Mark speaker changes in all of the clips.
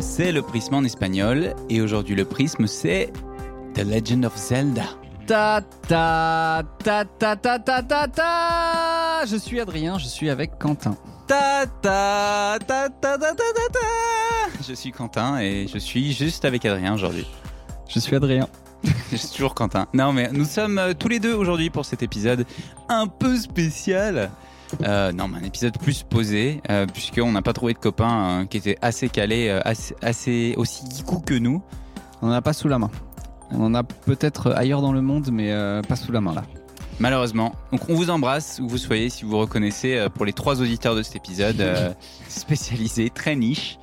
Speaker 1: c'est le prisme en espagnol. Et aujourd'hui, le prisme, c'est The Legend of Zelda.
Speaker 2: Ta ta ta ta ta ta ta ta Je suis Adrien, je suis avec Quentin.
Speaker 1: Ta ta ta ta ta ta ta ta. Je suis Quentin et je suis juste avec Adrien aujourd'hui.
Speaker 2: Je suis Adrien.
Speaker 1: Je suis toujours Quentin. Non mais nous sommes euh, tous les deux aujourd'hui pour cet épisode un peu spécial. Euh, non mais un épisode plus posé euh, puisqu'on n'a pas trouvé de copain euh, qui était assez calé, euh, assez, assez- aussi geekou que nous.
Speaker 2: On n'en a pas sous la main. On en a peut-être ailleurs dans le monde, mais euh, pas sous la main là.
Speaker 1: Malheureusement. Donc on vous embrasse où vous soyez si vous reconnaissez euh, pour les trois auditeurs de cet épisode euh, spécialisé très niche.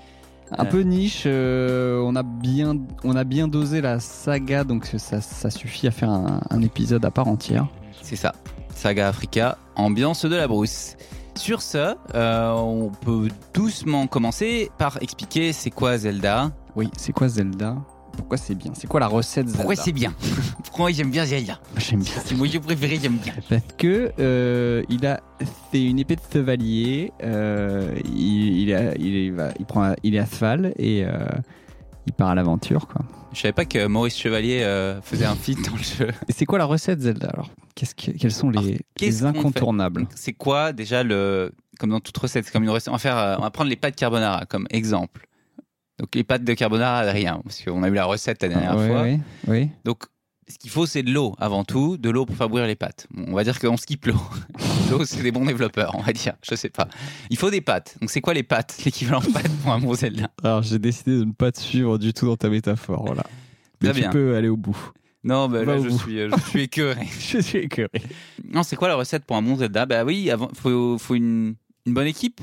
Speaker 2: Un
Speaker 1: Ouais.
Speaker 2: peu niche. euh, on a bien, on a bien dosé la saga, donc ça, ça suffit à faire un, un épisode à part entière.
Speaker 1: C'est ça. Saga Africa, ambiance de la brousse. Sur ce, euh, on peut doucement commencer par expliquer c'est quoi Zelda,
Speaker 2: Oui. C'est quoi Zelda Pourquoi c'est bien C'est quoi la recette Zelda
Speaker 1: pourquoi c'est bien, pourquoi j'aime bien Zelda.
Speaker 2: J'aime bien.
Speaker 1: C'est mon jeu préféré, j'aime bien.
Speaker 2: Parce que euh, il a c'est une épée de chevalier. euh, il, il, a- il, est- il va- il prend il est asphalte et euh, il part à l'aventure quoi.
Speaker 1: Je savais pas que Maurice Chevalier euh, faisait un feat dans le jeu.
Speaker 2: Et c'est quoi la recette Zelda alors Qu'est-ce que, quels sont les,
Speaker 1: Alors, qu'est-ce
Speaker 2: les
Speaker 1: qu'on fait
Speaker 2: incontournables
Speaker 1: C'est quoi déjà le. Comme dans toute recette, c'est comme une recette. On va, faire, euh, on va prendre les pâtes carbonara comme exemple. Donc les pâtes de carbonara, rien, parce qu'on a eu la recette la dernière
Speaker 2: Ah, oui,
Speaker 1: fois.
Speaker 2: oui, oui.
Speaker 1: Donc ce qu'il faut, c'est de l'eau avant tout, de l'eau pour faire bouillir les pâtes. Bon, on va dire qu'on skip l'eau. l'eau, c'est des bons développeurs, on va dire. Je sais pas. Il faut des pâtes. Donc c'est quoi les pâtes L'équivalent pâtes pour un bon Zelda.
Speaker 2: Alors j'ai décidé de ne pas te suivre du tout dans ta métaphore voilà.
Speaker 1: Mais Très tu bien.
Speaker 2: peux aller au bout.
Speaker 1: Non, mais
Speaker 2: Va
Speaker 1: là,
Speaker 2: au
Speaker 1: je
Speaker 2: bout.
Speaker 1: suis, euh, je suis écœuré.
Speaker 2: Je suis écœuré.
Speaker 1: Non, c'est quoi la recette pour un bon Zelda Bah oui, avant, faut, faut une, une bonne équipe.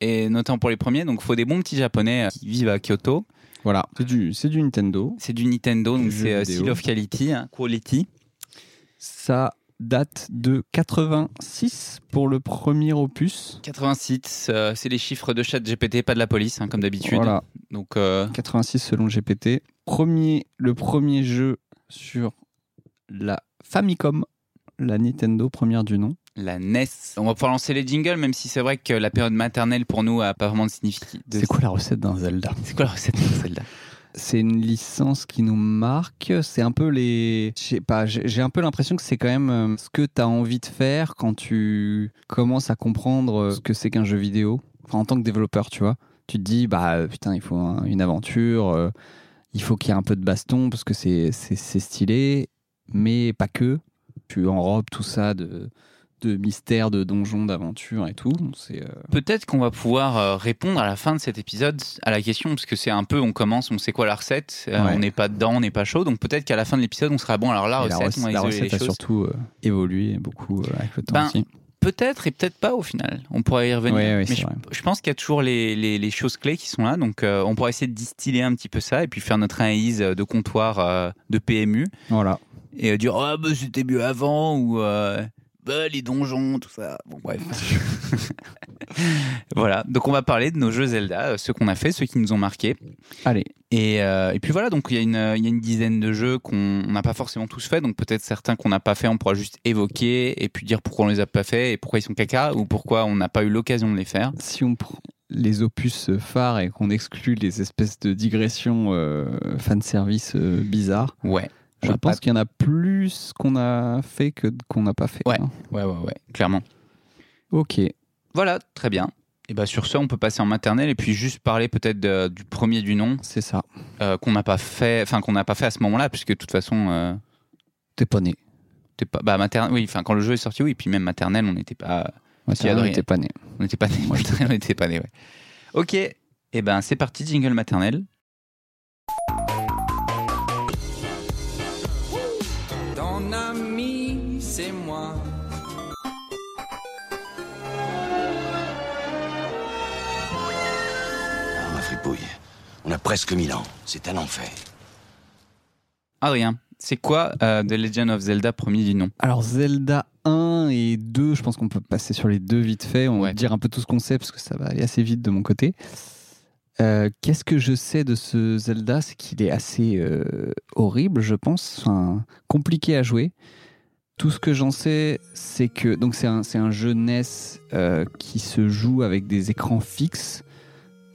Speaker 1: Et notamment pour les premiers, donc faut des bons petits japonais euh, qui vivent à Kyoto.
Speaker 2: Voilà, c'est du c'est du Nintendo.
Speaker 1: C'est du Nintendo, donc
Speaker 2: Jeux
Speaker 1: c'est euh,
Speaker 2: vidéo.
Speaker 1: Seal of Quality, hein, Quality.
Speaker 2: Ça date de 86 pour le premier opus.
Speaker 1: 86, euh, c'est les chiffres de chat GPT, pas de la police, hein, comme d'habitude.
Speaker 2: Voilà.
Speaker 1: Donc euh,
Speaker 2: 86 selon GPT. Premier, le premier jeu sur la Famicom, la Nintendo première du nom.
Speaker 1: la NES. On va pouvoir lancer les jingles, même si c'est vrai que la période maternelle pour nous a pas vraiment de signification.
Speaker 2: C'est quoi la recette d'un Zelda
Speaker 1: C'est quoi la recette pour Zelda
Speaker 2: C'est une licence qui nous marque. C'est un peu les, je sais pas, j'ai j'ai un peu l'impression que c'est quand même euh, ce que tu as envie de faire quand tu commences à comprendre euh, ce que c'est qu'un jeu vidéo. Enfin, en tant que développeur, tu vois, tu te dis bah euh, putain, il faut un- une aventure. euh, il faut qu'il y ait un peu de baston parce que c'est c'est- c'est stylé, mais pas que. Tu enrobes tout ça de de mystères, de donjons, d'aventures et tout. C'est euh,
Speaker 1: Peut-être qu'on va pouvoir euh, répondre à la fin de cet épisode à la question, parce que c'est un peu, on commence, on sait quoi la recette, euh,
Speaker 2: Ouais.
Speaker 1: on n'est pas dedans, on n'est pas chaud, donc peut-être qu'à la fin de l'épisode, on sera bon. Alors la
Speaker 2: et
Speaker 1: recette, on va
Speaker 2: la
Speaker 1: isoler
Speaker 2: recette
Speaker 1: les
Speaker 2: a
Speaker 1: choses.
Speaker 2: surtout euh, évolué beaucoup euh, avec le temps
Speaker 1: Ben,
Speaker 2: aussi.
Speaker 1: Peut-être et peut-être pas au final, on pourra y revenir.
Speaker 2: Ouais, ouais,
Speaker 1: Mais
Speaker 2: c'est
Speaker 1: je,
Speaker 2: vrai.
Speaker 1: je pense qu'il y a toujours les, les- les choses clés qui sont là, donc euh, on pourra essayer de distiller un petit peu ça et puis faire notre analyse euh, de comptoir euh, de PMU
Speaker 2: Voilà.
Speaker 1: et euh, dire ah bah c'était mieux avant ou euh, bah, les donjons tout ça. Bon bref. voilà, donc on va parler de nos jeux Zelda, euh, ceux qu'on a fait, ceux qui nous ont marqués.
Speaker 2: Allez,
Speaker 1: Et, euh, et puis voilà, donc il y, a une, euh, il y a une dizaine de jeux qu'on on n'a pas forcément tous fait, donc peut-être certains qu'on n'a pas fait, on pourra juste évoquer et puis dire pourquoi on les a pas fait et pourquoi ils sont caca ou pourquoi on n'a pas eu l'occasion de les faire.
Speaker 2: si on prend les opus euh, phares et qu'on exclut les espèces de digressions euh, fanservice euh, bizarres,
Speaker 1: Ouais.
Speaker 2: je pense qu'il y en a plus qu'on a fait que qu'on n'a pas fait. hein.
Speaker 1: Ouais, ouais, ouais, clairement.
Speaker 2: Ok.
Speaker 1: Voilà, très bien. Et bah sur ça, on peut passer en maternelle et puis juste parler peut-être de- du premier du nom
Speaker 2: C'est ça.
Speaker 1: euh, qu'on n'a pas fait, enfin qu'on n'a pas fait à ce moment-là, puisque de toute façon, euh,
Speaker 2: T'es pas né.
Speaker 1: t'es pas, bah maternelle, oui, enfin quand le jeu est sorti, oui, et puis même maternelle, on n'était pas,
Speaker 2: Ouais,
Speaker 1: Puis
Speaker 2: c'est vrai,
Speaker 1: Adrien.
Speaker 2: t'es pas né.
Speaker 1: on n'était pas nés, maternelle, on n'était pas nés, ouais. Ok, et ben c'est parti, jingle maternelle.
Speaker 3: Ton ami, c'est moi.
Speaker 4: Ah, ma fripouille, on a presque 1000 ans. C'est un enfer.
Speaker 1: Adrien, c'est quoi euh, The Legend of Zelda premier du nom
Speaker 2: Alors Zelda 1 et 2, je pense qu'on peut passer sur les deux vite fait. On va
Speaker 1: Ouais.
Speaker 2: dire un peu tout ce qu'on sait parce que ça va aller assez vite de mon côté. Euh, Qu'est-ce que je sais de ce Zelda C'est qu'il est assez euh, horrible, je pense, enfin, compliqué à jouer. Tout ce que j'en sais, c'est que E donc c'est un, c'est un jeu NES euh, qui se joue avec des écrans fixes.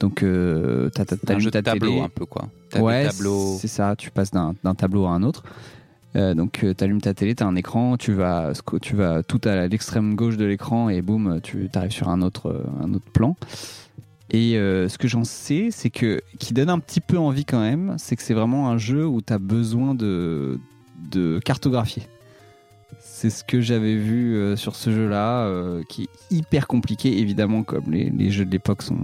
Speaker 2: Donc, euh, t'as t'as-
Speaker 1: C'est
Speaker 2: t'as
Speaker 1: un
Speaker 2: mis
Speaker 1: jeu de
Speaker 2: ta télé.
Speaker 1: tableau un peu quoi. T'as des
Speaker 2: ouais,
Speaker 1: tableaux.
Speaker 2: c'est ça, tu passes d'un d'un tableau à un autre. Euh, donc tu allumes ta télé, tu as un écran, tu vas, sco- tu vas tout à l'extrême gauche de l'écran et boum, tu arrives sur un autre, euh, un autre plan. Et euh, ce que j'en sais, c'est que qui donne un petit peu envie quand même, c'est que c'est vraiment un jeu où tu as besoin de, de cartographier. C'est ce que j'avais vu euh, sur ce jeu-là, euh, qui est hyper compliqué, évidemment, comme les, les jeux de l'époque sont,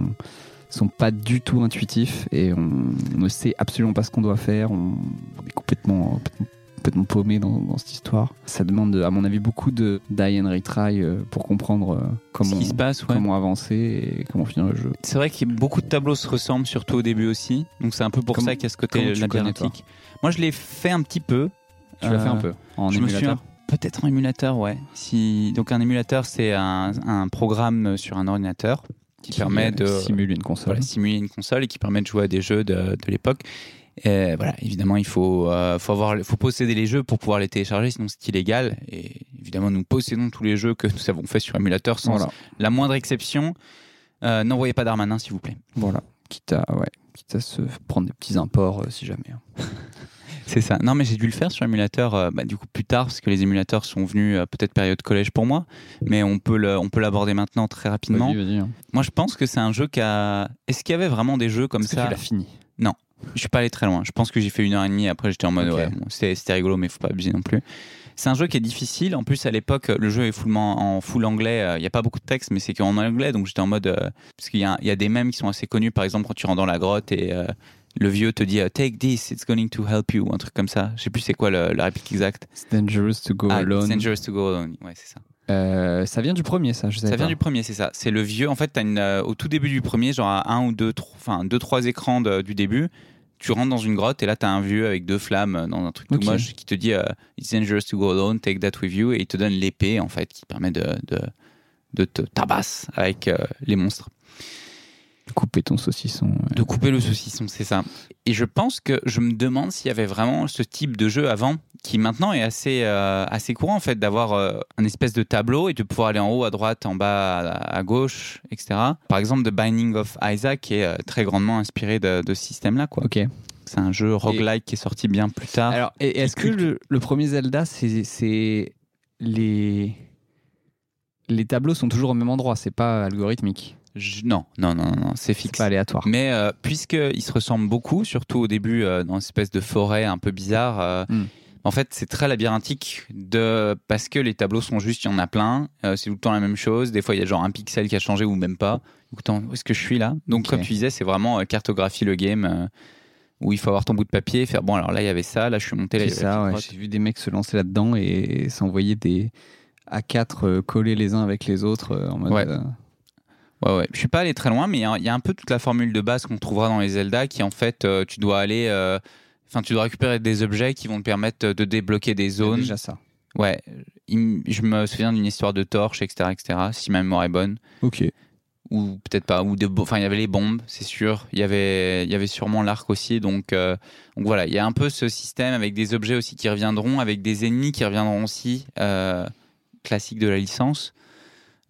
Speaker 2: sont pas du tout intuitifs et on, on ne sait absolument pas ce qu'on doit faire. On, on est complètement, complètement- complètement paumé dans, dans cette histoire. Ça demande, à mon avis, beaucoup de die and retry euh, pour comprendre euh,
Speaker 1: Ce
Speaker 2: comment,
Speaker 1: qui se passe, ouais.
Speaker 2: comment avancer et comment finir le jeu.
Speaker 1: C'est vrai que beaucoup de tableaux se ressemblent, surtout au début aussi. Donc c'est un peu pour
Speaker 2: Comment-
Speaker 1: ça qu'il y a ce côté
Speaker 2: comment tu connais, toi
Speaker 1: labyrinthique. Moi, je l'ai fait un petit peu.
Speaker 2: Tu l'as fait un
Speaker 1: Euh,
Speaker 2: peu en
Speaker 1: je me suis
Speaker 2: émulateur.
Speaker 1: Peut-être en émulateur, ouais. Si... Donc un émulateur, c'est un, un programme sur un ordinateur qui, permet
Speaker 2: euh,
Speaker 1: de
Speaker 2: simuler une console.
Speaker 1: voilà, simuler une console et qui permet de jouer à des jeux de, de l'époque. Et voilà, évidemment, il faut, euh, faut, avoir, faut posséder les jeux pour pouvoir les télécharger, sinon c'est illégal. Et évidemment, nous possédons tous les jeux que nous avons fait sur émulateur sans
Speaker 2: Voilà,
Speaker 1: la moindre exception. Euh, N'envoyez pas d'Armanin, s'il vous plaît.
Speaker 2: voilà. Quitte à, ouais, quitte à se prendre des petits imports euh, si jamais. hein.
Speaker 1: C'est ça. Non, mais j'ai dû le faire sur émulateur, euh, bah, du coup, plus tard, parce que les émulateurs sont venus euh, peut-être période collège pour moi, mais on peut le- on peut l'aborder maintenant très rapidement.
Speaker 2: Vas-y, vas-y, hein.
Speaker 1: Moi, je pense que c'est un jeu qui a. Est-ce qu'il y avait vraiment des jeux comme
Speaker 2: Est-ce que
Speaker 1: ça
Speaker 2: tu l'as fini.
Speaker 1: Je suis pas allé très loin. Je pense que j'ai fait une heure et demie. Après, j'étais en mode,
Speaker 2: Ok.
Speaker 1: ouais, bon, c'était c'était rigolo, mais faut pas abuser non plus. C'est un jeu qui est difficile. En plus, à l'époque, le jeu est fullement- en full anglais. Euh, Il n'y a pas beaucoup de texte, mais c'est qu'en anglais. Donc, j'étais en mode. euh, parce qu'il y, a- il y a des mèmes qui sont assez connus. Par exemple, quand tu rentres dans la grotte et euh, le vieux te dit euh, Take this, it's going to help you. Un truc comme ça. Je sais plus c'est quoi le- la réplique exacte.
Speaker 2: It's dangerous to go
Speaker 1: Ah, it's
Speaker 2: alone.
Speaker 1: dangerous to go alone. Ouais, c'est ça.
Speaker 2: Euh, ça vient du premier, ça. Je savais
Speaker 1: Ça vient
Speaker 2: pas.
Speaker 1: du premier, c'est ça. C'est le vieux. En fait, t'as une, euh, au tout début du premier, genre à un ou deux, tro- enfin deux trois écrans de- du début, tu rentres dans une grotte et là t'as un vieux avec deux flammes euh, dans un truc
Speaker 2: Ok.
Speaker 1: tout moche qui te dit euh, It's dangerous to go alone, take that with you et il te donne l'épée en fait qui permet de, de, de te tabasse avec euh, les monstres.
Speaker 2: Couper ton saucisson. euh, ouais.
Speaker 1: De couper le saucisson, c'est ça. Et je pense que je me demande s'il y avait vraiment ce type de jeu avant, qui maintenant est assez, euh, assez courant en fait, d'avoir euh, un espèce de tableau et de pouvoir aller en haut, à droite, en bas, à, à gauche, etc. Par exemple, The Binding of Isaac est euh, très grandement inspiré de, de ce système-là. quoi.
Speaker 2: Ok.
Speaker 1: C'est un jeu roguelike qui est sorti bien plus tard.
Speaker 2: Alors, Ah. et- est-ce que
Speaker 1: culte.
Speaker 2: le, le premier Zelda, c'est- c'est les les tableaux sont toujours au même endroit, c'est pas algorithmique,
Speaker 1: Je- non, non, non, non, c'est
Speaker 2: c'est
Speaker 1: fixe.
Speaker 2: pas aléatoire.
Speaker 1: Mais euh, puisqu'ils se ressemblent beaucoup, surtout au début euh, dans une espèce de forêt un peu bizarre, euh,
Speaker 2: Mm.
Speaker 1: en fait c'est très labyrinthique de... parce que les tableaux sont juste, il y en a plein, euh, c'est tout le temps la même chose, des fois il y a genre un pixel qui a changé ou même pas. Autant, où est-ce que je suis là Donc
Speaker 2: Ok.
Speaker 1: comme tu disais, c'est vraiment euh, cartographie le game. euh, où il faut avoir ton bout de papier et faire bon alors là il y avait ça, là je suis monté, là il
Speaker 2: C'est
Speaker 1: y avait la
Speaker 2: ça, ouais,
Speaker 1: petite
Speaker 2: j'ai vu des mecs se lancer là-dedans et s'envoyer des A4 euh, collés les uns avec les autres euh, en mode.
Speaker 1: Ouais.
Speaker 2: euh,
Speaker 1: Ouais, ouais. Je suis pas allé très loin, mais il y a- il y, a un peu toute la formule de base qu'on trouvera dans les Zelda qui, en fait, euh, tu dois aller. euh, Enfin, tu dois récupérer des objets qui vont te permettre de débloquer des
Speaker 2: c'est
Speaker 1: zones.
Speaker 2: Déjà ça.
Speaker 1: Ouais. Il m- je me souviens d'une histoire de torche, etc., etc., si ma mémoire est bonne.
Speaker 2: Ok.
Speaker 1: Ou peut-être pas. Ou de bo- Enfin, il y avait les bombes, c'est sûr. Il y avait, il y avait sûrement l'arc aussi. Donc, euh, donc voilà, il y a un peu ce système avec des objets aussi qui reviendront, avec des ennemis qui reviendront aussi. euh, classique de la licence.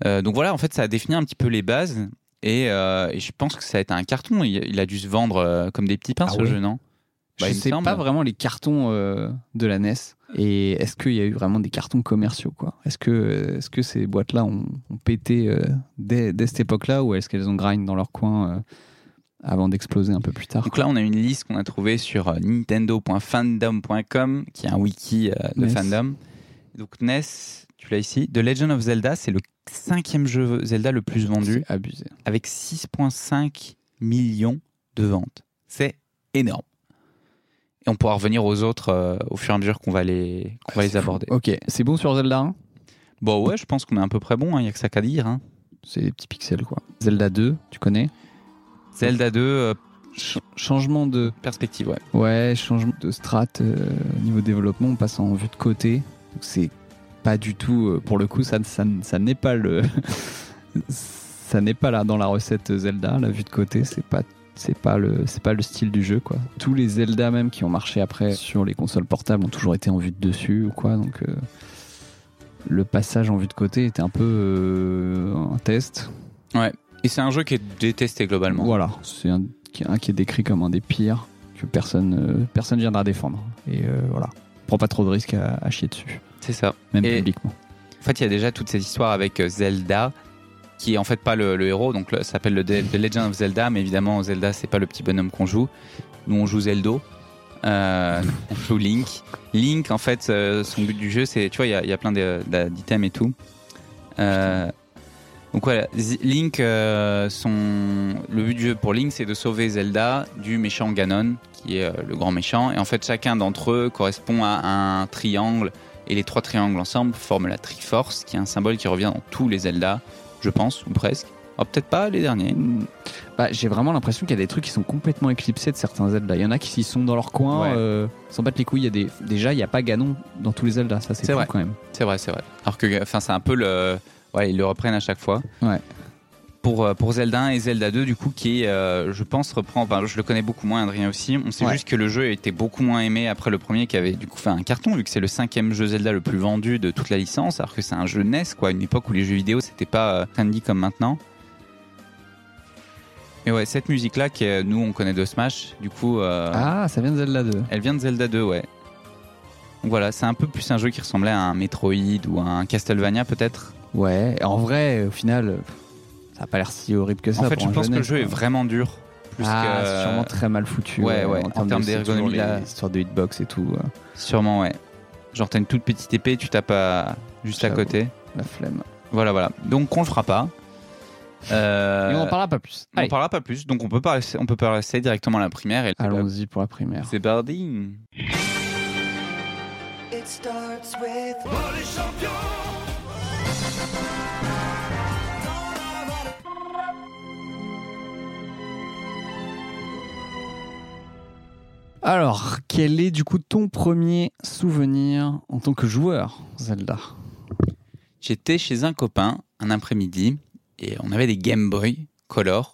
Speaker 1: Euh, donc voilà, en fait, ça a défini un petit peu les bases. Et, euh, et je pense que ça a été un carton. Il, il a dû se vendre euh, comme des petits pains,
Speaker 2: Ah
Speaker 1: ce
Speaker 2: ouais.
Speaker 1: jeu, non Bah,
Speaker 2: je
Speaker 1: il me
Speaker 2: sais
Speaker 1: semble.
Speaker 2: pas vraiment les cartons euh, de la NES. Et est-ce qu'il y a eu vraiment des cartons commerciaux quoi Est-ce que, est -ce que ces boîtes-là ont, ont pété euh, dès, dès cette époque-là ou est-ce qu'elles ont grind dans leur coin euh, avant d'exploser un peu plus tard
Speaker 1: Donc là, on a une liste qu'on a trouvée sur euh, nintendo.fandom.com, qui est un wiki euh, de
Speaker 2: Yes.
Speaker 1: fandom. Donc NES, tu l'as ici. The Legend of Zelda, c'est le cinquième jeu Zelda le plus vendu,
Speaker 2: C'est abusé.
Speaker 1: avec 6,5 millions de ventes. C'est énorme. Et on pourra revenir aux autres euh, au fur et à mesure qu'on va les, qu'on va les aborder.
Speaker 2: Ok, c'est bon sur Zelda 1
Speaker 1: Bon, ouais, je pense qu'on est à peu près bon, il n'y a que ça qu'à dire. hein.
Speaker 2: C'est des petits pixels quoi. Zelda 2, tu connais
Speaker 1: Zelda 2, euh,
Speaker 2: Ch- Changement de.
Speaker 1: perspective, ouais.
Speaker 2: Ouais, changement de strat euh, niveau développement, on passe en vue de côté. Donc c'est pas du tout. euh, pour le coup, ça, ça, ça n'est pas le. ça n'est pas là dans la recette Zelda, la vue de côté, c'est pas. C'est pas, le, c'est pas le style du jeu quoi. Tous les Zelda même qui ont marché après sur les consoles portables ont toujours été en vue de dessus ou quoi donc euh, le passage en vue de côté était un peu euh, un test.
Speaker 1: Ouais. Et c'est un jeu qui est détesté globalement.
Speaker 2: Voilà, c'est un, qui- un qui est décrit comme un des pires que personne euh, personne viendra défendre. Et euh, voilà, prends pas trop de risques à, à chier dessus,
Speaker 1: C'est ça.
Speaker 2: même
Speaker 1: Et-
Speaker 2: publiquement.
Speaker 1: En fait, il y a déjà toute cette histoire avec euh, Zelda, qui est en fait pas le, le héros, donc le- ça s'appelle le The The Legend of Zelda, mais évidemment, Zelda, c'est pas le petit bonhomme qu'on joue. Nous, on joue Zeldo. Euh, on joue Link. Link, en fait, euh, son but du jeu, c'est. Tu vois, il y a- il y, a plein de- d'a- d'items et tout. Euh, donc voilà, Z- Link, euh, son... le but du jeu pour Link, c'est de sauver Zelda du méchant Ganon, qui est euh, le grand méchant. Et en fait, chacun d'entre eux correspond à un triangle et les trois triangles ensemble forment la Triforce, qui est un symbole qui revient dans tous les Zelda, je pense, ou presque. Ah, peut-être pas les derniers.
Speaker 2: Mm. Bah, j'ai vraiment l'impression qu'il y a des trucs qui sont complètement éclipsés de certains Zelda. Il y en a qui s'y sont dans leur coin,
Speaker 1: Ouais.
Speaker 2: euh, s'en battent les couilles. Il y a des... Déjà, il n'y a pas Ganon dans tous les Zelda, ça c'est
Speaker 1: C'est
Speaker 2: fou
Speaker 1: vrai.
Speaker 2: quand même.
Speaker 1: C'est vrai, c'est vrai. Alors que, enfin, c'est un peu le. Ouais, ils le reprennent à chaque fois.
Speaker 2: Ouais.
Speaker 1: Pour, euh, pour Zelda 1 et Zelda 2, du coup, qui, euh, je pense, reprend. Enfin, je le connais beaucoup moins, Adrien aussi. On sait
Speaker 2: Ouais.
Speaker 1: juste que le jeu était beaucoup moins aimé après le premier, qui avait du coup fait un carton, vu que c'est le cinquième jeu Zelda le plus vendu de toute la licence, alors que c'est un jeu NES, quoi, une époque où les jeux vidéo, c'était pas euh, trendy comme maintenant. Mais ouais, cette musique-là, que euh, nous, on connaît de Smash, du coup. euh,
Speaker 2: Ah, ça vient de Zelda 2.
Speaker 1: elle vient de Zelda 2, ouais. Donc Voilà, c'est un peu plus un jeu qui ressemblait à un Metroid ou à un Castlevania peut-être.
Speaker 2: Ouais, et en vrai, au final, pff, ça a pas l'air si horrible que ça.
Speaker 1: En fait,
Speaker 2: pour
Speaker 1: je
Speaker 2: un
Speaker 1: pense que le
Speaker 2: jeunesse,
Speaker 1: jeu est
Speaker 2: quoi.
Speaker 1: vraiment dur. Plus
Speaker 2: ah,
Speaker 1: que-
Speaker 2: c'est sûrement très mal foutu. euh,
Speaker 1: ouais, ouais, en termes
Speaker 2: c'est
Speaker 1: d'ergonomie,
Speaker 2: toujours les
Speaker 1: là-
Speaker 2: histoires de hitbox et tout, euh,
Speaker 1: Sûrement, ouais. Genre t'as une toute petite épée, tu tapes à- juste à
Speaker 2: J'avoue.
Speaker 1: côté.
Speaker 2: la flemme.
Speaker 1: Voilà, voilà. Donc on le fera pas. Euh,
Speaker 2: Et on en parlera pas plus.
Speaker 1: on
Speaker 2: Allez,
Speaker 1: parlera pas plus. Donc on peut pas, on peut passer directement à la primaire. Et
Speaker 2: allons-y pour la primaire.
Speaker 1: C'est barding.
Speaker 5: It starts with
Speaker 2: Alors, quel est du coup ton premier souvenir en tant que joueur Zelda
Speaker 1: J'étais chez un copain un après-midi et on avait des Game Boy Color.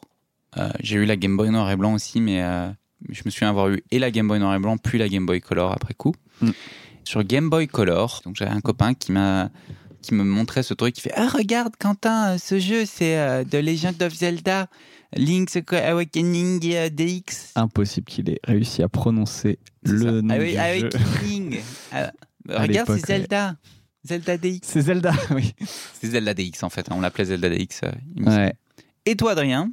Speaker 1: Euh, j'ai eu la Game Boy noir et blanc aussi, mais euh, je me souviens avoir eu et la Game Boy noir et blanc, puis la Game Boy Color après coup.
Speaker 2: Mm.
Speaker 1: Sur Game Boy Color, donc j'avais un copain qui m'a qui me montrait ce truc, qui fait ah regarde Quentin, euh, ce jeu c'est euh, The Legend of Zelda, Link's Awakening euh, DX.
Speaker 2: Impossible qu'il ait réussi à prononcer
Speaker 1: C'est ça.
Speaker 2: Ah, le nom
Speaker 1: Ah oui,
Speaker 2: du
Speaker 1: avec
Speaker 2: jeu.
Speaker 1: Link. Ah,
Speaker 2: À
Speaker 1: regarde
Speaker 2: l'époque,
Speaker 1: c'est Zelda, Zelda DX.
Speaker 2: C'est Zelda, oui.
Speaker 1: C'est Zelda DX en fait, hein, on l'appelait Zelda DX. euh, il me semble.
Speaker 2: Ouais.
Speaker 1: Et toi, Adrien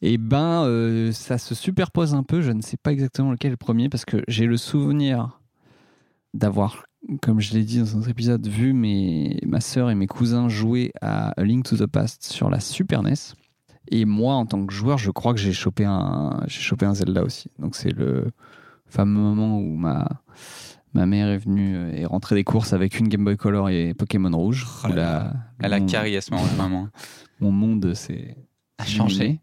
Speaker 2: Eh ben, euh, ça se superpose un peu. Je ne sais pas exactement lequel est le premier parce que j'ai le souvenir d'avoir, comme je l'ai dit dans un autre épisode, vu mes, ma sœur et mes cousins jouer à A Link to the Past sur la Super NES. Et moi, en tant que joueur, je crois que j'ai chopé un, j'ai chopé un Zelda aussi. Donc c'est le fameux moment où ma ma mère est venue euh, et rentrée des courses avec une Game Boy Color et Pokémon Rouge.
Speaker 1: Oh là là. Elle a
Speaker 2: mon-
Speaker 1: carré à ce moment-là, maman.
Speaker 2: mon monde s'est
Speaker 1: A changé.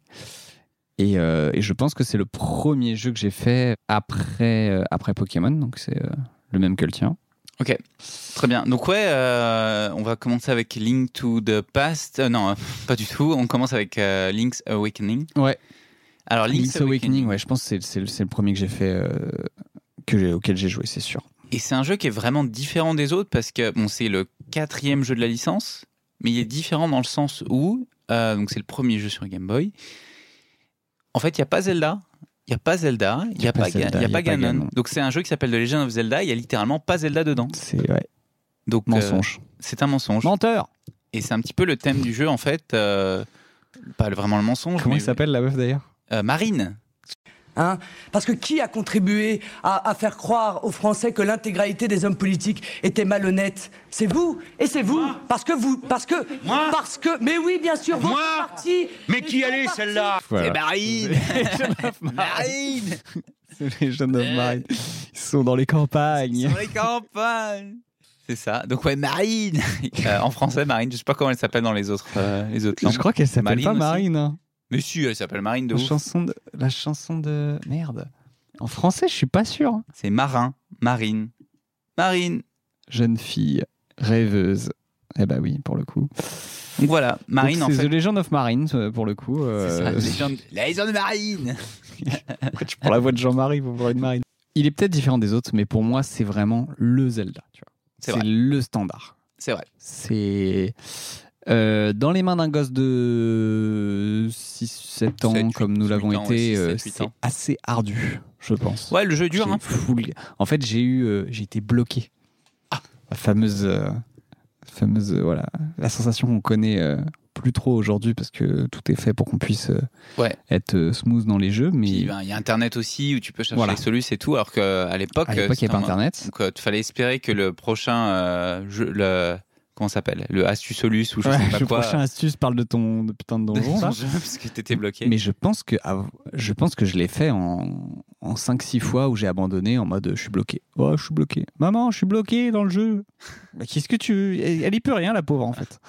Speaker 2: Et, euh, et je pense que c'est le premier jeu que j'ai fait après, euh, après Pokémon, donc c'est euh, le même que le tien.
Speaker 1: Très bien. Donc ouais, euh, on va commencer avec Link to the Past. Euh, non, euh, pas du tout. On commence avec euh, Link's Awakening.
Speaker 2: Ouais.
Speaker 1: Alors Link's,
Speaker 2: Link's Awakening, ouais, je pense que c'est- c'est le- c'est le premier que j'ai fait, euh, que j'ai- auquel j'ai joué, c'est sûr.
Speaker 1: Et c'est un jeu qui est vraiment différent des autres parce que bon, c'est le quatrième jeu de la licence, mais il est différent dans le sens où euh, donc c'est le premier jeu sur Game Boy. En fait, il y a pas Zelda. Il n'y a pas Zelda, il n'y a, pas Ga-
Speaker 2: Zelda,
Speaker 1: il y a
Speaker 2: il y
Speaker 1: pas
Speaker 2: a pas
Speaker 1: Ganon.
Speaker 2: Ganon.
Speaker 1: Donc c'est un jeu qui s'appelle The Legend of Zelda, il n'y a littéralement pas Zelda dedans.
Speaker 2: C'est ouais,
Speaker 1: Donc euh,
Speaker 2: mensonge.
Speaker 1: c'est un mensonge.
Speaker 2: Menteur
Speaker 1: Et c'est un petit peu le thème du jeu, en fait. euh, pas le- vraiment le mensonge.
Speaker 2: Comment
Speaker 1: mais-
Speaker 2: il s'appelle la meuf d'ailleurs
Speaker 1: Euh, Marine.
Speaker 5: Hein Parce que qui a contribué à, à faire croire aux Français que l'intégralité des hommes politiques était malhonnête C'est vous Et c'est vous Parce que vous Parce que
Speaker 6: Moi
Speaker 5: Parce que Mais oui, bien sûr, votre
Speaker 6: Moi
Speaker 5: parti
Speaker 6: Mais
Speaker 5: les
Speaker 6: qui
Speaker 5: gens
Speaker 6: allait
Speaker 5: partis-
Speaker 6: celle-là
Speaker 1: Ah, C'est Eh, Marine Marine Euh.
Speaker 2: Les jeunes hommes marines, ils sont dans les campagnes.
Speaker 1: Sur les campagnes C'est ça. Donc, ouais, Marine Euh, En français, Marine, je sais pas comment elle s'appelle dans les autres, euh, les autres langues.
Speaker 2: Je crois qu'elle s'appelle
Speaker 1: Marine
Speaker 2: pas
Speaker 1: aussi.
Speaker 2: Marine. hein.
Speaker 1: Mais si, elle s'appelle Marine de
Speaker 2: La
Speaker 1: ouf.
Speaker 2: chanson de, la chanson de merde. En français, je suis pas sûr.
Speaker 1: C'est Marin. Marine. Marine.
Speaker 2: jeune fille rêveuse. Eh bah oui, pour le coup.
Speaker 1: Donc voilà, Marine
Speaker 2: Donc,
Speaker 1: en
Speaker 2: C'est
Speaker 1: fait.
Speaker 2: The Legend of Marine, euh, pour le coup. euh,
Speaker 1: C'est ça, légende, légende de Marine
Speaker 2: je prends la voix de Jean-Marie pour parler de Marine. Il est peut-être différent des autres, mais pour moi, c'est vraiment le Zelda. tu vois.
Speaker 1: C'est
Speaker 2: C'est
Speaker 1: vrai.
Speaker 2: le standard.
Speaker 1: C'est vrai.
Speaker 2: C'est Euh, dans les mains d'un gosse de 6-7 ans,
Speaker 1: Sept, huit,
Speaker 2: comme nous
Speaker 1: huit
Speaker 2: l'avons
Speaker 1: ans, ouais,
Speaker 2: été,
Speaker 1: six,
Speaker 2: euh,
Speaker 1: sept, huit
Speaker 2: c'est
Speaker 1: ans.
Speaker 2: assez ardu, je pense.
Speaker 1: Ouais, le jeu est dur.
Speaker 2: J'ai
Speaker 1: hein.
Speaker 2: full- En fait, j'ai eu, euh, j'ai été bloqué.
Speaker 1: Ah.
Speaker 2: La fameuse, euh, fameuse, euh, voilà, la sensation qu'on connaît euh, plus trop aujourd'hui parce que tout est fait pour qu'on puisse euh,
Speaker 1: Ouais.
Speaker 2: être euh, smooth dans les jeux,
Speaker 1: Puis,
Speaker 2: mais
Speaker 1: ben, Il y a Internet aussi où tu peux chercher
Speaker 2: Voilà.
Speaker 1: les solutions et tout, alors qu'à l'époque,
Speaker 2: à l'époque, il n'y
Speaker 1: c'était
Speaker 2: avait pas
Speaker 1: un-
Speaker 2: Internet.
Speaker 1: Donc, il fallait espérer que le prochain euh, jeu, le comment ça s'appelle, le Astusolus ou je
Speaker 2: Ouais,
Speaker 1: sais pas
Speaker 2: le
Speaker 1: quoi,
Speaker 2: prochain astuce parle de ton de putain de
Speaker 1: de
Speaker 2: donjon
Speaker 1: ton
Speaker 2: là.
Speaker 1: jeu, parce que t'étais bloqué.
Speaker 2: Mais je pense que av- je pense que je l'ai fait en, en 5-6 fois où j'ai abandonné en mode je suis bloqué. Oh, je suis bloqué. Maman, je suis bloqué dans le jeu. Mais qu'est-ce que tu. Elle elle y peut rien, la pauvre, en fait.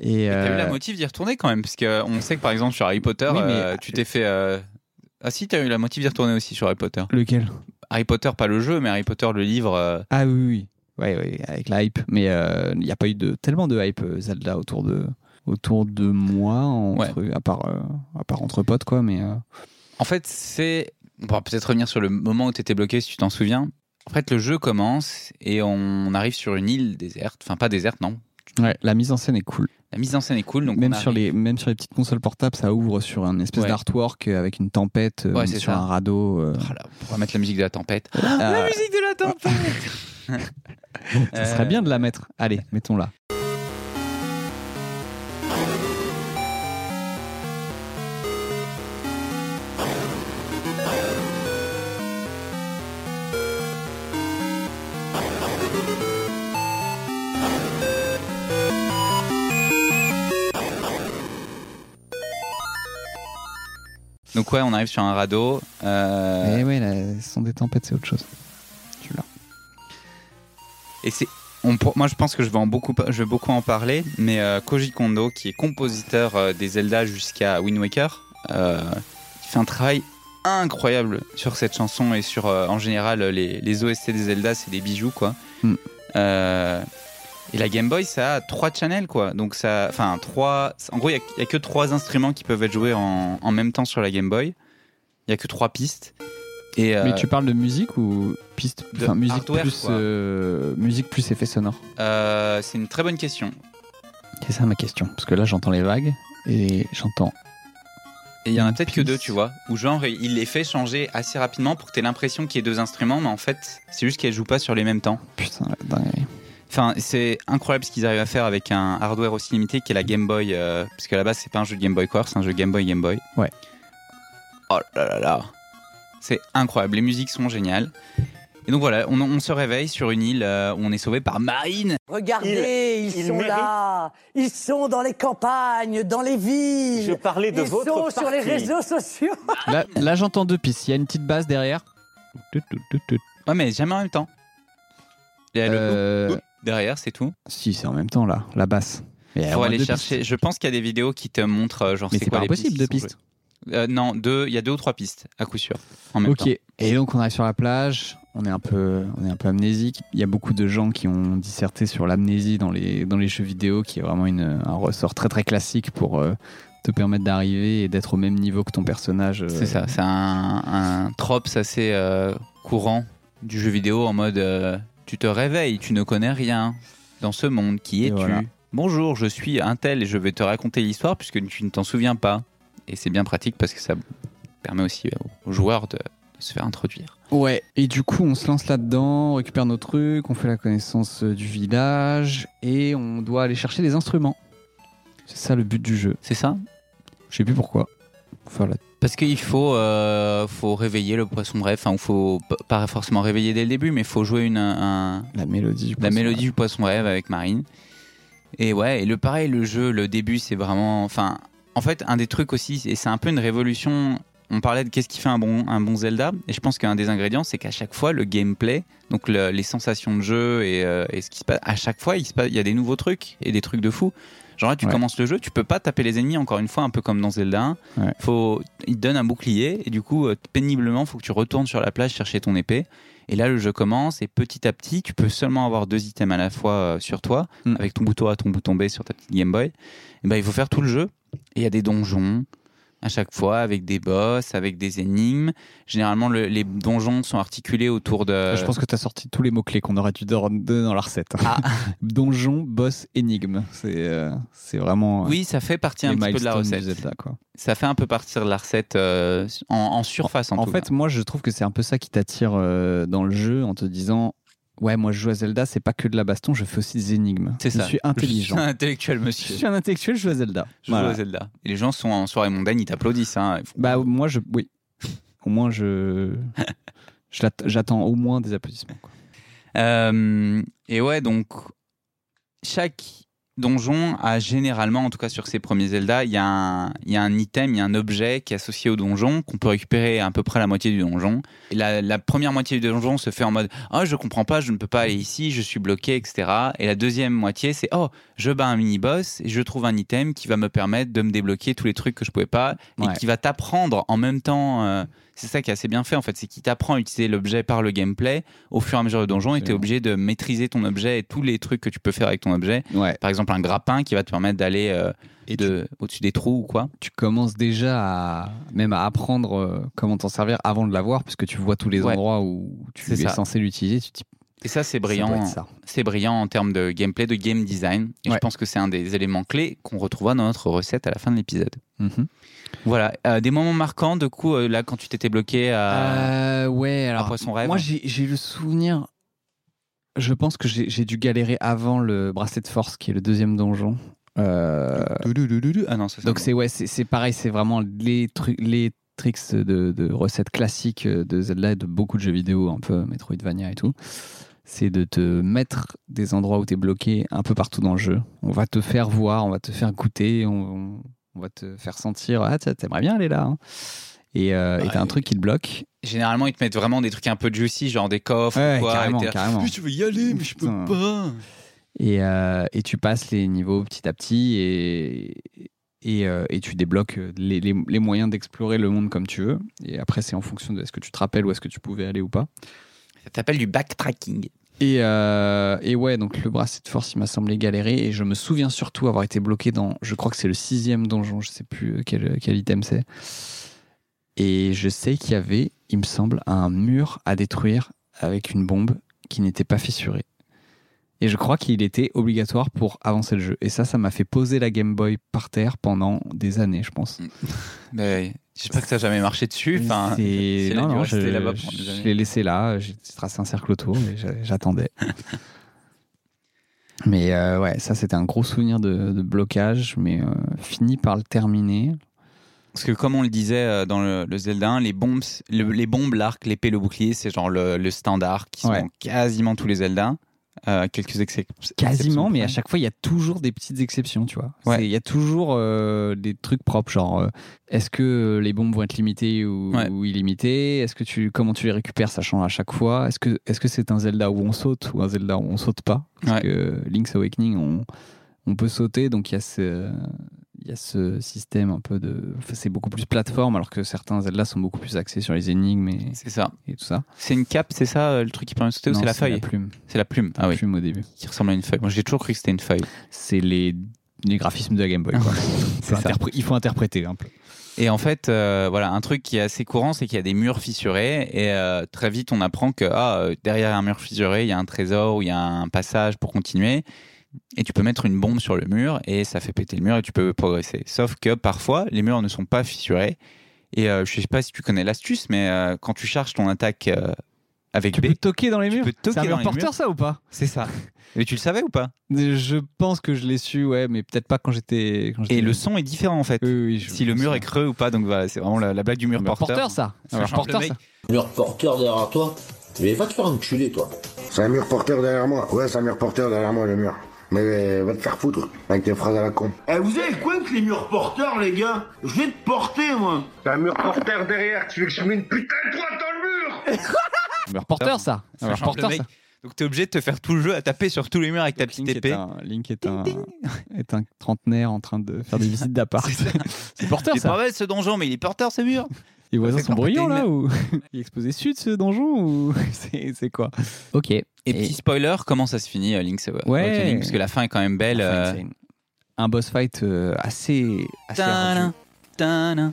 Speaker 2: Et,
Speaker 1: T'as eu la
Speaker 2: euh,
Speaker 1: motive d'y retourner quand même, parce que on sait que par exemple sur Harry Potter,
Speaker 2: Oui, mais-
Speaker 1: euh, tu t'es fait. euh, Ah si, t'as eu la motive d'y retourner aussi sur Harry Potter.
Speaker 2: Lequel
Speaker 1: Harry Potter, pas le jeu, mais Harry Potter, le livre. euh,
Speaker 2: Ah oui, oui. Ouais, ouais, avec la hype. Mais euh, il n'y a pas eu de, tellement de hype euh, Zelda autour de, autour de moi, entre, à, part, euh, à part entre potes, quoi. Mais euh,
Speaker 1: En fait, c'est. On pourra peut-être revenir sur le moment où t'étais bloqué, si tu t'en souviens. En fait, le jeu commence et on arrive sur une île déserte. Enfin, pas déserte, non.
Speaker 2: ouais, la mise en scène est cool.
Speaker 1: La mise en scène est cool. Donc
Speaker 2: même,
Speaker 1: on
Speaker 2: sur
Speaker 1: arrive-
Speaker 2: les, même sur les petites consoles portables, ça ouvre sur un espèce
Speaker 1: Ouais.
Speaker 2: d'artwork avec une tempête euh,
Speaker 1: Ouais, c'est
Speaker 2: sur
Speaker 1: ça. Ah,
Speaker 2: un radeau. euh,
Speaker 1: Oh là, on pourrait mettre la musique de la tempête.
Speaker 2: euh,
Speaker 1: musique de la tempête
Speaker 2: ça
Speaker 1: Euh,
Speaker 2: serait bien de la mettre. Allez, mettons-la.
Speaker 1: Donc ouais, on arrive sur un radeau. euh,
Speaker 2: Eh ouais, là, ce sont des tempêtes, c'est autre chose. Tu l'as.
Speaker 1: Et c'est, on pour- moi je pense que je vais, en beaucoup, je vais beaucoup en parler, mais euh, Koji Kondo, qui est compositeur euh, des Zelda jusqu'à Wind Waker, euh, il fait un travail incroyable sur cette chanson et sur euh, en général les, les OST des Zelda, c'est des bijoux quoi.
Speaker 2: Mm.
Speaker 1: Euh, et la Game Boy, ça a trois channels quoi, donc ça, enfin trois, en gros il n'y a, que trois instruments qui peuvent être joués en, en même temps sur la Game Boy. Il n'y a que trois pistes. Et, euh,
Speaker 2: Mais tu parles de musique ou piste
Speaker 1: de
Speaker 2: Enfin, musique,
Speaker 1: hardware,
Speaker 2: plus,
Speaker 1: quoi.
Speaker 2: euh, musique plus effet sonore.
Speaker 1: euh, c'est une très bonne question.
Speaker 2: C'est ça ma question. Parce que là, j'entends les vagues et j'entends.
Speaker 1: Et il y en a
Speaker 2: Une
Speaker 1: peut-être que deux,
Speaker 2: piste.
Speaker 1: tu vois. Ou genre, il les fait changer assez rapidement pour que t'aies l'impression qu'il y ait deux instruments, mais en fait, c'est juste qu'elles jouent pas sur les mêmes temps.
Speaker 2: Putain, la dinguerie.
Speaker 1: Enfin, c'est incroyable ce qu'ils arrivent à faire avec un hardware aussi limité qu'est la Game Boy. euh, parce que à la base, c'est pas un jeu de Game Boy Color, c'est un jeu Game Boy Game Boy.
Speaker 2: Ouais.
Speaker 1: Oh là là là. C'est incroyable. Les musiques sont géniales. Et donc voilà, on, on se réveille sur une île euh, où on est sauvé par Marine.
Speaker 5: Regardez, ils,
Speaker 6: ils
Speaker 5: sont
Speaker 6: méritent-
Speaker 5: là. Ils sont dans les campagnes, dans les villes.
Speaker 6: Je parlais de
Speaker 5: ils
Speaker 6: votre
Speaker 5: sont sur les
Speaker 6: parti.
Speaker 5: réseaux sociaux.
Speaker 2: Là, là, j'entends deux pistes. Il y a une petite basse derrière.
Speaker 1: Ouais, mais jamais en même temps. Il y a le
Speaker 2: Euh,
Speaker 1: derrière, c'est tout.
Speaker 2: si, c'est en même temps là, la basse. Mais il y a
Speaker 1: Faut
Speaker 2: au moins
Speaker 1: aller
Speaker 2: deux
Speaker 1: chercher.
Speaker 2: pistes.
Speaker 1: Je pense qu'il y a des vidéos qui te montrent euh, genre
Speaker 2: Mais
Speaker 1: c'est
Speaker 2: c'est
Speaker 1: quoi
Speaker 2: pas
Speaker 1: les
Speaker 2: impossible,
Speaker 1: pistes
Speaker 2: deux
Speaker 1: qui sont
Speaker 2: pistes.
Speaker 1: jouées. Euh, non, deux, il y a deux ou trois pistes à coup sûr. En même
Speaker 2: Ok.
Speaker 1: temps.
Speaker 2: Et donc on arrive sur la plage. On est un peu, on est un peu amnésique. Il y a beaucoup de gens qui ont disserté sur l'amnésie dans les dans les jeux vidéo, qui est vraiment une, un ressort très très classique pour euh, te permettre d'arriver et d'être au même niveau que ton personnage. euh,
Speaker 1: C'est ça. C'est un, un trope assez euh, courant du jeu vidéo en mode euh, tu te réveilles, tu ne connais rien dans ce monde. Qui
Speaker 2: Et
Speaker 1: es-tu
Speaker 2: voilà.
Speaker 1: Bonjour, je suis un tel et je vais te raconter l'histoire puisque tu ne t'en souviens pas. Et c'est bien pratique parce que ça permet aussi aux joueurs de, de se faire introduire.
Speaker 2: Ouais, et du coup, on se lance là-dedans, on récupère nos trucs, on fait la connaissance euh, du village et on doit aller chercher des instruments. C'est ça le but du jeu.
Speaker 1: C'est ça
Speaker 2: Je sais plus pourquoi. Enfin, là-
Speaker 1: Parce qu'il faut, euh, faut réveiller le poisson bref, enfin, il faut p- pas forcément réveiller dès le début, mais il faut jouer une, un-
Speaker 2: la mélodie du
Speaker 1: la
Speaker 2: poisson.
Speaker 1: mélodie du poisson rêve avec Marine. Et ouais, et le pareil, le jeu, le début, c'est vraiment. Enfin, en fait, un des trucs aussi, et c'est un peu une révolution. On parlait de qu'est-ce qui fait un bon, un bon Zelda, et je pense qu'un des ingrédients, c'est qu'à chaque fois, le gameplay, donc le- les sensations de jeu et, euh, et ce qui se passe, à chaque fois, il, se passe- il y a des nouveaux trucs et des trucs de fou. Genre là, tu
Speaker 2: Ouais.
Speaker 1: commences le jeu, tu peux pas taper les ennemis, encore une fois, un peu comme dans Zelda 1.
Speaker 2: Ouais.
Speaker 1: Faut, il te donne un bouclier, et du coup, euh, péniblement, faut que tu retournes sur la plage chercher ton épée. Et là, le jeu commence et petit à petit, tu peux seulement avoir deux items à la fois euh, sur toi,
Speaker 2: Mm.
Speaker 1: avec ton bouton A, ton bouton B sur ta petite Game Boy. Et ben, il faut faire tout le jeu. Et il y a des donjons, à chaque fois avec des boss, avec des énigmes. Généralement, le- les donjons sont articulés autour de.
Speaker 2: Euh, Ah, Je pense que tu as sorti tous les mots-clés qu'on aurait dû donner dans la recette.
Speaker 1: Ah.
Speaker 2: Donjon, boss, énigme. C'est euh, c'est vraiment euh,
Speaker 1: oui, ça fait partie
Speaker 2: les
Speaker 1: un petit peu de la
Speaker 2: milestones du
Speaker 1: recette.
Speaker 2: Zelda, quoi.
Speaker 1: Ça fait un peu partir de la recette euh, en, en surface en,
Speaker 2: En
Speaker 1: tout
Speaker 2: fait,
Speaker 1: cas.
Speaker 2: moi, je trouve que c'est un peu ça qui t'attire euh, dans le jeu en te disant Ouais, moi, je joue à Zelda, c'est pas que de la baston, je fais aussi des énigmes.
Speaker 1: c'est ça.
Speaker 2: Je suis intelligent.
Speaker 1: Je suis un intellectuel,
Speaker 2: Je
Speaker 1: monsieur.
Speaker 2: suis un intellectuel, je joue à Zelda.
Speaker 1: Je
Speaker 2: Voilà.
Speaker 1: joue à Zelda. Et les gens sont en soirée mondaine, ils t'applaudissent. hein. Ils font-
Speaker 2: Bah, moi, je. Oui. Au moins, je. je l'att- J'attends au moins des applaudissements. quoi.
Speaker 1: Euh, et ouais, donc chaque donjon a généralement, en tout cas sur ces premiers Zelda, il y, a un- il y a un item, il y a un objet qui est associé au donjon qu'on peut récupérer à, peu près la moitié du donjon. Et la, la première moitié du donjon se fait en mode oh je comprends pas, je ne peux pas aller ici, je suis bloqué, etc. Et la deuxième moitié c'est oh je bats un mini boss et je trouve un item qui va me permettre de me débloquer tous les trucs que je pouvais pas
Speaker 2: Ouais.
Speaker 1: et qui va t'apprendre en même temps. euh, c'est ça qui est assez bien fait en fait, c'est qu'il t'apprend à utiliser l'objet par le gameplay au fur et à mesure du donjon et tu es
Speaker 2: Absolument.
Speaker 1: obligé de maîtriser ton objet et tous les trucs que tu peux faire avec ton objet.
Speaker 2: Ouais.
Speaker 1: Par exemple, un grappin qui va te permettre d'aller euh, de, au-dessus des trous ou quoi.
Speaker 2: tu commences déjà à, même à apprendre euh, comment t'en servir avant de l'avoir, puisque tu vois tous les
Speaker 1: Ouais.
Speaker 2: endroits où tu
Speaker 1: C'est
Speaker 2: es
Speaker 1: ça.
Speaker 2: censé l'utiliser. Tu te dis,
Speaker 1: Et ça, c'est
Speaker 2: ça doit
Speaker 1: brillant.
Speaker 2: être ça.
Speaker 1: C'est brillant en termes de gameplay, de game design. Et je
Speaker 2: Ouais.
Speaker 1: pense que c'est un des éléments clés qu'on retrouvera dans notre recette à la fin de l'épisode.
Speaker 2: Mhm.
Speaker 1: Voilà, Euh, des moments marquants, du coup, euh, là, quand tu t'étais bloqué à.
Speaker 2: Euh, ouais, alors.
Speaker 1: Après son rêve. hein.
Speaker 2: Moi, j'ai j'ai le souvenir. Je pense que j'ai j'ai dû galérer avant le bracelet de force, qui est le deuxième donjon. Euh,
Speaker 1: Ah non, ça,
Speaker 2: donc, c'est ouais, c'est c'est pareil, c'est vraiment les, trucs les tricks de, de recettes classiques de Zelda et de beaucoup de jeux vidéo, un peu Metroidvania et tout. C'est de te mettre des endroits où tu es bloqué un peu partout dans le jeu. On va te faire voir, on va te faire goûter, on, on- on va te faire sentir. Ah, t'as- t'aimerais bien aller là. hein. Et euh, et t'as un truc qui te bloque.
Speaker 1: Généralement, ils te mettent vraiment des trucs un peu juicy, genre des coffres
Speaker 2: Ouais,
Speaker 1: ou quoi.
Speaker 2: carrément,
Speaker 1: et t'es là,
Speaker 2: carrément.
Speaker 1: Je veux y aller, mais je peux
Speaker 2: Putain.
Speaker 1: pas.
Speaker 2: Et, euh, et tu passes les niveaux petit à petit et, et, euh, et tu débloques les, les- les moyens d'explorer le monde comme tu veux. Et après, c'est en fonction de est-ce que tu te rappelles où est-ce que tu pouvais aller ou pas.
Speaker 1: Ça s'appelle du backtracking.
Speaker 2: Et, euh, et ouais, donc le bracelet de force, il m'a semblé galérer. Et je me souviens surtout avoir été bloqué dans, je crois que c'est le sixième donjon, je sais plus quel, quel item c'est. Et je sais qu'il y avait, il me semble, un mur à détruire avec une bombe qui n'était pas fissurée. Et je crois qu'il était obligatoire pour avancer le jeu. Et ça, ça m'a fait poser la Game Boy par terre pendant des années, je pense.
Speaker 1: Mais je sais pas Bah que ça a jamais marché dessus. Enfin,
Speaker 2: C'est-
Speaker 1: c'est là
Speaker 2: non,
Speaker 1: dû
Speaker 2: non, je,
Speaker 1: rester là-bas pendant des
Speaker 2: je
Speaker 1: années.
Speaker 2: l'ai laissé là, j'ai tracé un cercle autour et j'a- j'attendais. mais euh, ouais, ça c'était un gros souvenir de, de blocage, mais euh, fini par le terminer.
Speaker 1: Parce que comme on le disait euh, dans le, le Zelda 1, les bombes, le- les bombes, l'arc, l'épée, le bouclier, c'est genre le, le standard qui sont
Speaker 2: Ouais.
Speaker 1: dans quasiment tous les Zelda. Euh, quelques excep- exceptions.
Speaker 2: Quasiment, mais à
Speaker 1: près.
Speaker 2: chaque fois il y a toujours des petites exceptions, tu vois.
Speaker 1: Ouais.
Speaker 2: C'est- Il y a toujours euh, des trucs propres, genre euh, est-ce que les bombes vont être limitées ou,
Speaker 1: Ouais.
Speaker 2: ou illimitées Est-ce que tu comment tu les récupères, ça change à chaque fois Est-ce que est-ce que c'est un Zelda où on saute ou un Zelda où on saute pas
Speaker 1: Ouais.
Speaker 2: Parce que Link's Awakening, on, on peut sauter, donc il y a ce il y a ce système un peu de enfin, c'est beaucoup plus plateforme alors que certains Zelda sont beaucoup plus axés sur les énigmes et,
Speaker 1: C'est ça.
Speaker 2: et tout ça.
Speaker 1: C'est une cape, c'est ça euh, le truc qui permet de sauter ou
Speaker 2: Non,
Speaker 1: c'est la feuille
Speaker 2: plume,
Speaker 1: C'est la plume. Ah
Speaker 2: la
Speaker 1: oui,
Speaker 2: plume au début.
Speaker 1: qui ressemble à une feuille. Moi j'ai toujours cru que c'était une feuille.
Speaker 2: C'est les les graphismes de la Game Boy. quoi.
Speaker 1: C'est ça.
Speaker 2: Interpré- Il faut interpréter un peu.
Speaker 1: Et en fait, euh, voilà, un truc qui est assez courant, c'est qu'il y a des murs fissurés. Et euh, très vite, on apprend que ah, euh, derrière un mur fissuré, il y a un trésor ou il y a un passage pour continuer. Et tu peux mettre une bombe sur le mur et ça fait péter le mur et tu peux progresser. Sauf que parfois, les murs ne sont pas fissurés. Et euh, je sais pas si tu connais l'astuce, mais euh, quand tu charges ton attaque euh, avec
Speaker 2: Tu
Speaker 1: B,
Speaker 2: peux toquer dans les
Speaker 1: Tu
Speaker 2: murs
Speaker 1: peux toquer
Speaker 2: C'est un
Speaker 1: dans
Speaker 2: mur
Speaker 1: les
Speaker 2: porteur,
Speaker 1: murs.
Speaker 2: ça ou pas
Speaker 1: c'est ça. Mais tu le savais ou pas
Speaker 2: Je pense que je l'ai su, ouais, mais peut-être pas quand j'étais. quand j'étais-
Speaker 1: Et le son est différent en fait.
Speaker 2: Oui, oui, Euh, je-
Speaker 1: Si le mur est creux ou pas, donc voilà, c'est vraiment la, la blague du mur
Speaker 2: Un mur
Speaker 1: porteur.
Speaker 2: porteur, ça
Speaker 1: Ce
Speaker 2: Un mur
Speaker 1: genre de
Speaker 2: porteur,
Speaker 1: mec.
Speaker 2: ça
Speaker 6: Mur porteur derrière toi Mais va te faire enculer, toi.
Speaker 7: C'est un mur porteur derrière moi. Ouais, c'est un mur porteur derrière moi, le mur. Mais euh, va te faire foutre avec tes phrases à la con.
Speaker 8: Eh, vous avez quoi avec les murs porteurs, les gars Je vais te porter, moi
Speaker 7: C'est un mur porteur derrière. Tu veux que je mets une putain de droite dans le mur
Speaker 2: Un mur porteur, ça
Speaker 1: Ce
Speaker 2: Un mur
Speaker 1: genre de
Speaker 2: porteur,
Speaker 1: mec.
Speaker 2: ça
Speaker 1: Donc t'es obligé de te faire tout le jeu à taper sur tous les murs avec ta petite
Speaker 2: Link est
Speaker 1: épée.
Speaker 2: un- Link est un, est un trentenaire en train de faire des visites d'appart.
Speaker 1: C'est ça.
Speaker 2: C'est porteur,
Speaker 1: C'est pas
Speaker 2: ça
Speaker 1: mal ce donjon, mais il est porteur ce mur.
Speaker 2: Les voisins
Speaker 1: C'est
Speaker 2: sont
Speaker 1: pas-
Speaker 2: bruyants,
Speaker 1: t'es
Speaker 2: là ou... Il est exposé sud, ce donjon ou... C'est c'est quoi Ok. Et,
Speaker 1: Et, petit spoiler, comment ça se finit, euh, Link's Awakening
Speaker 2: Ouais.
Speaker 1: Parce que la fin est quand même belle.
Speaker 2: Enfin,
Speaker 1: euh,
Speaker 2: c'est une- Un boss fight euh, assez. assez ardu.
Speaker 1: tadam, tadam,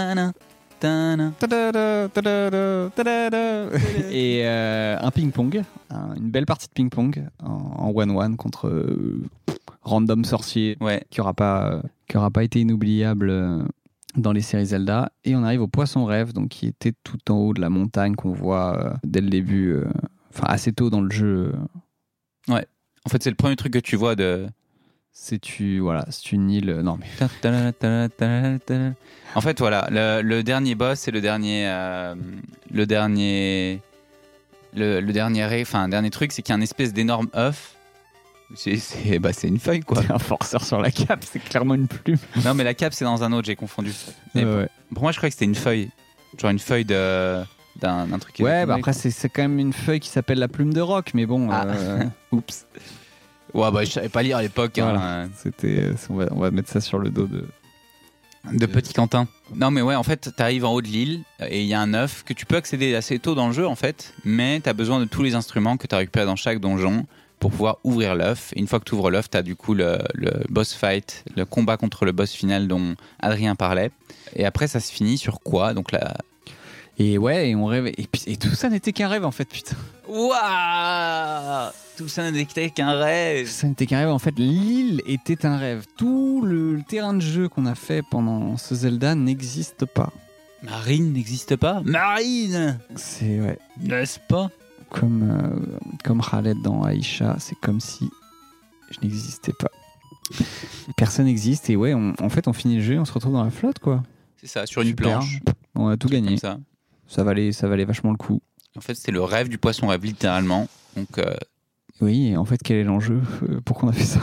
Speaker 1: Tana, tana.
Speaker 2: Ta-da-da, ta-da-da, ta-da-da. Et euh, un ping-pong, un- une belle partie de ping-pong en en 1-1 contre euh, random sorcier
Speaker 1: Ouais,
Speaker 2: qui aura pas, euh, qui aura pas été inoubliable euh, dans les séries Zelda. Et on arrive au Poisson Rêve, donc qui était tout en haut de la montagne qu'on voit euh, dès le début, euh, enfin assez tôt dans le jeu.
Speaker 1: en fait, c'est le premier truc que tu vois de.
Speaker 2: C'est une, voilà, c'est une île. euh, Non mais
Speaker 1: En fait, voilà, le, le dernier boss, c'est le dernier, euh, le dernier, le, le dernier, ré- enfin, dernier truc, c'est qu'il y a une espèce d'énorme œuf. C'est, c'est, bah, c'est une feuille quoi.
Speaker 2: un forceur sur la cape, c'est clairement une plume.
Speaker 1: non, mais la cape, c'est dans un autre, j'ai confondu. Et
Speaker 2: Ouais, ouais.
Speaker 1: Pour moi, je croyais que c'était une feuille, genre une feuille de d'un d'un truc.
Speaker 2: Ouais,
Speaker 1: électronique.
Speaker 2: bah après, c'est c'est quand même une feuille qui s'appelle la plume de rock, mais bon,
Speaker 1: Ah.
Speaker 2: euh, oups,
Speaker 1: Ouais, bah je savais pas lire à l'époque. hein.
Speaker 2: Voilà. c'était. euh, On va, on va mettre ça sur le dos de.
Speaker 1: De Petit Quentin. Non, mais ouais, en fait, t'arrives en haut de l'île et il y a un œuf que tu peux accéder assez tôt dans le jeu, en fait, mais t'as besoin de tous les instruments que t'as récupérés dans chaque donjon pour pouvoir ouvrir l'œuf. Et une fois que t'ouvres l'œuf, t'as du coup le, le boss fight, le combat contre le boss final dont Adrien parlait. Et après, ça se finit sur quoi Donc là.
Speaker 2: Et ouais, et on rêve. Et, puis- et tout ça n'était qu'un rêve en fait, putain.
Speaker 1: Waouh Tout ça n'était qu'un
Speaker 2: Tout
Speaker 1: rêve
Speaker 2: ça n'était qu'un rêve. En fait, l'île était un rêve. Tout le, le terrain de jeu qu'on a fait pendant ce Zelda n'existe pas.
Speaker 1: Marine n'existe pas Marine
Speaker 2: C'est ouais,
Speaker 1: N'est-ce pas
Speaker 2: comme euh, comme Khaled dans Aïcha, c'est comme si je n'existais pas. Personne n'existe et ouais, on- en fait, on finit le jeu, on se retrouve dans la flotte quoi.
Speaker 1: C'est ça, sur une
Speaker 2: Super.
Speaker 1: planche.
Speaker 2: On a tout
Speaker 1: Comme
Speaker 2: gagné.
Speaker 1: ça.
Speaker 2: ça valait, ça valait vachement le coup.
Speaker 1: En fait, c'est le rêve du poisson rêve, littéralement. Donc. euh,
Speaker 2: Oui, et en fait, quel est l'enjeu Euh, Pourquoi on a fait ça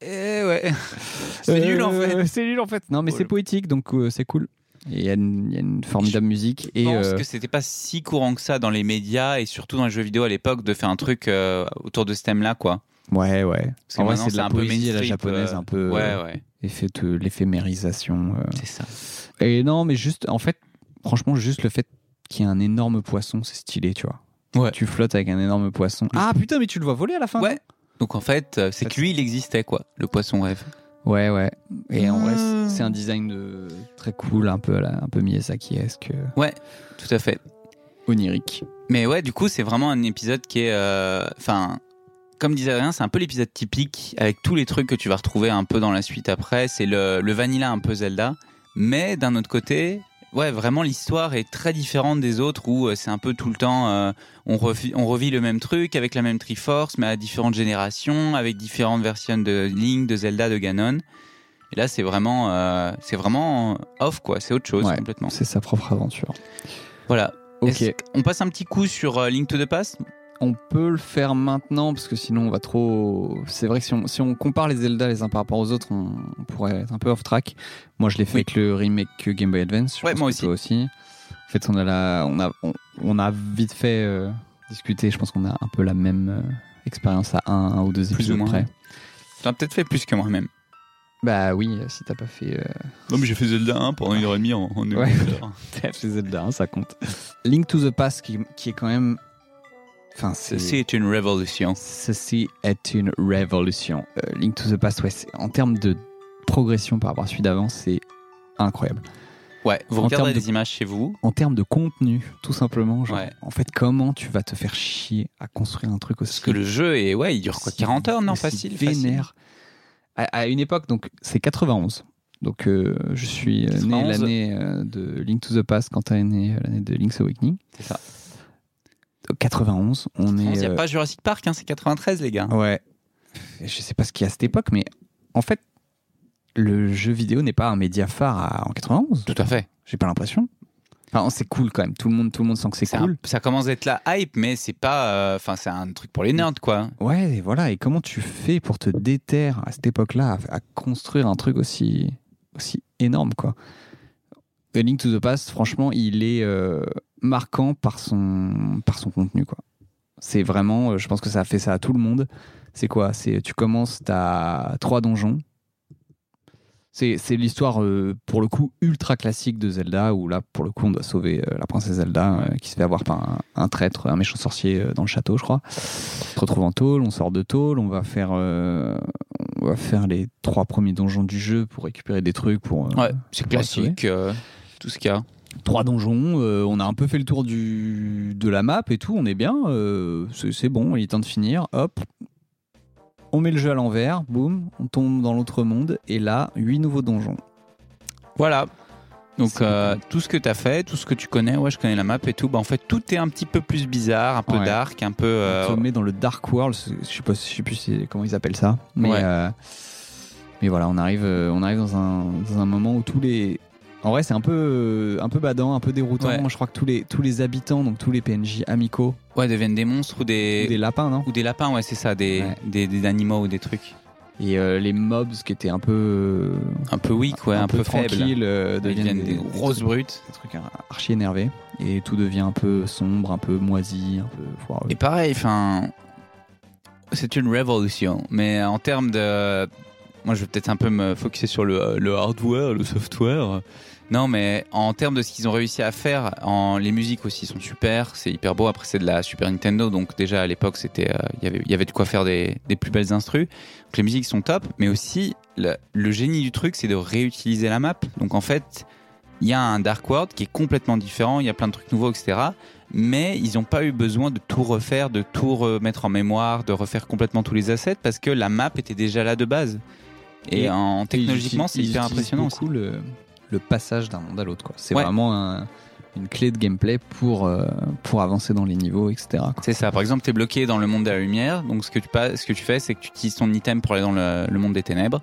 Speaker 1: Eh ouais. C'est nul en fait.
Speaker 2: Euh, C'est nul en fait. Non, mais
Speaker 1: Oh,
Speaker 2: c'est
Speaker 1: le-
Speaker 2: poétique, donc euh, c'est cool. Et il y, a une il y a une formidable musique.
Speaker 1: Je
Speaker 2: Et
Speaker 1: pense
Speaker 2: euh,
Speaker 1: que c'était pas si courant que ça dans les médias et surtout dans les jeux vidéo à l'époque de faire un truc euh, autour de ce thème-là, quoi.
Speaker 2: ouais, ouais.
Speaker 1: Parce que
Speaker 2: En vrai,
Speaker 1: maintenant,
Speaker 2: c'est de la
Speaker 1: un peu
Speaker 2: poésie à la
Speaker 1: mainstream,
Speaker 2: japonaise,
Speaker 1: euh,
Speaker 2: un peu
Speaker 1: Ouais,
Speaker 2: euh,
Speaker 1: ouais,
Speaker 2: effet de l'éphémérisation. euh.
Speaker 1: c'est ça.
Speaker 2: Et non, mais juste, en fait, franchement, juste le fait qu'il y ait un énorme poisson, c'est stylé, tu vois.
Speaker 1: Ouais.
Speaker 2: Tu flottes avec un énorme poisson. Ah putain, mais tu le vois voler à la fin.
Speaker 1: Ouais. Donc en fait, euh, c'est
Speaker 2: Parce-
Speaker 1: que lui, il existait, quoi, le poisson rêve.
Speaker 2: Ouais, ouais. Et en vrai,
Speaker 1: Mmh.
Speaker 2: c'est- c'est un design de très cool, un peu, à la- un peu Miyazaki-esque, euh,
Speaker 1: Tout à fait.
Speaker 2: onirique.
Speaker 1: Mais ouais, du coup, c'est vraiment un épisode qui est. euh, Enfin, comme disait Adrien, c'est un peu l'épisode typique avec tous les trucs que tu vas retrouver un peu dans la suite après. C'est le, le vanilla un peu Zelda. Mais d'un autre côté, ouais, vraiment l'histoire est très différente des autres où euh, c'est un peu tout le temps. euh, on, revit, on revit le même truc avec la même Triforce, mais à différentes générations, avec différentes versions de Link, de Zelda, de Ganon. Et là, c'est vraiment, euh, c'est vraiment off, quoi. C'est autre chose
Speaker 2: Ouais.
Speaker 1: complètement.
Speaker 2: C'est sa propre aventure.
Speaker 1: Voilà.
Speaker 2: Ok.
Speaker 1: Est-ce qu'on passe un petit coup sur euh, Link to the Past
Speaker 2: On peut le faire maintenant parce que sinon on va trop. C'est vrai que si on, si on compare les Zelda les uns par rapport aux autres, on, on pourrait être un peu off track. Moi je l'ai fait
Speaker 1: Oui.
Speaker 2: avec le remake Game Boy Advance. je
Speaker 1: Ouais,
Speaker 2: pense
Speaker 1: moi
Speaker 2: que
Speaker 1: aussi.
Speaker 2: toi aussi. En fait, on a, la, on a, on, on a vite fait euh, discuter. Je pense qu'on a un peu la même euh, expérience à un, un ou deux
Speaker 1: Plus ou
Speaker 2: épisodes
Speaker 1: moins.
Speaker 2: près.
Speaker 1: Tu as peut-être fait plus que moi-même.
Speaker 2: Bah oui, euh, si t'as pas fait. euh,
Speaker 1: Non, mais j'ai fait Zelda 1 pendant une heure et demie en, en
Speaker 2: Ouais. les Zelda, hein, ça compte. Link to the Past qui, qui est quand même. Enfin,
Speaker 1: Ceci est une révolution.
Speaker 2: Ceci est une révolution. Euh, Link to the Past, ouais, c'est- en termes de progression par rapport à celui d'avant, c'est incroyable.
Speaker 1: Ouais, vous
Speaker 2: En
Speaker 1: regarderez
Speaker 2: termes de-
Speaker 1: les images chez vous.
Speaker 2: En termes de contenu, tout simplement, genre,
Speaker 1: Ouais.
Speaker 2: en fait, comment tu vas te faire chier à construire un truc aussi
Speaker 1: Parce que le jeu est, ouais, il dure quoi
Speaker 2: si-
Speaker 1: 40 heures, non
Speaker 2: aussi
Speaker 1: Facile, facile.
Speaker 2: vénère À, à une époque, donc, c'est 91. Donc, euh, je suis euh, né
Speaker 1: 91.
Speaker 2: l'année euh, de Link to the Past quand t'es né euh, l'année de Link's Awakening.
Speaker 1: C'est ça.
Speaker 2: Donc, 91, on
Speaker 1: Il
Speaker 2: est.
Speaker 1: n'y a
Speaker 2: euh,
Speaker 1: pas Jurassic Park, hein, c'est 93, les gars.
Speaker 2: Ouais. Je sais pas ce qu'il y a à cette époque, mais en fait, le jeu vidéo n'est pas un média phare à- en 91.
Speaker 1: Tout à fait.
Speaker 2: J'ai pas l'impression. Enfin, c'est cool quand même. Tout le monde, tout le monde sent que c'est
Speaker 1: C'est
Speaker 2: cool.
Speaker 1: un- ça commence d'être la hype, mais c'est pas. euh, Enfin, c'est un truc pour les nerds, quoi.
Speaker 2: Ouais, et voilà. Et comment tu fais pour te déterre à cette époque-là à, à construire un truc aussi, aussi énorme, quoi A Link to the Past, franchement, il est euh, marquant par son, par son contenu, quoi. C'est vraiment, euh, je pense que ça a fait ça à tout le monde. C'est quoi C'est tu commences, t'as trois donjons. C'est c'est l'histoire euh, pour le coup ultra classique de Zelda où là pour le coup on doit sauver euh, la princesse Zelda euh, qui se fait avoir par un, un traître, un méchant sorcier euh, dans le château, je crois. On se retrouve en tôle, on sort de tôle, on va faire, euh, on va faire les trois premiers donjons du jeu pour récupérer des trucs pour. euh,
Speaker 1: Ouais, c'est
Speaker 2: pour assurer.
Speaker 1: classique. euh, tout ce qu'il y a.
Speaker 2: Trois donjons, euh, on a un peu fait le tour du, de la map et tout, on est bien, euh, c'est c'est bon, il est temps de finir, hop. On met le jeu à l'envers, boum, on tombe dans l'autre monde, et là, huit nouveaux donjons.
Speaker 1: Voilà. Donc
Speaker 2: C'est
Speaker 1: euh, tout ce que tu as fait, tout ce que tu connais, ouais, je connais la map et tout. Bah en fait, tout est un petit peu plus bizarre, un peu
Speaker 2: Ouais.
Speaker 1: dark, un peu
Speaker 2: On
Speaker 1: euh,
Speaker 2: te met dans le Dark World, c'est- je sais pas, je sais plus si- comment ils appellent ça, mais,
Speaker 1: Ouais.
Speaker 2: euh, mais voilà, on arrive, euh, on arrive dans, un, dans un moment où tous les... En vrai, c'est un peu, euh, un peu badant, un peu déroutant.
Speaker 1: Ouais.
Speaker 2: Je crois que tous les, tous les habitants, donc tous les PNJ amicaux,
Speaker 1: ouais, deviennent des monstres ou des
Speaker 2: ou des lapins, non
Speaker 1: ou des lapins, ouais, c'est ça, des,
Speaker 2: Ouais.
Speaker 1: des, des animaux ou des trucs
Speaker 2: Et euh, les mobs qui étaient un peu, euh,
Speaker 1: un peu weak, ouais, un, peu, faibles.
Speaker 2: tranquilles,
Speaker 1: Ils
Speaker 2: euh, deviennent
Speaker 1: deviennent des, grosses
Speaker 2: trucs,
Speaker 1: brutes.
Speaker 2: des trucs archi énervés. Et tout devient un peu sombre, un peu moisi, un peu foireux.
Speaker 1: Et pareil, enfin, c'est une révolution. Mais en termes de, moi, je vais peut-être un peu me focuser sur le, le hardware, le software. Non, mais en termes de ce qu'ils ont réussi à faire, en les musiques aussi sont super, c'est hyper beau. Après, c'est de la Super Nintendo, donc déjà à l'époque, c'était, euh, il y avait- il y avait de quoi faire des, des plus belles instrus. Donc les musiques sont top, mais aussi le, le génie du truc, c'est de réutiliser la map. Donc en fait, il y a un Dark World qui est complètement différent, il y a plein de trucs nouveaux, etc mais ils n'ont pas eu besoin de tout refaire, de tout remettre en mémoire, de refaire complètement tous les assets parce que la map était déjà là de base. Et,
Speaker 2: Et-
Speaker 1: en,
Speaker 2: Et ils
Speaker 1: technologiquement,
Speaker 2: utilisent-
Speaker 1: c'est
Speaker 2: ils
Speaker 1: hyper
Speaker 2: utilisent
Speaker 1: impressionnant aussi.
Speaker 2: beaucoup le, le passage d'un monde à l'autre. quoi. C'est
Speaker 1: Ouais.
Speaker 2: vraiment un- une clé de gameplay pour, euh, pour avancer dans les niveaux, etc. quoi.
Speaker 1: C'est ça. Par exemple, tu es bloqué dans le monde de la lumière, donc ce que tu, pas, ce que tu fais, c'est que tu utilises ton item pour aller dans le, le monde des ténèbres.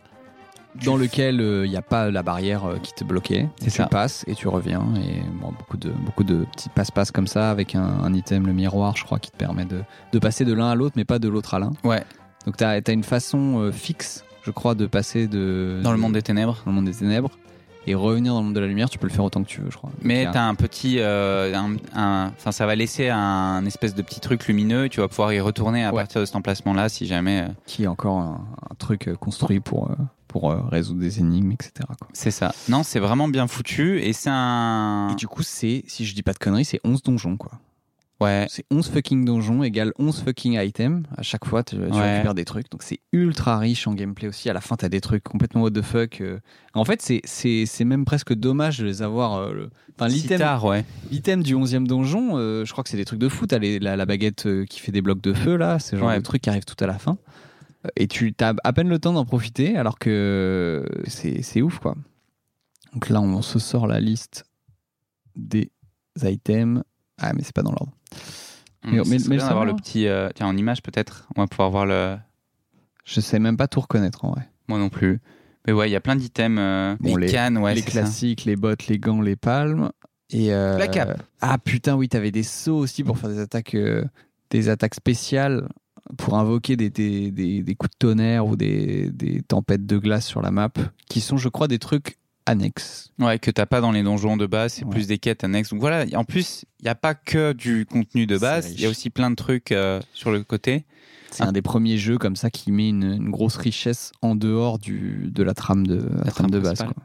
Speaker 2: Dans lequel il n'y a pas la barrière euh, qui te bloquait.
Speaker 1: C'est
Speaker 2: Tu
Speaker 1: ça.
Speaker 2: passes et tu reviens. Et bon, beaucoup, de, beaucoup de petits passe-passe comme ça avec un, un item, le miroir, je crois, qui te permet de, de passer de l'un à l'autre, mais pas de l'autre à l'un.
Speaker 1: Ouais.
Speaker 2: Donc tu as, une façon euh, fixe, je crois, de passer de,
Speaker 1: Dans le
Speaker 2: de-
Speaker 1: monde des ténèbres.
Speaker 2: dans le monde des ténèbres et revenir dans le monde de la lumière. Tu peux le faire autant que tu veux, je crois.
Speaker 1: Mais
Speaker 2: Donc, il y a-
Speaker 1: t'as un petit, euh, un- un- enfin ça va laisser un, un espèce de petit truc lumineux. et Tu vas pouvoir y retourner à
Speaker 2: Ouais.
Speaker 1: partir de cet emplacement-là, si jamais. euh,
Speaker 2: qui est encore un, un truc euh, construit pour, euh, pour euh, résoudre des énigmes, etc. quoi.
Speaker 1: C'est ça. Non, c'est vraiment bien foutu et c'est un.
Speaker 2: Et du coup, c'est, si je dis pas de conneries, c'est 11 donjons, quoi.
Speaker 1: Ouais.
Speaker 2: C'est 11 fucking donjons égale 11 fucking items. À chaque fois, tu, tu
Speaker 1: Ouais.
Speaker 2: récupères des trucs. Donc, c'est ultra riche en gameplay aussi. À la fin, t'as des trucs complètement what the fuck. euh. En fait, c'est, c'est, c'est même presque dommage de les avoir. euh, le- Enfin,
Speaker 1: Si
Speaker 2: l'item,
Speaker 1: tard, ouais.
Speaker 2: l'item du 11e donjon, euh, je crois que c'est des trucs de fou. T'as les- la, la baguette euh, qui fait des blocs de feu, là, ce genre
Speaker 1: Ouais.
Speaker 2: de truc qui arrive tout à la fin. Euh, Et tu as à peine le temps d'en profiter, alors que c'est c'est ouf, quoi. Donc là, on se sort la liste des items. Ah, mais c'est pas dans l'ordre.
Speaker 1: Mmh,
Speaker 2: Mais-
Speaker 1: ça
Speaker 2: mais-
Speaker 1: serait
Speaker 2: mais
Speaker 1: bien
Speaker 2: ça
Speaker 1: d'avoir
Speaker 2: va.
Speaker 1: le petit. euh, tiens, en image peut-être. On va pouvoir voir le.
Speaker 2: Je sais même pas tout reconnaître, en vrai.
Speaker 1: Moi non plus. Mais ouais, il y a plein d'items. euh,
Speaker 2: Bon,
Speaker 1: les, cannes, ouais.
Speaker 2: les
Speaker 1: c'est ça.
Speaker 2: classiques, les bottes, les gants, les palmes. Et euh,
Speaker 1: La cape.
Speaker 2: Ah putain, oui, t'avais des sauts aussi pour faire des attaques, euh, des attaques spéciales pour invoquer des, des, des- des coups de tonnerre ou des, des tempêtes de glace sur la map, qui sont, je crois, des trucs annexes.
Speaker 1: Ouais, que t'as pas dans les donjons de base. C'est
Speaker 2: Ouais.
Speaker 1: plus des quêtes annexes. Donc voilà. En plus, il n'y a pas que du contenu de
Speaker 2: C'est
Speaker 1: base.
Speaker 2: riche.
Speaker 1: Il y a aussi plein de trucs euh, sur le côté. Ah.
Speaker 2: C'est un des premiers jeux comme ça qui met une, une grosse richesse en dehors du, de la trame de, la trame
Speaker 1: trame
Speaker 2: de base.
Speaker 1: principale.
Speaker 2: quoi.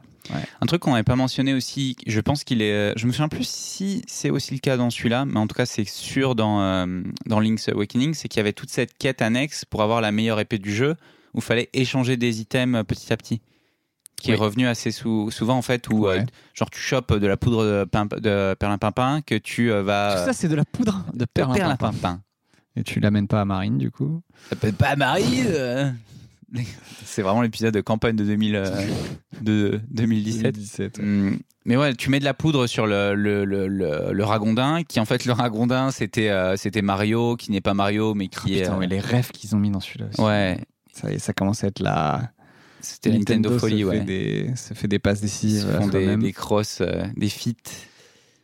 Speaker 1: Un truc qu'on n'avait pas mentionné aussi. Je pense qu'il est. euh, Je me souviens plus si c'est aussi le cas dans celui-là, mais en tout cas, c'est sûr dans euh, dans Link's Awakening, c'est qu'il y avait toute cette quête annexe pour avoir la meilleure épée du jeu, où fallait échanger des items euh, petit à petit. qui est
Speaker 2: Oui.
Speaker 1: revenu assez sou- souvent en fait où euh,
Speaker 2: Ouais.
Speaker 1: genre tu chopes de la poudre de, pim- de perlimpinpin que tu euh, vas
Speaker 2: Tout ça, c'est de la poudre de
Speaker 1: de
Speaker 2: perlimpinpin. Et tu l'amènes pas à Marine, du coup
Speaker 1: Ça peut pas Marie euh. c'est vraiment l'épisode de campagne de 2000 euh, de 2017
Speaker 2: 17, ouais.
Speaker 1: Hum, mais ouais, tu mets de la poudre sur le, le, le, le- le ragondin, qui en fait le ragondin c'était euh, c'était Mario, qui n'est pas Mario, mais qui est.
Speaker 2: Putain,
Speaker 1: euh,
Speaker 2: mais les rêves qu'ils ont mis dans celui-là aussi.
Speaker 1: Ouais,
Speaker 2: Ça, y est, ça commence à être la
Speaker 1: c'était Nintendo,
Speaker 2: se
Speaker 1: Folie,
Speaker 2: fait
Speaker 1: ouais.
Speaker 2: Des, se fait des passes
Speaker 1: Ils
Speaker 2: décisives.
Speaker 1: se
Speaker 2: à
Speaker 1: font des,
Speaker 2: soi-même.
Speaker 1: des crosses, euh, des feats.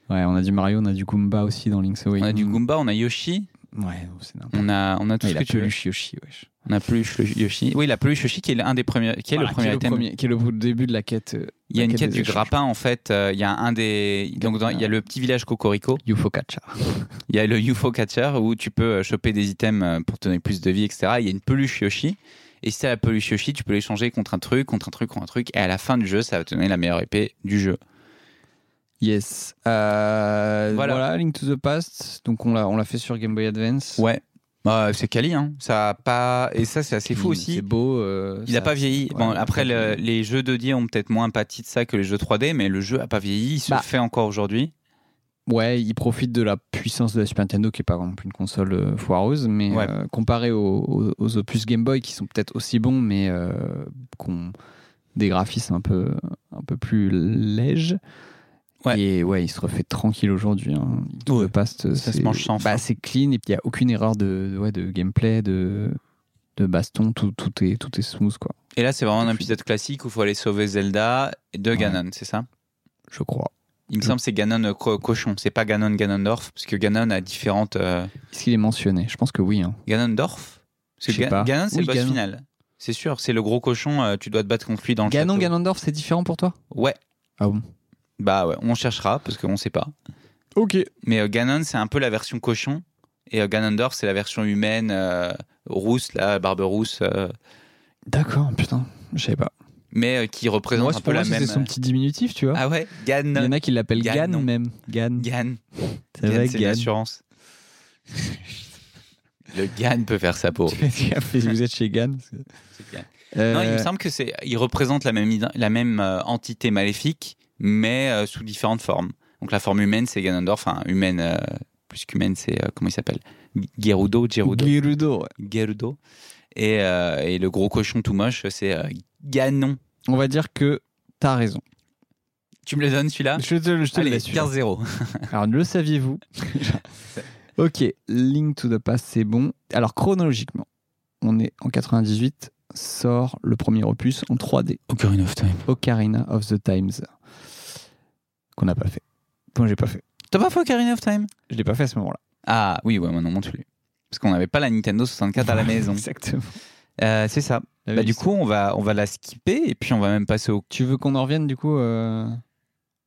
Speaker 2: Ouais, on a du Mario, on a du Goomba aussi dans Link's
Speaker 1: On
Speaker 2: Awakening.
Speaker 1: a du Goomba, on a Yoshi,
Speaker 2: Mm. Ouais, oh, c'est n'importe
Speaker 1: on a, on a tout ce
Speaker 2: quoi. Il
Speaker 1: que
Speaker 2: a
Speaker 1: tu veux.
Speaker 2: peluche Yoshi, wesh.
Speaker 1: On a peluche le Yoshi. Oui, la peluche Yoshi qui est l'un des premiers, qui est
Speaker 2: Voilà,
Speaker 1: le premier item.
Speaker 2: Ah, Qui est le début de la quête. euh,
Speaker 1: Il y a
Speaker 2: la
Speaker 1: une quête
Speaker 2: des
Speaker 1: du
Speaker 2: échanges.
Speaker 1: grappin en fait. euh, Il y a un des donc dans- il y a le petit village Cocorico.
Speaker 2: UFO Catcher.
Speaker 1: Il y a le UFO Catcher où tu peux euh, choper des items euh, pour te donner plus de vie, etc. Il y a une peluche Yoshi. Et si t'as la peluche Yoshi, tu peux l'échanger contre un truc, contre un truc, contre un truc. Et à la fin du jeu, ça va te donner la meilleure épée du jeu.
Speaker 2: Yes. Euh,
Speaker 1: Voilà.
Speaker 2: voilà. Link to the Past. Donc on l'a on l'a fait sur Game Boy Advance.
Speaker 1: Ouais. Bah, c'est Cali, hein. Ça a pas. Et ça, Mm, c'est assez fou
Speaker 2: Il-
Speaker 1: aussi.
Speaker 2: C'est beau. euh,
Speaker 1: Il n'a
Speaker 2: ça-
Speaker 1: pas vieilli.
Speaker 2: ouais,
Speaker 1: bon,
Speaker 2: il a
Speaker 1: après,
Speaker 2: pas
Speaker 1: le-
Speaker 2: vieilli.
Speaker 1: les jeux 2D ont peut-être moins pâti de ça que les jeux 3D, mais le jeu n'a pas vieilli. Il se
Speaker 2: Bah.
Speaker 1: fait encore aujourd'hui.
Speaker 2: Ouais, il profite de la puissance de la Super Nintendo, qui est pas non plus une console euh, foireuse, mais
Speaker 1: Ouais.
Speaker 2: euh, comparé aux, aux- aux opus Game Boy, qui sont peut-être aussi bons, mais euh, qu'on des graphismes un peu, un peu plus lèges.
Speaker 1: Ouais.
Speaker 2: Et ouais, il se refait tranquille aujourd'hui. Hein. Il trouve
Speaker 1: Ouais.
Speaker 2: pas cette-
Speaker 1: Ça se
Speaker 2: c'est-
Speaker 1: mange sans fin.
Speaker 2: bah, C'est clean, et puis il n'y a aucune erreur de, de- ouais, de gameplay, de, de baston, tout, tout, est, tout est smooth, quoi,
Speaker 1: Et là, c'est vraiment un épisode classique où il faut aller sauver Zelda de
Speaker 2: Ouais.
Speaker 1: Ganon, c'est ça
Speaker 2: je crois.
Speaker 1: Il me
Speaker 2: Je-
Speaker 1: semble que c'est Ganon euh, co- cochon. C'est pas Ganon Ganondorf, parce que Ganon a différentes. euh,
Speaker 2: Est-ce qu'il est mentionné Je pense que oui. hein.
Speaker 1: Ganondorf Parce que
Speaker 2: Je sais
Speaker 1: Ga-
Speaker 2: pas.
Speaker 1: Ganon, c'est
Speaker 2: Oui,
Speaker 1: le boss
Speaker 2: Ganon.
Speaker 1: final. C'est sûr, c'est le gros cochon, euh, tu dois te battre contre lui dans le
Speaker 2: Ganon,
Speaker 1: château.
Speaker 2: Ganondorf, c'est différent pour toi
Speaker 1: Ouais.
Speaker 2: Ah bon
Speaker 1: Bah ouais, on cherchera, parce qu'on sait pas.
Speaker 2: Ok.
Speaker 1: Mais euh, Ganon, c'est un peu la version cochon. Et euh, Ganondorf, c'est la version humaine, euh, rousse, là, barbe rousse, euh,
Speaker 2: D'accord, putain, je savais pas.
Speaker 1: mais euh, qui représente
Speaker 2: Moi,
Speaker 1: un
Speaker 2: c'est-
Speaker 1: peu
Speaker 2: pour
Speaker 1: la
Speaker 2: moi,
Speaker 1: même. euh,
Speaker 2: c'est son petit diminutif, tu vois.
Speaker 1: Ah ouais
Speaker 2: Il y
Speaker 1: Ganon.
Speaker 2: en a qui l'appellent Gan
Speaker 1: Ganon.
Speaker 2: même. Gan.
Speaker 1: Gan.
Speaker 2: Ça va,
Speaker 1: Gan, c'est une
Speaker 2: Gan.
Speaker 1: assurance. Le Gan peut faire sa peau.
Speaker 2: Si vous êtes chez Gan. parce que-
Speaker 1: C'est Gan.
Speaker 2: Euh,
Speaker 1: Non, il me semble que c'est, il représente la même, id- la même euh, entité maléfique, mais euh, sous différentes formes. Donc la forme humaine, c'est Ganondorf. Enfin, humaine, euh, plus qu'humaine, c'est euh, comment il s'appelle Gerudo, Gerudo,
Speaker 2: Gerudo, ouais.
Speaker 1: Gerudo. Et, euh, et le gros cochon tout moche, c'est euh, Ganon.
Speaker 2: On va dire que t'as raison.
Speaker 1: Tu me le donnes celui-là
Speaker 2: Je te, je te le
Speaker 1: Ah. Allez,
Speaker 2: laisse. celui-là.
Speaker 1: 15-0.
Speaker 2: Alors, le saviez-vous Ok, Link to the Past, c'est bon. Alors, chronologiquement, on est en 98, sort le premier opus en 3D,
Speaker 1: Ocarina of Time.
Speaker 2: Ocarina of the Times, qu'on n'a pas fait. Moi, j'ai pas fait.
Speaker 1: T'as pas fait Ocarina of Time
Speaker 2: Je l'ai pas fait à ce moment-là.
Speaker 1: Ah oui, ouais, moi non, non plus. Parce qu'on n'avait pas la Nintendo 64 à la maison.
Speaker 2: Exactement.
Speaker 1: Euh, c'est ça.
Speaker 2: Ah
Speaker 1: Bah, du coup, on va, on va la skipper et puis on va même passer au.
Speaker 2: Tu veux qu'on en revienne du coup euh,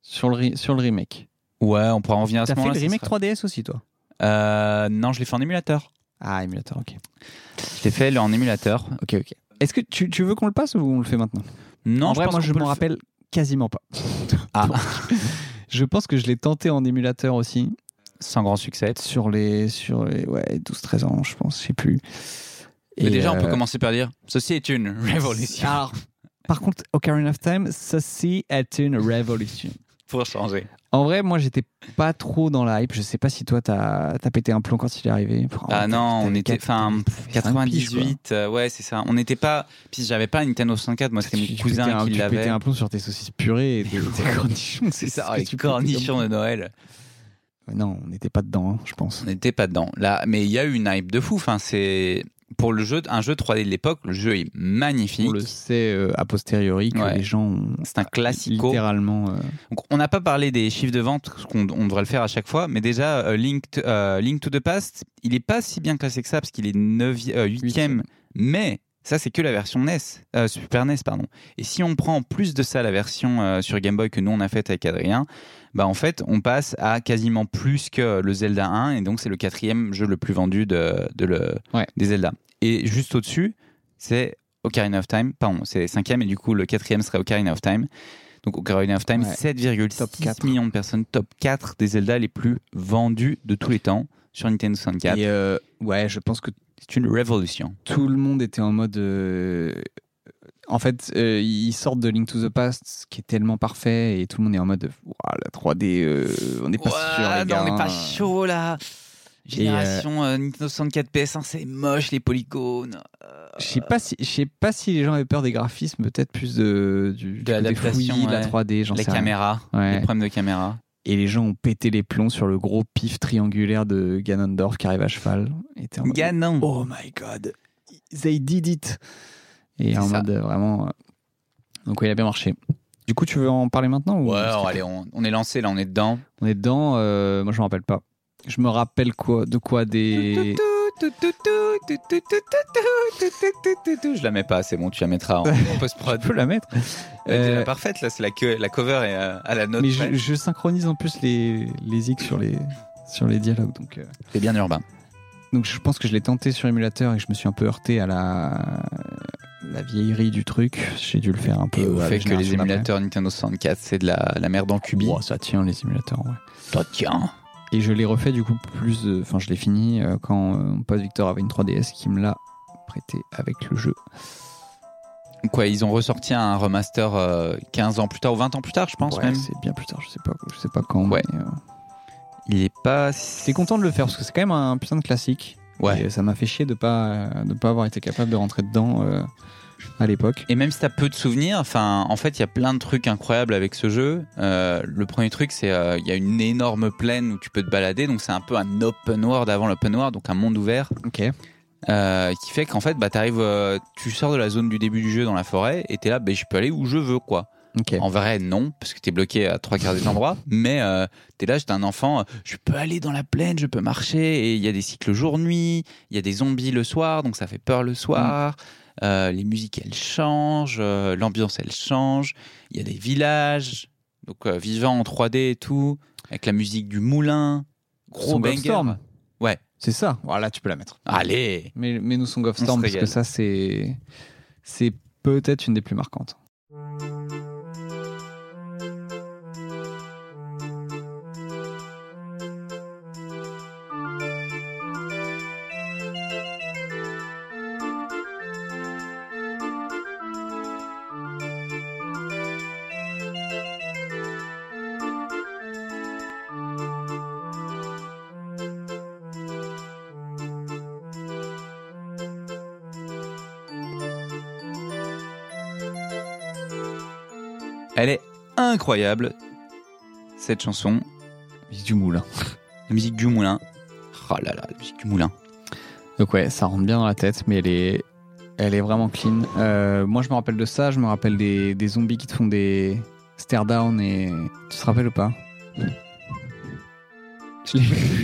Speaker 2: sur, le re- sur le remake
Speaker 1: Ouais, on pourra en revenir à ce
Speaker 2: T'as fait
Speaker 1: moment-là.
Speaker 2: le
Speaker 1: ça
Speaker 2: remake
Speaker 1: sera-
Speaker 2: 3DS aussi toi
Speaker 1: Euh, non, je l'ai fait en émulateur.
Speaker 2: Ah, émulateur, ok.
Speaker 1: Je l'ai fait en émulateur.
Speaker 2: Ok, ok. Est-ce que tu, tu veux qu'on le passe ou on le fait maintenant
Speaker 1: Non,
Speaker 2: En vrai,
Speaker 1: pense
Speaker 2: moi
Speaker 1: qu'on
Speaker 2: je
Speaker 1: peut le
Speaker 2: m'en
Speaker 1: fa-
Speaker 2: rappelle quasiment pas.
Speaker 1: Ah.
Speaker 2: je pense que je l'ai tenté en émulateur aussi,
Speaker 1: Sans grand succès.
Speaker 2: sur les, sur les ouais, 12-13 ans, je pense, je sais plus.
Speaker 1: Mais
Speaker 2: Et,
Speaker 1: déjà, on peut
Speaker 2: euh,
Speaker 1: commencer par dire ceci est une révolution.
Speaker 2: Alors, par contre, Ocarina of Time, ceci est une révolution.
Speaker 1: Pour changer.
Speaker 2: En vrai, moi, j'étais pas trop dans la hype. Je sais pas si toi, t'as as pété un plomb quand il est arrivé.
Speaker 1: Ah non,
Speaker 2: T'avais
Speaker 1: on était.
Speaker 2: quatre-
Speaker 1: Enfin,
Speaker 2: t'avais cinq piges, quoi.
Speaker 1: 98, euh, ouais, c'est ça. On n'était pas. Puis j'avais pas une Nintendo 64, moi c'était
Speaker 2: Tu-
Speaker 1: mon
Speaker 2: tu pétais
Speaker 1: cousin
Speaker 2: un-
Speaker 1: qui
Speaker 2: tu pétais
Speaker 1: l'avait.
Speaker 2: un plomb sur tes saucisses purées et tes, tes cornichons.
Speaker 1: C'est ça,
Speaker 2: ce que
Speaker 1: avec
Speaker 2: tu pétais
Speaker 1: cornichons
Speaker 2: comme-
Speaker 1: de Noël.
Speaker 2: Ouais, Non, on n'était pas dedans, hein, je pense.
Speaker 1: On n'était pas dedans. Là, mais il y a eu une hype de fou. Enfin, c'est. Pour le jeu, un jeu 3D de l'époque, le jeu est magnifique.
Speaker 2: On le sait euh, a posteriori que
Speaker 1: Ouais.
Speaker 2: les gens ont
Speaker 1: C'est un classico.
Speaker 2: littéralement. euh,
Speaker 1: Donc, on n'a pas parlé des chiffres de vente, parce qu'on on devrait le faire à chaque fois, mais déjà, euh, Link, to, euh, Link to the Past, il n'est pas si bien classé que ça, parce qu'il est 8ème,
Speaker 2: Huitième.
Speaker 1: mais ça, c'est que la version NES, euh, Super NES, pardon. Et si on prend en plus de ça la version euh, sur Game Boy que nous, on a faite avec Adrien, bah en fait, on passe à quasiment plus que le Zelda 1, et donc c'est le quatrième jeu le plus vendu de, de le,
Speaker 2: Ouais.
Speaker 1: des Zelda. Et juste au-dessus, c'est Ocarina of Time, pardon, c'est cinquième, et du coup, le quatrième serait Ocarina of Time. Donc Ocarina of Time,
Speaker 2: Ouais. Top
Speaker 1: 7,6
Speaker 2: quatre.
Speaker 1: millions de personnes, top 4 des Zelda les plus vendus de tous les temps sur Nintendo 64.
Speaker 2: Et euh, ouais, je pense que
Speaker 1: C'est une révolution.
Speaker 2: tout le monde était en mode. euh, En fait, euh, ils sortent de Link to the Past, ce qui est tellement parfait, et tout le monde est en mode Ouah, la 3D, euh, on n'est pas sûr, les gars.
Speaker 1: on n'est pas
Speaker 2: hein.
Speaker 1: chaud là. Génération euh, Nintendo 64 PS1, c'est moche les polygones.
Speaker 2: Je sais pas si je sais pas si les gens avaient peur des graphismes, peut-être plus de du,
Speaker 1: De
Speaker 2: du côté
Speaker 1: l'adaptation,
Speaker 2: fouillis, de la
Speaker 1: ouais.
Speaker 2: 3D, j'en
Speaker 1: Les
Speaker 2: sais rien.
Speaker 1: caméras,
Speaker 2: Ouais.
Speaker 1: les problèmes de caméra.
Speaker 2: Et les gens ont pété les plombs sur le gros pif triangulaire de Ganondorf qui arrive à cheval. Et t'es en mode,
Speaker 1: Ganon.
Speaker 2: oh my god, they did it. Et
Speaker 1: C'est
Speaker 2: en
Speaker 1: ça.
Speaker 2: mode euh, vraiment. euh, Donc ouais, il a bien marché. Du coup, tu veux en parler maintenant ou
Speaker 1: Ouais, alors, allez, on, on est lancé là, on est dedans.
Speaker 2: On est dedans. euh, moi, je me rappelle pas. Je me rappelle quoi de quoi des.
Speaker 1: Je la mets pas, c'est bon, tu la mettras en, en post-prod.
Speaker 2: Je peux la mettre.
Speaker 1: Elle était
Speaker 2: Euh,
Speaker 1: la parfaite là, c'est la, que- la cover est euh, à la note.
Speaker 2: Mais
Speaker 1: près.
Speaker 2: je, je synchronise en plus les les X sur les sur les dialogues. Donc euh,
Speaker 1: C'est bien urbain.
Speaker 2: Donc je pense que je l'ai tenté sur émulateur et que je me suis un peu heurté à la, la vieillerie du truc. J'ai dû le faire un peu.
Speaker 1: Et au
Speaker 2: à la
Speaker 1: fait que les
Speaker 2: génération d'après.
Speaker 1: émulateurs Nintendo 64, c'est de la, la merde en cubi.
Speaker 2: Ouah, ça tient les émulateurs, ouais.
Speaker 1: Toi, tiens.
Speaker 2: Et je l'ai refait du coup plus. euh, Enfin, je l'ai fini euh, quand euh, mon pote Victor avait une 3DS qui me l'a prêté avec le jeu.
Speaker 1: Quoi, ils ont ressorti un remaster euh, 15 ans plus tard ou 20 ans plus tard, je pense
Speaker 2: Ouais,
Speaker 1: même.
Speaker 2: c'est bien plus tard, je sais pas, je sais pas quand.
Speaker 1: Ouais.
Speaker 2: mais, euh,
Speaker 1: Il est pas.
Speaker 2: T'es content de le faire parce que c'est quand même un putain de classique.
Speaker 1: Ouais.
Speaker 2: Et ça m'a fait chier de pas euh, de pas avoir été capable de rentrer dedans euh, à l'époque.
Speaker 1: Et même si t'as peu de souvenirs, enfin, en fait, il y a plein de trucs incroyables avec ce jeu. Euh, le premier truc, c'est euh, il y a une énorme plaine où tu peux te balader, donc c'est un peu un open world avant l'open world, donc un monde ouvert,
Speaker 2: Ok.
Speaker 1: euh, qui fait qu'en fait, bah, t'arrives, euh, tu sors de la zone du début du jeu dans la forêt, et t'es là, bah, je peux aller où je veux, quoi.
Speaker 2: Ok.
Speaker 1: En vrai, non, parce que t'es bloqué à trois quarts des endroits, mais euh, t'es là, j'étais un enfant, euh, je peux aller dans la plaine, je peux marcher, et il y a des cycles jour-nuit, il y a des zombies le soir, donc ça fait peur le soir,
Speaker 2: Mm.
Speaker 1: euh, les musiques elles changent, euh, l'ambiance elle change, il y a des villages, donc euh, vivants en 3D et tout, avec la musique du moulin, gros
Speaker 2: Song of
Speaker 1: banger.
Speaker 2: Storm.
Speaker 1: Ouais.
Speaker 2: C'est ça. Voilà, tu peux la mettre.
Speaker 1: Allez
Speaker 2: Mais, mais nous Song of
Speaker 1: On
Speaker 2: Storm
Speaker 1: se
Speaker 2: parce que
Speaker 1: régale.
Speaker 2: ça c'est c'est peut-être une des plus marquantes.
Speaker 1: Elle est incroyable, cette chanson,
Speaker 2: Musique du moulin.
Speaker 1: la musique du moulin. Oh là là, la musique du moulin.
Speaker 2: Donc ouais, ça rentre bien dans la tête, mais elle est, elle est vraiment clean. Euh, moi, je me rappelle de ça. Je me rappelle des, des zombies qui te font des stare down et tu te rappelles ou pas Je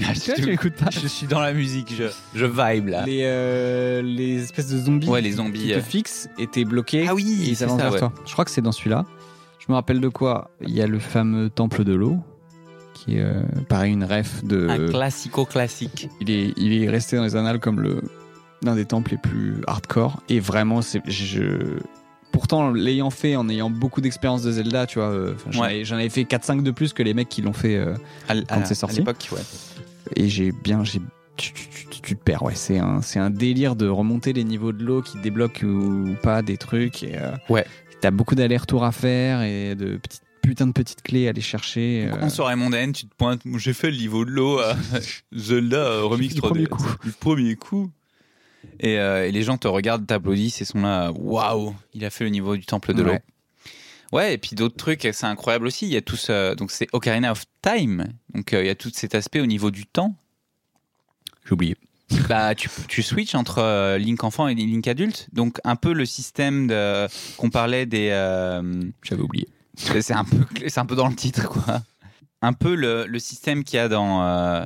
Speaker 1: Ah, je-
Speaker 2: l'ai- l'écoutes pas.
Speaker 1: Je suis dans la musique, je, je vibe là.
Speaker 2: Les, euh, les espèces de zombies.
Speaker 1: Ah. Ouais, les zombies,
Speaker 2: Qui te
Speaker 1: euh.
Speaker 2: fixent et t'es bloqué.
Speaker 1: Ah oui,
Speaker 2: et ils
Speaker 1: c'est
Speaker 2: avancent
Speaker 1: ça,
Speaker 2: vers
Speaker 1: ouais.
Speaker 2: toi. Je crois que c'est dans celui-là. Je me rappelle de quoi Il y a le fameux temple de l'eau, qui est euh, pareil une ref de.
Speaker 1: Un classico classique.
Speaker 2: Il est, il est resté dans les annales comme le l'un des temples les plus hardcore. Et vraiment, c'est je. Pourtant, l'ayant fait, en ayant beaucoup d'expérience de Zelda, tu vois, euh, enfin, j'en
Speaker 1: Ouais.
Speaker 2: avais- j'en avais fait 4-5 de plus que les mecs qui l'ont fait. euh,
Speaker 1: À, l- à-
Speaker 2: c'est
Speaker 1: à
Speaker 2: sorti.
Speaker 1: l'époque, ouais.
Speaker 2: et j'ai bien, j'ai, tu, tu- tu- tu- tu te perds. Ouais, c'est un, c'est un délire de remonter les niveaux de l'eau qui débloquent ou pas des trucs. Et, euh,
Speaker 1: Ouais.
Speaker 2: T'as beaucoup d'allers-retours à faire et de petites putain de petites clés à aller chercher. euh,
Speaker 1: En soirée mondaine, tu te pointes. J'ai fait le niveau de l'eau, euh, Zelda euh, remix
Speaker 2: Du
Speaker 1: 3D.
Speaker 2: premier coup.
Speaker 1: Du premier coup. Et, euh, et les gens te regardent, t'applaudissent et sont là. Waouh, il a fait le niveau du temple de l'eau.
Speaker 2: Ouais.
Speaker 1: Ouais, et puis d'autres trucs, c'est incroyable aussi. Il y a tout ce- donc c'est Ocarina of Time. Donc euh, il y a tout cet aspect au niveau du temps.
Speaker 2: j'ai oublié.
Speaker 1: Bah, tu, tu switches entre euh, Link enfant et Link adulte. Donc, un peu le système de- qu'on parlait des. euh,
Speaker 2: J'avais oublié.
Speaker 1: c'est un, peu clé- c'est un peu dans le titre, quoi. Un peu le, le système qu'il y a dans, euh,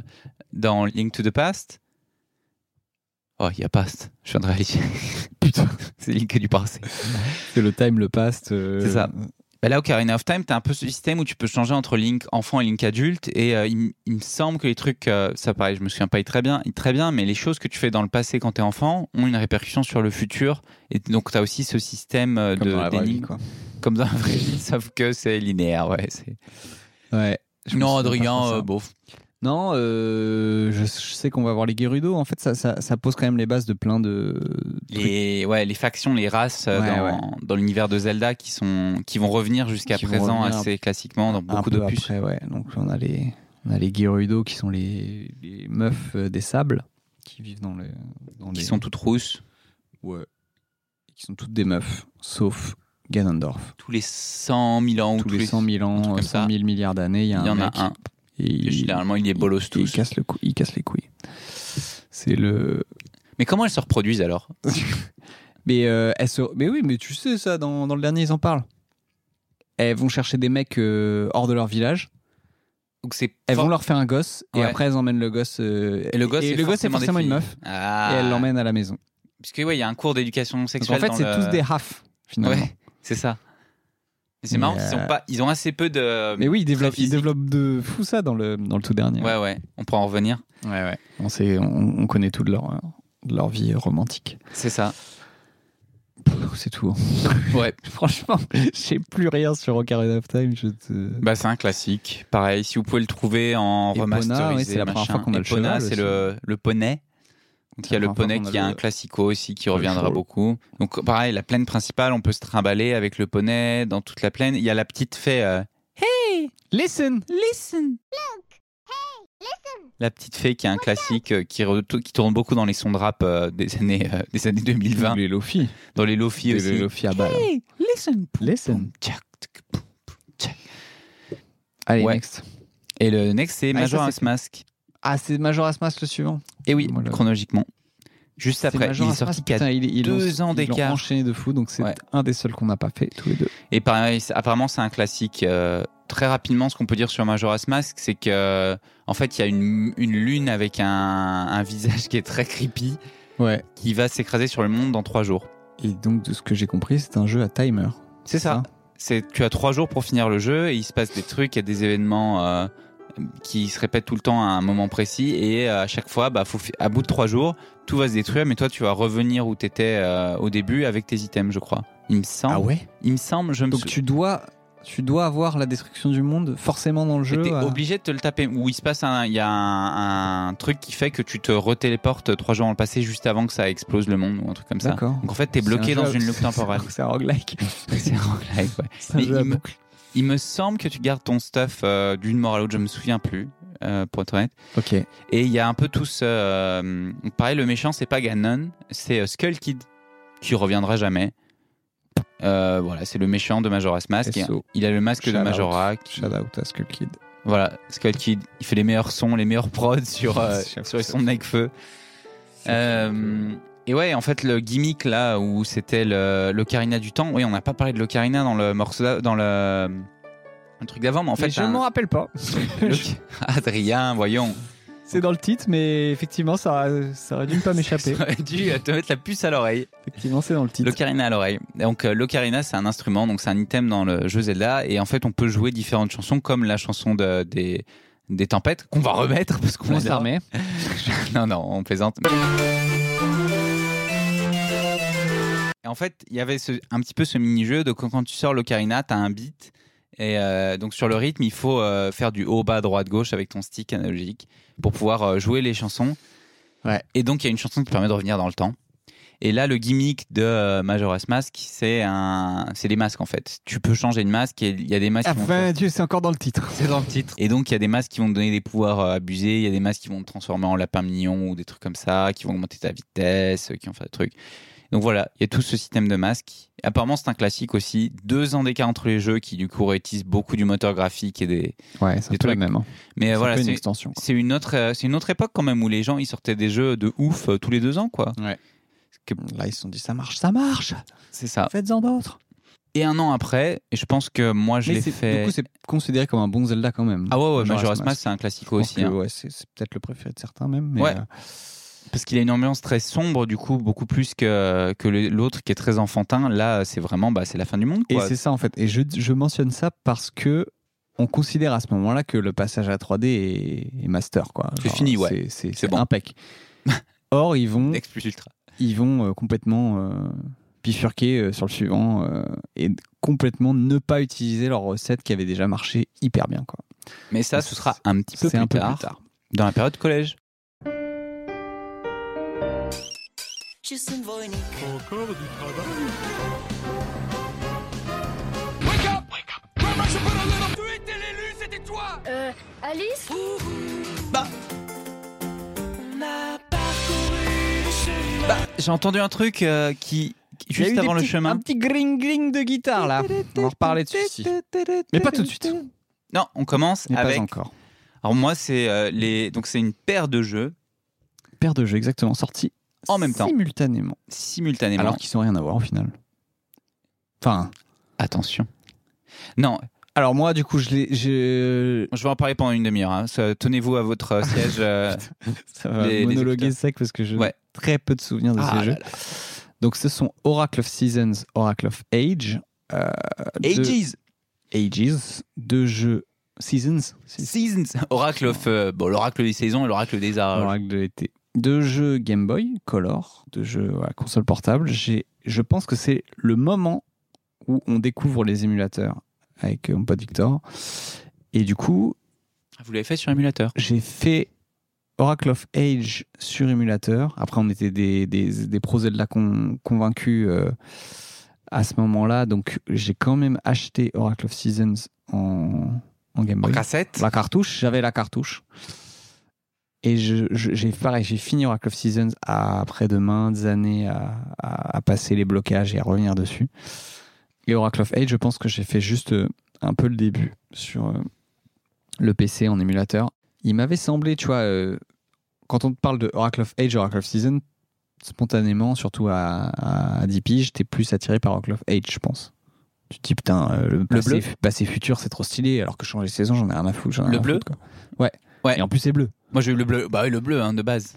Speaker 1: dans Link to the Past. Oh, il y a Past. Je viens de réaliser. Putain, c'est Link du passé.
Speaker 2: C'est le time, le past. euh,
Speaker 1: C'est ça. Bah là, Ocarina of Time, t'as un peu ce système où tu peux changer entre Link enfant et Link adulte. Et euh, il, m- il me semble que les trucs, euh, ça pareil, je me souviens pas très bien, très bien, mais les choses que tu fais dans le passé quand t'es enfant ont une répercussion sur le futur. Et donc, t'as aussi ce système euh,
Speaker 2: Comme
Speaker 1: de
Speaker 2: dans la vraie vie,
Speaker 1: d'énigmes.
Speaker 2: quoi.
Speaker 1: Comme dans la vraie vie, sauf que c'est linéaire, ouais. c'est-
Speaker 2: Ouais. Je me
Speaker 1: non,
Speaker 2: souviens
Speaker 1: Adrien,
Speaker 2: pas de ça.
Speaker 1: euh, bof.
Speaker 2: Non, euh, je, je sais qu'on va voir les Gerudo. En fait, ça, ça, ça pose quand même les bases de plein de. trucs
Speaker 1: Les, ouais, les factions, les races euh,
Speaker 2: Ouais,
Speaker 1: dans,
Speaker 2: ouais.
Speaker 1: dans l'univers de Zelda qui, sont, qui vont revenir jusqu'à
Speaker 2: Qui vont
Speaker 1: présent
Speaker 2: revenir
Speaker 1: assez classiquement dans
Speaker 2: un
Speaker 1: beaucoup
Speaker 2: peu
Speaker 1: d'opus.
Speaker 2: après, ouais. Donc, on a les, on a les Gerudo qui sont les, les meufs euh, des sables qui vivent dans le. Dans
Speaker 1: Qui
Speaker 2: les-
Speaker 1: sont toutes rousses.
Speaker 2: Ouais. Qui sont toutes des meufs, sauf Ganondorf.
Speaker 1: Tous les 100 000 ans ou
Speaker 2: Tous les 100 000
Speaker 1: un truc
Speaker 2: ans,
Speaker 1: comme
Speaker 2: 100
Speaker 1: ça.
Speaker 2: 000 milliards d'années, il y a
Speaker 1: Il y
Speaker 2: un
Speaker 1: en
Speaker 2: mec
Speaker 1: a un.
Speaker 2: et
Speaker 1: Et généralement, il les bolosse
Speaker 2: il
Speaker 1: tous.
Speaker 2: casse le cou- il casse les couilles. C'est le,
Speaker 1: Mais comment elles se reproduisent alors
Speaker 2: Mais, euh, elles se- mais oui, mais tu sais ça, dans, dans le dernier, ils en parlent. Elles vont chercher des mecs euh, hors de leur village,
Speaker 1: Donc c'est
Speaker 2: elles
Speaker 1: for-
Speaker 2: vont leur faire un gosse, et
Speaker 1: Ouais.
Speaker 2: après elles emmènent le gosse. euh,
Speaker 1: et le gosse, c'est
Speaker 2: est forcément
Speaker 1: des
Speaker 2: une
Speaker 1: filles.
Speaker 2: meuf,
Speaker 1: Ah.
Speaker 2: et elle l'emmène à la maison.
Speaker 1: Parce que ouais, il y a un cours d'éducation
Speaker 2: Donc,
Speaker 1: sexuelle.
Speaker 2: en fait,
Speaker 1: dans
Speaker 2: c'est
Speaker 1: le-
Speaker 2: tous des rafs, finalement.
Speaker 1: Ouais, c'est ça. Mais c'est
Speaker 2: Mais,
Speaker 1: marrant, parce qu'ils
Speaker 2: euh,
Speaker 1: ont pas, ils ont assez peu de.
Speaker 2: Mais oui, ils développent, ils
Speaker 1: physique.
Speaker 2: développent de fou ça dans le, dans le tout dernier.
Speaker 1: Ouais, ouais. On pourra en revenir.
Speaker 2: Ouais, ouais. On, sait, on, on connaît tout de leur, euh, de leur vie romantique.
Speaker 1: C'est ça.
Speaker 2: c'est tout. hein.
Speaker 1: Ouais.
Speaker 2: Franchement, j'ai plus rien sur Ocarina of Time. Je te...
Speaker 1: Bah, c'est un classique. Pareil, si vous pouvez le trouver en
Speaker 2: Epona,
Speaker 1: remasterisé,
Speaker 2: oui, c'est la première
Speaker 1: machin.
Speaker 2: fois qu'on a le
Speaker 1: Epona,
Speaker 2: cheval
Speaker 1: c'est
Speaker 2: aussi.
Speaker 1: le, le poney. Donc, il y
Speaker 2: C'est
Speaker 1: a
Speaker 2: la
Speaker 1: le
Speaker 2: première fois
Speaker 1: poney
Speaker 2: qu'on a
Speaker 1: qui a
Speaker 2: le-
Speaker 1: un classico aussi qui reviendra
Speaker 2: cheval.
Speaker 1: beaucoup. Donc, pareil, la plaine principale, on peut se trimballer avec le poney dans toute la plaine. Il y a la petite fée. euh,
Speaker 2: Listen
Speaker 1: Listen. La petite fée qui est un classique euh, qui, re- qui tourne beaucoup dans les sons de rap euh, des, années, euh, des années 2020,
Speaker 2: Les Lofi.
Speaker 1: dans les lofis aussi.
Speaker 2: Les Lofi à balle.
Speaker 1: Hey, listen.
Speaker 2: Listen.
Speaker 1: Tchac, tchac, poum, poum, tchac.
Speaker 2: Allez,
Speaker 1: Ouais.
Speaker 2: next.
Speaker 1: Et le next, c'est
Speaker 2: ça,
Speaker 1: Majora's
Speaker 2: c'est-
Speaker 1: Mask.
Speaker 2: Ah, c'est Majora's Mask le suivant.
Speaker 1: Et oui,
Speaker 2: Voilà.
Speaker 1: chronologiquement. Juste
Speaker 2: C'est
Speaker 1: après, il est
Speaker 2: Majora's
Speaker 1: sorti
Speaker 2: Mask,
Speaker 1: quatre-
Speaker 2: putain, il- ils
Speaker 1: deux
Speaker 2: l'ont-
Speaker 1: ans
Speaker 2: ils l'ont
Speaker 1: d'écart.
Speaker 2: enchaîné de fou, donc c'est
Speaker 1: Ouais.
Speaker 2: un des seuls qu'on n'a pas fait, tous les deux.
Speaker 1: Et pareil, c'est- apparemment, c'est un classique. Euh, très rapidement, ce qu'on peut dire sur Majora's Mask, c'est que, euh, en fait, il y a une, une lune avec un, un visage qui est très creepy
Speaker 2: Ouais.
Speaker 1: qui va s'écraser sur le monde dans trois jours.
Speaker 2: Et donc, de ce que j'ai compris, c'est un jeu à timer.
Speaker 1: C'est ça. C'est tu as trois jours pour finir le jeu et il se passe des trucs, il y a des événements euh, qui se répètent tout le temps à un moment précis et euh, à chaque fois, bah, faut fi- à bout de trois jours, tout va se détruire, mais toi tu vas revenir où t'étais euh, au début avec tes items, je crois. Il me semble.
Speaker 2: Ah ouais
Speaker 1: Il me semble, je me
Speaker 2: Donc, tu dois, tu dois avoir la destruction du monde forcément dans le jeu. euh,
Speaker 1: T'es
Speaker 2: à-
Speaker 1: obligé de te le taper. Où il se passe un, il y a un, un truc qui fait que tu te retéléportes trois jours dans le passé juste avant que ça explose le monde ou un truc comme ça.
Speaker 2: D'accord.
Speaker 1: Donc en fait, t'es
Speaker 2: C'est
Speaker 1: bloqué
Speaker 2: un
Speaker 1: dans
Speaker 2: jeu à-
Speaker 1: une loupe temporelle.
Speaker 2: C'est un roguelike.
Speaker 1: C'est un roguelike, ouais.
Speaker 2: C'est un
Speaker 1: Mais
Speaker 2: jeu à
Speaker 1: il me-
Speaker 2: boucle.
Speaker 1: Il me semble que tu gardes ton stuff euh, d'une mort à l'autre, je me souviens plus, euh, pour être honnête.
Speaker 2: Ok.
Speaker 1: Et il y a un peu tous. euh, pareil, le méchant, c'est pas Ganon, c'est euh, Skull Kid, qui reviendra jamais. Euh, voilà, c'est le méchant de Majora's Mask.
Speaker 2: SO.
Speaker 1: Il a le masque de
Speaker 2: Shout out.
Speaker 1: Majora. qui-
Speaker 2: Shout out à Skull Kid.
Speaker 1: Voilà, Skull Kid, il fait les meilleurs sons, les meilleurs prods sur, euh,
Speaker 2: J'avoue,
Speaker 1: sur les
Speaker 2: ça-
Speaker 1: sons de Nekfeu. Euh, et ouais, en fait, le gimmick là où c'était le- l'ocarina du temps, oui, on n'a pas parlé de l'ocarina dans le morceau, d'a- dans le, le truc d'avant, mais en fait,
Speaker 2: Mais je
Speaker 1: un-
Speaker 2: m'en rappelle pas.
Speaker 1: l'oc- Adrien, voyons,
Speaker 2: C'est dans le titre, mais effectivement, ça, ça aurait dû ne pas m'échapper.
Speaker 1: tu
Speaker 2: Ah,
Speaker 1: aurais dû te mettre la puce à l'oreille.
Speaker 2: effectivement, c'est dans le titre.
Speaker 1: L'ocarina à l'oreille. Donc, euh, l'ocarina, c'est un instrument, donc c'est un item dans le jeu Zelda, et en fait, on peut jouer différentes chansons, comme la chanson de- des, des tempêtes, qu'on va remettre, parce qu'on
Speaker 2: Comment
Speaker 1: l'adore.
Speaker 2: ça remet
Speaker 1: Non, non, on plaisante. Et en fait, il y avait ce- un petit peu ce mini-jeu de quand, quand tu sors l'ocarina, t'as un beat. Et euh, donc sur le rythme, il faut euh, faire du haut, bas, droite, gauche avec ton stick analogique pour pouvoir euh, jouer les chansons.
Speaker 2: Ouais.
Speaker 1: Et donc il y a une chanson qui permet de revenir dans le temps. Et là, le gimmick de euh, Majora's Mask, c'est un, c'est des masques en fait. Tu peux changer de masque et il y a des masques. qui vont te-
Speaker 2: Enfin, Dieu, c'est encore dans le titre.
Speaker 1: c'est dans le titre. Et donc, il y a des masques qui vont te donner des pouvoirs euh, abusés, il y a des masques qui vont te transformer en lapin mignon ou des trucs comme ça, qui vont augmenter ta vitesse, euh, qui vont faire des trucs. Donc voilà, il y a tout ce système de masques. Apparemment, c'est un classique aussi. Deux ans d'écart entre les jeux qui, du coup, réutilisent beaucoup du moteur graphique et des.
Speaker 2: Ouais, c'est
Speaker 1: Des
Speaker 2: un peu le
Speaker 1: trucs.
Speaker 2: même. hein.
Speaker 1: Mais euh,
Speaker 2: C'est un
Speaker 1: voilà,
Speaker 2: peu une
Speaker 1: c'est.
Speaker 2: extension. quoi.
Speaker 1: C'est une autre, euh, c'est une autre époque quand même où les gens ils sortaient des jeux de ouf euh, tous les deux ans quoi.
Speaker 2: Ouais.
Speaker 1: Que-
Speaker 2: Là, ils se sont dit, ça marche, ça marche
Speaker 1: C'est ça.
Speaker 2: Faites-en d'autres
Speaker 1: Et un an après, et je pense que moi je
Speaker 2: Mais
Speaker 1: l'ai
Speaker 2: c'est-
Speaker 1: fait.
Speaker 2: Du coup, c'est considéré comme un bon Zelda quand même.
Speaker 1: ah ouais ouais,
Speaker 2: Majora's
Speaker 1: Majora's Mask
Speaker 2: Mask.
Speaker 1: c'est un classico
Speaker 2: Je pense
Speaker 1: aussi.
Speaker 2: que,
Speaker 1: hein.
Speaker 2: ouais, c'est c'est peut-être le préféré de certains même. Mais
Speaker 1: Ouais.
Speaker 2: euh,
Speaker 1: Parce qu'il a une ambiance très sombre, du coup, beaucoup plus que, que le- l'autre qui est très enfantin. Là, c'est vraiment bah, c'est la fin du monde.
Speaker 2: Et
Speaker 1: Quoi.
Speaker 2: c'est ça en fait. Et je, je mentionne ça parce que on considère à ce moment-là que le passage à 3D est, est master quoi.
Speaker 1: C'est
Speaker 2: Genre,
Speaker 1: fini, ouais.
Speaker 2: c'est- C'est
Speaker 1: C'est
Speaker 2: c'est
Speaker 1: bon.
Speaker 2: impec. Or ils vont
Speaker 1: Next plus ultra.
Speaker 2: ils vont euh, complètement euh, bifurquer euh, sur le suivant euh, et complètement ne pas utiliser leur recette qui avait déjà marché hyper bien quoi.
Speaker 1: Mais ça, ce sera un petit peu,
Speaker 2: C'est
Speaker 1: plus,
Speaker 2: un peu
Speaker 1: tard,
Speaker 2: plus tard.
Speaker 1: dans la période collège.
Speaker 9: Euh, Alice
Speaker 1: Bah, j'ai entendu un truc euh, qui, qui-
Speaker 2: Il y a eu
Speaker 1: juste
Speaker 2: des
Speaker 1: avant le
Speaker 2: petits-
Speaker 1: chemin.
Speaker 2: Un petit gring gring de guitare là. On va en reparler de ceci. Mais pas tout de suite.
Speaker 1: Non, on commence
Speaker 2: Mais
Speaker 1: avec.
Speaker 2: pas encore.
Speaker 1: Alors moi, c'est euh, les donc c'est une paire de jeux
Speaker 2: Paire de jeux exactement sortis
Speaker 1: En même temps.
Speaker 2: simultanément.
Speaker 1: simultanément.
Speaker 2: Alors qu'ils n'ont rien à voir au final. Enfin.
Speaker 1: attention. Non,
Speaker 2: Alors moi, du coup, je l'ai. Je...
Speaker 1: je vais en parler pendant une demi-heure. hein. Ça- Tenez-vous à votre euh, siège. euh,
Speaker 2: Ça va
Speaker 1: Les- les
Speaker 2: monologuer
Speaker 1: écouteurs.
Speaker 2: sec parce que j'ai
Speaker 1: Ouais.
Speaker 2: très peu de souvenirs de
Speaker 1: Ah
Speaker 2: ces jeux.
Speaker 1: là
Speaker 2: Donc ce sont Oracle of Seasons, Oracle of Age. euh, deux-
Speaker 1: Ages,
Speaker 2: Ages. Deux jeux. Seasons.
Speaker 1: Seasons, Oracle of, euh, bon, l'oracle des saisons et l'oracle des âges.
Speaker 2: Oracle de l'été. de jeux Game Boy Color, de jeux à console portable, j'ai, je pense que c'est le moment où on découvre les émulateurs avec euh, mon pote Victor. Et du coup,
Speaker 1: Vous l'avez fait sur émulateur.
Speaker 2: j'ai fait Oracle of Age sur émulateur. Après, on était des, des, des prosés de la con- convaincus euh, à ce moment-là. Donc, j'ai quand même acheté Oracle of Seasons en, en Game
Speaker 1: En
Speaker 2: Boy.
Speaker 1: cassette.
Speaker 2: La cartouche, j'avais la cartouche. Et je- je- j'ai pareil, j'ai fini Oracle of Seasons à- après de maintes années à, à- à passer les blocages et à revenir dessus. Et Oracle of Age, je pense que j'ai fait juste euh, un peu le début sur euh, le PC en émulateur. Il m'avait semblé, tu vois, euh, quand on te parle de Oracle of Age, Oracle of Seasons, spontanément, surtout à, à, à DP, j'étais plus attiré par Oracle of Age, je pense. Tu te dis, putain, euh, le, passé,
Speaker 1: bleu
Speaker 2: passé futur, c'est trop stylé, alors que changer de saison, j'en ai rien à foutre. j'en ai
Speaker 1: Le
Speaker 2: rien à
Speaker 1: bleu
Speaker 2: foutre, quoi. Ouais.
Speaker 1: Ouais.
Speaker 2: Et en plus, c'est bleu.
Speaker 1: Moi j'ai eu le bleu, bah oui, le bleu hein, de base.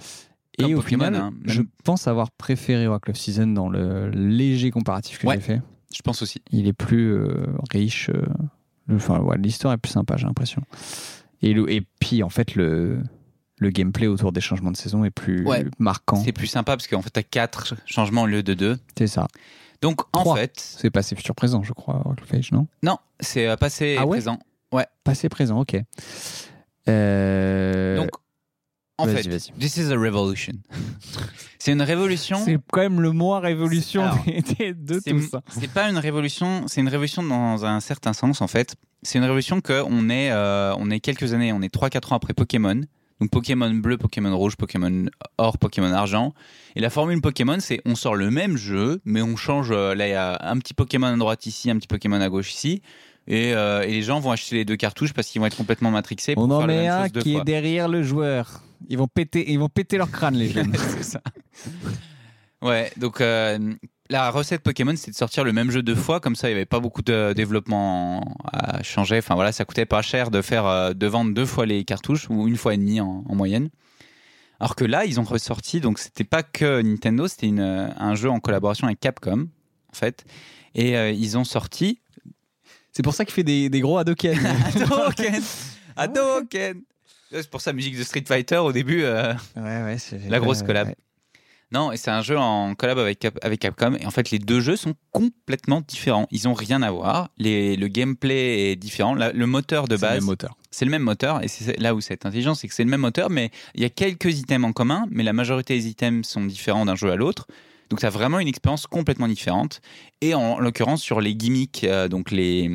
Speaker 2: Et
Speaker 1: Comme
Speaker 2: au
Speaker 1: Pokémon,
Speaker 2: final,
Speaker 1: hein, même-
Speaker 2: je pense avoir préféré Oracle of Season dans le léger comparatif que
Speaker 1: Ouais.
Speaker 2: j'ai fait.
Speaker 1: Je pense aussi.
Speaker 2: Il est plus euh, riche. euh, le- enfin, ouais, l'histoire est plus sympa, j'ai l'impression. Et, le- et puis, en fait, le, le gameplay autour des changements de saison est plus
Speaker 1: Ouais.
Speaker 2: marquant.
Speaker 1: C'est plus sympa parce qu'en fait t'as quatre changements au lieu de deux.
Speaker 2: C'est ça.
Speaker 1: Donc en
Speaker 2: Trois.
Speaker 1: fait,
Speaker 2: C'est passé futur présent, je crois, Oracle of Age, non
Speaker 1: non, c'est euh, passé
Speaker 2: Ah
Speaker 1: et
Speaker 2: ouais
Speaker 1: présent.
Speaker 2: Passé présent, ok. Euh,
Speaker 1: Donc en
Speaker 2: vas-y,
Speaker 1: fait,
Speaker 2: vas-y.
Speaker 1: this is a revolution. c'est une révolution.
Speaker 2: c'est quand même le mois révolution
Speaker 1: Alors,
Speaker 2: des- des- de
Speaker 1: C'est-
Speaker 2: tout ça.
Speaker 1: C'est pas une révolution, c'est une révolution dans un certain sens en fait. C'est une révolution que on est, euh, on est quelques années, on est 3-4 ans après Pokémon. Donc Pokémon bleu, Pokémon rouge, Pokémon or, Pokémon argent. Et la formule Pokémon, c'est on sort le même jeu, mais on change euh, là, il y a un petit Pokémon à droite ici, un petit Pokémon à gauche ici. Et, euh, et les gens vont acheter les deux cartouches parce qu'ils vont être complètement matrixés. Pour
Speaker 2: On en
Speaker 1: faire la
Speaker 2: met
Speaker 1: même
Speaker 2: un
Speaker 1: chose deux
Speaker 2: qui
Speaker 1: fois.
Speaker 2: est derrière le joueur. Ils vont péter, ils vont péter leur crâne, les jeunes.
Speaker 1: c'est ça. Ouais, donc euh, la recette Pokémon, c'est de sortir le même jeu deux fois, comme ça il n'y avait pas beaucoup de développement à changer. Enfin voilà, ça coûtait pas cher de faire euh, de vendre deux fois les cartouches ou une fois et demie en, en moyenne. Alors que là, ils ont ressorti, donc c'était pas que Nintendo, c'était une, euh, un jeu en collaboration avec Capcom, en fait. Et euh, ils ont sorti.
Speaker 2: C'est pour ça qu'il fait des, des gros Hadoken.
Speaker 1: Hadouken Hadouken C'est pour ça, musique de Street Fighter au début. euh,
Speaker 2: ouais, ouais, c'est-
Speaker 1: La grosse
Speaker 2: ouais,
Speaker 1: collab.
Speaker 2: ouais.
Speaker 1: Non, et c'est un jeu en collab avec, Cap- avec Capcom. Et en fait, les deux jeux sont complètement différents. Ils ont rien à voir. Les, le gameplay est différent. La- le moteur de
Speaker 2: C'est le
Speaker 1: base,
Speaker 2: même moteur.
Speaker 1: c'est le même moteur. Et c'est là où c'est intelligent, c'est que c'est le même moteur, mais il y a quelques items en commun, mais la majorité des items sont différents d'un jeu à l'autre. Donc, tu as vraiment une expérience complètement différente. Et en l'occurrence, sur les gimmicks, euh, donc les,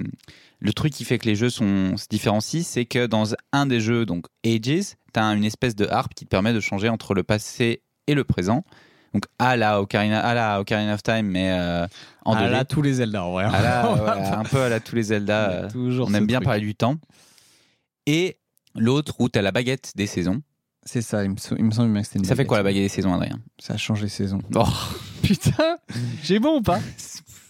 Speaker 1: le truc qui fait que les jeux sont, se différencient, c'est que dans un des jeux, donc Ages, tu as une espèce de harpe qui te permet de changer entre le passé et le présent. Donc, à la Ocarina, à la Ocarina of Time, mais euh, en
Speaker 2: Ah
Speaker 1: deux
Speaker 2: là, tous les Zelda, ouais.
Speaker 1: à la- ouais, un peu à la tous les Zelda. euh,
Speaker 2: Toujours
Speaker 1: on
Speaker 2: ce
Speaker 1: aime bien
Speaker 2: truc.
Speaker 1: parler du temps. Et l'autre où tu la baguette des saisons.
Speaker 2: C'est ça, il me, sou- il me semble bien que c'était une
Speaker 1: Ça fait quoi la baguette des saisons, Adrien
Speaker 2: Ça a changé de saison.
Speaker 1: Oh,
Speaker 2: Putain, j'ai bon ou pas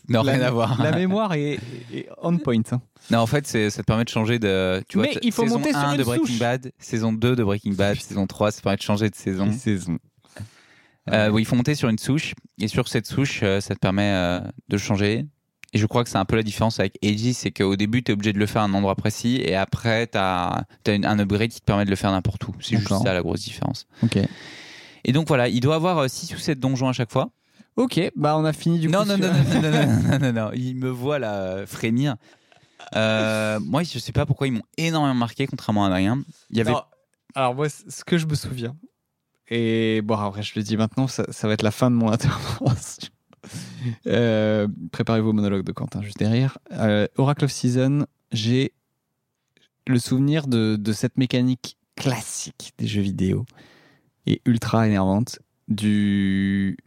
Speaker 1: Non,
Speaker 2: La-
Speaker 1: rien à voir.
Speaker 2: La mémoire est, est on point. hein.
Speaker 1: Non, en fait, c'est- ça te permet de changer de. Tu vois,
Speaker 2: Mais
Speaker 1: t-
Speaker 2: il faut
Speaker 1: saison
Speaker 2: monter sur
Speaker 1: 1
Speaker 2: une
Speaker 1: de Breaking
Speaker 2: souche.
Speaker 1: Bad, saison 2 de Breaking Bad, saison 3, ça te permet de changer de saison.
Speaker 2: Les saisons.
Speaker 1: Euh, oui, il faut monter sur une souche. Et sur cette souche, euh, ça te permet euh, de changer. Et je crois que c'est un peu la différence avec Aegis, c'est qu'au début, tu es obligé de le faire à un endroit précis, et après, tu as, un upgrade qui te permet de le faire n'importe où. C'est juste
Speaker 2: D'accord.
Speaker 1: ça la grosse différence.
Speaker 2: Ok.
Speaker 1: Et donc voilà, il doit avoir 6 ou 7 donjons à chaque fois.
Speaker 2: Ok, bah on a fini du
Speaker 1: non,
Speaker 2: coup.
Speaker 1: non, non,
Speaker 2: sur-
Speaker 1: non, non, non, non, non, non, non. il me voit là euh, frémir. Euh, moi, je sais pas pourquoi ils m'ont énormément marqué, contrairement à Adrien. Il y avait.
Speaker 2: Alors, alors moi, c- ce que je me souviens, et bon, après je le dis maintenant, ça, ça va être la fin de mon intervention. Euh, Préparez-vous au monologue de Quentin juste derrière. Euh, Oracle of Season, j'ai le souvenir de, de cette mécanique classique des jeux vidéo et ultra énervante du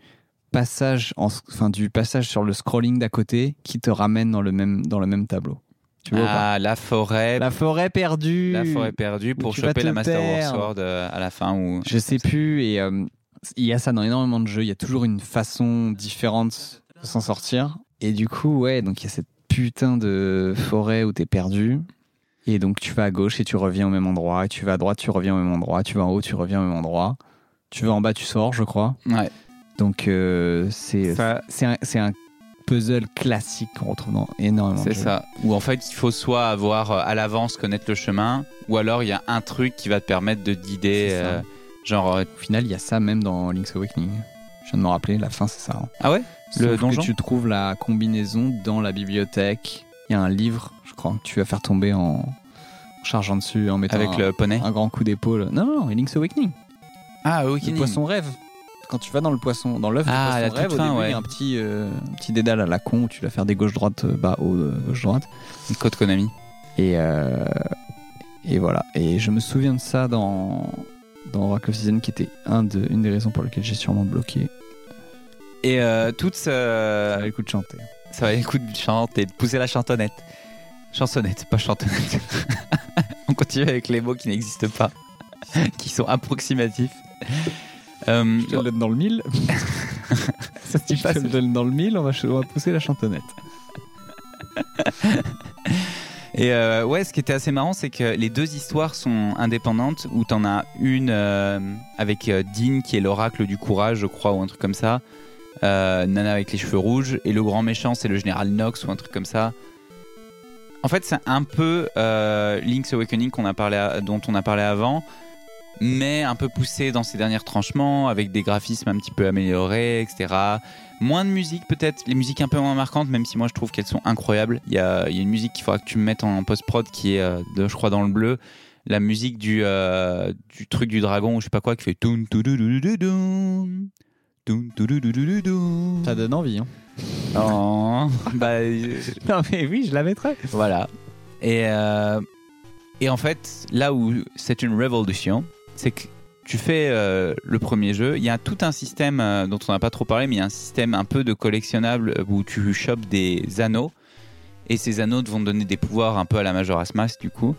Speaker 2: passage, en, enfin, du passage sur le scrolling d'à côté qui te ramène dans le même, dans le même tableau. Tu vois ou pas
Speaker 1: Ah, la forêt.
Speaker 2: La forêt perdue.
Speaker 1: La forêt perdue
Speaker 2: Où
Speaker 1: pour
Speaker 2: tu vas
Speaker 1: choper
Speaker 2: te
Speaker 1: la Master War
Speaker 2: perdre.
Speaker 1: Sword euh, à la fin. Où...
Speaker 2: Je sais plus, et euh, il y a ça dans énormément de jeux, il y a toujours une façon différente de s'en sortir. Et du coup, ouais, donc il y a cette putain de forêt où t'es perdu. Et donc tu vas à gauche et tu reviens au même endroit, et tu vas à droite, tu reviens au même endroit, tu vas en haut, tu reviens au même endroit. Tu vas en bas, tu sors, je crois.
Speaker 1: Ouais.
Speaker 2: Donc euh, c'est
Speaker 1: Ça-
Speaker 2: c'est un, c'est un puzzle classique qu'on retrouve dans énormément de
Speaker 1: C'est
Speaker 2: jeux.
Speaker 1: ça. Où en fait, il faut soit avoir euh, à l'avance connaître le chemin, ou alors il y a un truc qui va te permettre de guider.
Speaker 2: C'est ça.
Speaker 1: euh, Genre, euh,
Speaker 2: Au final, il y a ça même dans Link's Awakening. Je viens de me rappeler, la fin, c'est ça. hein.
Speaker 1: ah ouais Le
Speaker 2: Sauf
Speaker 1: donjon
Speaker 2: que tu trouves la combinaison dans la bibliothèque. Il y a un livre, je crois, que tu vas faire tomber en en chargeant dessus, en mettant
Speaker 1: avec
Speaker 2: un,
Speaker 1: le poney.
Speaker 2: un grand coup d'épaule. Non, non, non, Link's Awakening.
Speaker 1: Ah ok.
Speaker 2: Le poisson rêve. Quand tu vas dans le poisson, dans l'œuf du
Speaker 1: Ah, la
Speaker 2: poisson
Speaker 1: toute
Speaker 2: rêve, au
Speaker 1: fin,
Speaker 2: début,
Speaker 1: ouais.
Speaker 2: il y a un petit, euh, un petit dédale à la con où tu vas faire des gauche-droite, euh, bas, haut, euh, gauche-droite.
Speaker 1: Code Konami.
Speaker 2: Et, euh, et voilà. Et je me souviens de ça dans, dans Rock of Season, qui était un de, une des raisons pour lesquelles j'ai sûrement bloqué.
Speaker 1: Et euh, toute
Speaker 2: Ça
Speaker 1: ce-
Speaker 2: valait le coup de chanter.
Speaker 1: ça va écoute de chanter, de pousser la chantonnette. Chansonnette, pas chantonnette. On continue avec les mots qui n'existent pas, qui sont approximatifs. Euh,
Speaker 2: Je te le donne dans le mille.
Speaker 1: ça se dit
Speaker 2: Je
Speaker 1: pas,
Speaker 2: te le
Speaker 1: ça.
Speaker 2: donne dans le mille, on va, on va pousser la chantonnette.
Speaker 1: Et euh, ouais, ce qui était assez marrant, c'est que les deux histoires sont indépendantes, où t'en as une euh, avec euh, Dean qui est l'oracle du courage, je crois, ou un truc comme ça. Euh, Nana avec les cheveux rouges, et le grand méchant, c'est le général Knox, ou un truc comme ça. En fait, c'est un peu euh, Link's Awakening qu'on a parlé à- dont on a parlé avant, mais un peu poussé dans ses derniers tranchements, avec des graphismes un petit peu améliorés, etc. Moins de musique peut-être, les musiques un peu moins marquantes, même si moi je trouve qu'elles sont incroyables. Il y a, il y a une musique qu'il faudra que tu me mettes en post-prod qui est, euh, de, je crois, dans le bleu. La musique du, euh, du truc du dragon ou je sais pas quoi qui fait... toun, toudoudoudoudoudoum, toun, toudoudoudoudoudoum.
Speaker 2: Ça donne envie. Hein.
Speaker 1: Oh, bah, euh,
Speaker 2: Non, mais oui, je la mettrais.
Speaker 1: voilà. Et, euh, et en fait, là où c'est une révolution, c'est que tu fais euh, le premier jeu, il y a tout un système euh, dont on n'a pas trop parlé, mais il y a un système un peu de collectionnable euh, où tu chopes des anneaux. Et ces anneaux te vont te donner des pouvoirs un peu à la Majora's Mask, du coup.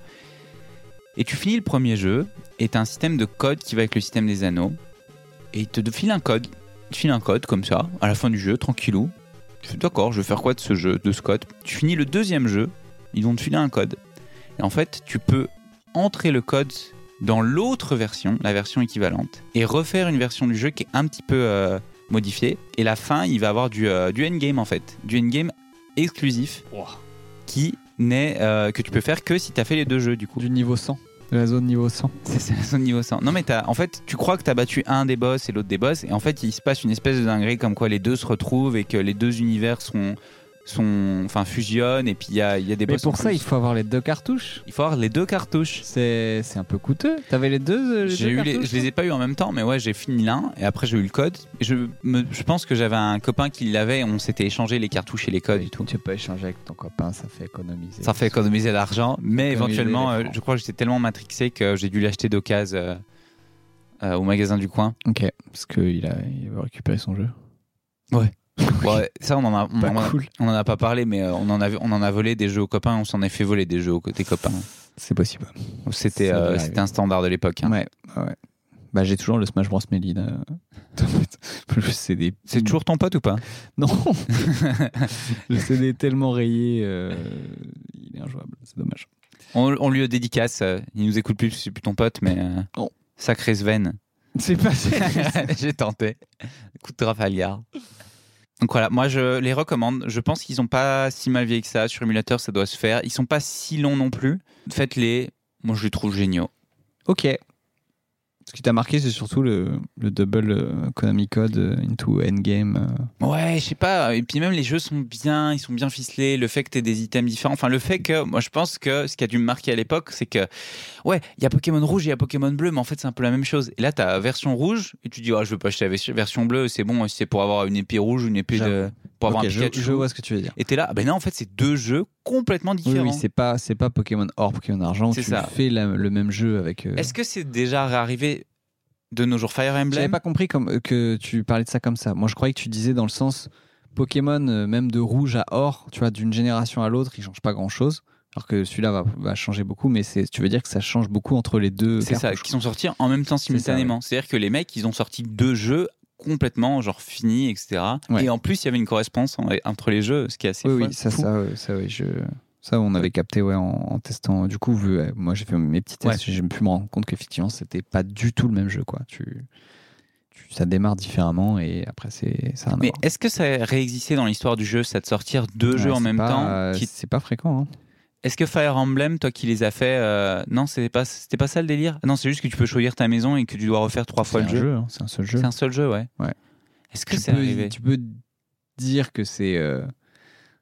Speaker 1: Et tu finis le premier jeu, et t'as un système de code qui va avec le système des anneaux. Et il te file un code. Il te file un code comme ça, à la fin du jeu, tranquillou. Tu fais, D'accord, je vais faire quoi de ce jeu, de ce code Tu finis le deuxième jeu, ils vont te filer un code. Et en fait, tu peux entrer le code dans l'autre version, la version équivalente, et refaire une version du jeu qui est un petit peu euh, modifiée. Et la fin, il va avoir du, euh, du endgame en fait, du endgame exclusif qui n'est euh, que tu peux faire que si tu as fait les deux jeux du coup.
Speaker 2: Du niveau 100. De la zone niveau 100.
Speaker 1: C'est ça, la zone niveau 100. Non, mais t'as- en fait, tu crois que t'as battu un des boss et l'autre des boss, et en fait, il se passe une espèce de dinguerie comme quoi les deux se retrouvent et que les deux univers sont, sont, enfin, fusionnent, et puis il y a, il y a des
Speaker 2: Mais
Speaker 1: boss. en
Speaker 2: pour ça,
Speaker 1: plus.
Speaker 2: il faut avoir les deux cartouches.
Speaker 1: Il faut avoir les deux cartouches.
Speaker 2: C'est c'est un peu coûteux. T'avais les deux, euh, les
Speaker 1: J'ai
Speaker 2: deux
Speaker 1: eu les-
Speaker 2: cartouches,
Speaker 1: je les ai pas eu en même temps, mais ouais, j'ai fini l'un et après j'ai eu le code. Et je, me- je pense que j'avais un copain qui l'avait, et on s'était échangé les cartouches et les codes et tout.
Speaker 2: Tu peux échanger avec ton copain, ça fait économiser.
Speaker 1: Ça fait économiser de l'argent, mais
Speaker 2: Économiser
Speaker 1: éventuellement,
Speaker 2: les
Speaker 1: euh,
Speaker 2: francs.
Speaker 1: je crois que j'étais tellement matrixé que j'ai dû l'acheter d'occasion euh, euh, au magasin du coin.
Speaker 2: Ok, parce qu'il a, il veut récupérer son jeu.
Speaker 1: Ouais, ça, on en a, on,
Speaker 2: Pas
Speaker 1: en a-
Speaker 2: cool.
Speaker 1: on en a pas parlé, mais euh, on en a, on en a volé des jeux aux copains, on s'en est fait voler des jeux aux côtés copains.
Speaker 2: C'est possible.
Speaker 1: C'était
Speaker 2: Ça doit
Speaker 1: euh,
Speaker 2: arriver.
Speaker 1: c'était un standard de l'époque. hein.
Speaker 2: Ouais, ouais. Bah, j'ai toujours le Smash Bros. Melee. euh, là. Je sais des.
Speaker 1: C'est toujours ton pote ou pas
Speaker 2: Non Le CD est tellement rayé, euh, il est injouable, c'est dommage.
Speaker 1: on, on lui dédicace, euh, il nous écoute plus, c'est plus ton pote, mais. euh,
Speaker 2: Non.
Speaker 1: Sacré Sven.
Speaker 2: C'est passé
Speaker 1: J'ai tenté. Coup de Trafalgar. Donc voilà, moi je les recommande. Je pense qu'ils ont pas si mal vieilli que ça. Sur émulateur, ça doit se faire. Ils sont pas si longs non plus. Faites-les. Moi je les trouve géniaux.
Speaker 2: Ok. Ce qui t'a marqué, c'est surtout le, le double euh, Konami Code euh, into Endgame. euh.
Speaker 1: Ouais, je sais pas. Et puis même les jeux sont bien, ils sont bien ficelés. Le fait que t'aies des items différents. Enfin, le fait que, moi je pense que ce qui a dû me marquer à l'époque, c'est que, ouais, il y a Pokémon rouge et il y a Pokémon bleu, mais en fait c'est un peu la même chose. Et là, t'as version rouge et tu dis, ah je veux pas acheter la vers- version bleue, c'est bon, si c'est pour avoir une épée rouge, une épée de.
Speaker 2: J'avoue.
Speaker 1: Pour avoir
Speaker 2: Ok,
Speaker 1: un
Speaker 2: je,
Speaker 1: Pikachu.
Speaker 2: je vois ce que tu veux dire.
Speaker 1: Et t'es là, ah ben non, en fait, c'est deux jeux complètement
Speaker 2: Oui,
Speaker 1: différents.
Speaker 2: oui, c'est pas, c'est pas Pokémon Or, Pokémon Argent, où
Speaker 1: C'est
Speaker 2: tu
Speaker 1: ça.
Speaker 2: fais la- le même jeu avec. euh,
Speaker 1: Est-ce que c'est déjà arrivé de nos jours Fire
Speaker 2: J'avais
Speaker 1: Emblem
Speaker 2: pas compris comme, euh, que tu parlais de ça comme ça. Moi, je croyais que tu disais dans le sens Pokémon, euh, même de rouge à or, tu vois, d'une génération à l'autre, il change pas grand chose. Alors que celui-là va, va changer beaucoup, mais c'est, tu veux dire que ça change beaucoup entre les deux.
Speaker 1: C'est ça,
Speaker 2: cartouches.
Speaker 1: qui sont sortis en même temps simultanément. C'est-à-dire que les mecs, ils ont sorti deux jeux complètement genre finis, etc.
Speaker 2: Ouais.
Speaker 1: Et en plus, il y avait une correspondance en- entre les jeux, ce qui est assez
Speaker 2: Oui,
Speaker 1: fou.
Speaker 2: oui, ça,
Speaker 1: fou.
Speaker 2: ça, euh, ça, oui, je. Ça, on avait capté ouais, en, en testant. Du coup, vu, euh, moi, j'ai fait mes petits tests. J'ai pu me rendre compte qu'effectivement, c'était pas du tout le même jeu. Quoi. Tu, tu- ça démarre différemment et après, c'est, ça a rien à
Speaker 1: Mais
Speaker 2: voir.
Speaker 1: est-ce que ça a réexisté dans l'histoire du jeu, ça de sortir deux
Speaker 2: Ouais,
Speaker 1: jeux en
Speaker 2: c'est
Speaker 1: même
Speaker 2: pas,
Speaker 1: temps
Speaker 2: euh,
Speaker 1: qui-
Speaker 2: C'est pas fréquent. hein.
Speaker 1: Est-ce que Fire Emblem, toi qui les as fait, euh, non, c'était pas, c'était pas ça le délire Non, c'est juste que tu peux choisir ta maison et que tu dois refaire trois fois
Speaker 2: C'est
Speaker 1: le
Speaker 2: un
Speaker 1: jeu.
Speaker 2: jeu, hein, c'est un seul jeu.
Speaker 1: C'est un seul jeu, ouais.
Speaker 2: Ouais.
Speaker 1: Est-ce que
Speaker 2: tu,
Speaker 1: c'est
Speaker 2: peux,
Speaker 1: arrivé
Speaker 2: tu peux dire que c'est euh,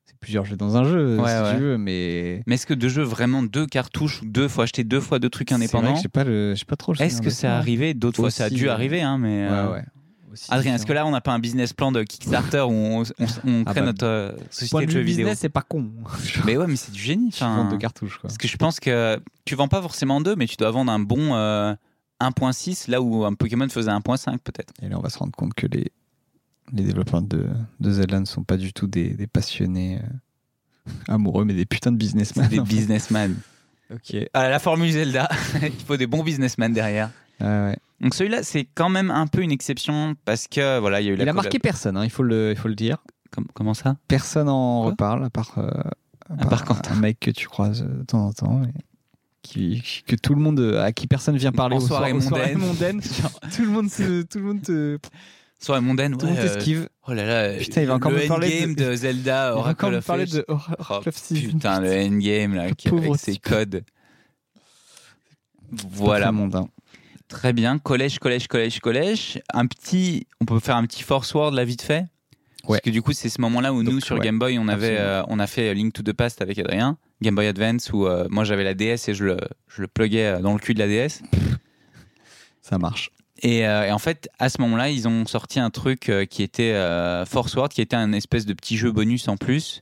Speaker 2: c'est plusieurs jeux dans un jeu,
Speaker 1: Ouais,
Speaker 2: si
Speaker 1: ouais.
Speaker 2: tu veux, mais.
Speaker 1: Mais est-ce que deux jeux, vraiment deux cartouches, ou deux fois acheter deux fois deux trucs
Speaker 2: C'est vrai que
Speaker 1: indépendants
Speaker 2: J'ai pas, le- j'ai pas trop le
Speaker 1: Est-ce
Speaker 2: souvenir
Speaker 1: que
Speaker 2: de
Speaker 1: c'est
Speaker 2: ça.
Speaker 1: arrivé D'autres fois, ça a
Speaker 2: Aussi,
Speaker 1: dû
Speaker 2: ouais.
Speaker 1: arriver, hein, mais. euh,
Speaker 2: Ouais, ouais. Aussi
Speaker 1: Adrien, est-ce que
Speaker 2: différent.
Speaker 1: là, on n'a pas un business plan de Kickstarter où on, on- on
Speaker 2: Ah
Speaker 1: crée
Speaker 2: bah,
Speaker 1: notre euh,
Speaker 2: Point
Speaker 1: société de
Speaker 2: de vue
Speaker 1: jeux vidéo
Speaker 2: business, c'est pas con.
Speaker 1: Mais ouais, mais c'est du génie.
Speaker 2: Je
Speaker 1: enfin.
Speaker 2: vends de cartouches, quoi.
Speaker 1: Parce que je pense que tu vends pas forcément deux, mais tu dois vendre un bon euh, 1.6, là où un Pokémon faisait 1.5 peut-être.
Speaker 2: Et là, on va se rendre compte que les, les développeurs de, de Zelda ne sont pas du tout des, des passionnés euh, amoureux, mais des putains de businessmen.
Speaker 1: Des businessmen.
Speaker 2: Ok.
Speaker 1: Ah, la formule Zelda, il faut des bons businessmen derrière.
Speaker 2: Ah ouais.
Speaker 1: Donc celui-là, c'est quand même un peu une exception parce que voilà, il y a eu la
Speaker 2: Il a
Speaker 1: collab-
Speaker 2: marqué personne, hein, il, faut le, il faut le dire.
Speaker 1: Com- comment ça
Speaker 2: Personne en
Speaker 1: Quoi
Speaker 2: reparle, à part, euh,
Speaker 1: À part Quentin.
Speaker 2: un mec que tu croises euh, de temps en temps. et qui- que tout le monde, euh, à qui personne vient parler
Speaker 1: En
Speaker 2: aux soir-
Speaker 1: soirée
Speaker 2: aux soirées
Speaker 1: mondaine. Genre,
Speaker 2: mondaines. tout le monde, se- tout le monde, te,
Speaker 1: Soirée mondaine,
Speaker 2: tout le
Speaker 1: ouais,
Speaker 2: monde
Speaker 1: euh,
Speaker 2: t'esquive.
Speaker 1: Oh là là,
Speaker 2: Putain, il va encore
Speaker 1: le
Speaker 2: me parler
Speaker 1: endgame
Speaker 2: de-
Speaker 1: de, Zelda,
Speaker 2: On va
Speaker 1: Oracle
Speaker 2: encore me
Speaker 1: of
Speaker 2: parler
Speaker 1: Age.
Speaker 2: de Horror
Speaker 1: Oh,
Speaker 2: Club Season.
Speaker 1: putain, le endgame là,
Speaker 2: Le
Speaker 1: qui- avec
Speaker 2: pauvre
Speaker 1: ses
Speaker 2: type.
Speaker 1: codes.
Speaker 2: Pas
Speaker 1: Voilà,
Speaker 2: très mondain.
Speaker 1: Très bien, collège, collège, collège, collège. Un petit, on peut faire un petit force word là vite fait. Parce
Speaker 2: Ouais.
Speaker 1: que du coup, c'est ce moment-là où nous
Speaker 2: Donc,
Speaker 1: sur
Speaker 2: ouais,
Speaker 1: Game Boy, on avait,
Speaker 2: absolument.
Speaker 1: euh, on a fait Link to the Past avec Adrien, Game Boy Advance où euh, moi j'avais la DS et je le, je le pluguais euh, dans le cul de la DS.
Speaker 2: Ça marche.
Speaker 1: Et, euh, et en fait, à ce moment-là, ils ont sorti un truc euh, qui était euh, Force Word, qui était un espèce de petit jeu bonus en plus,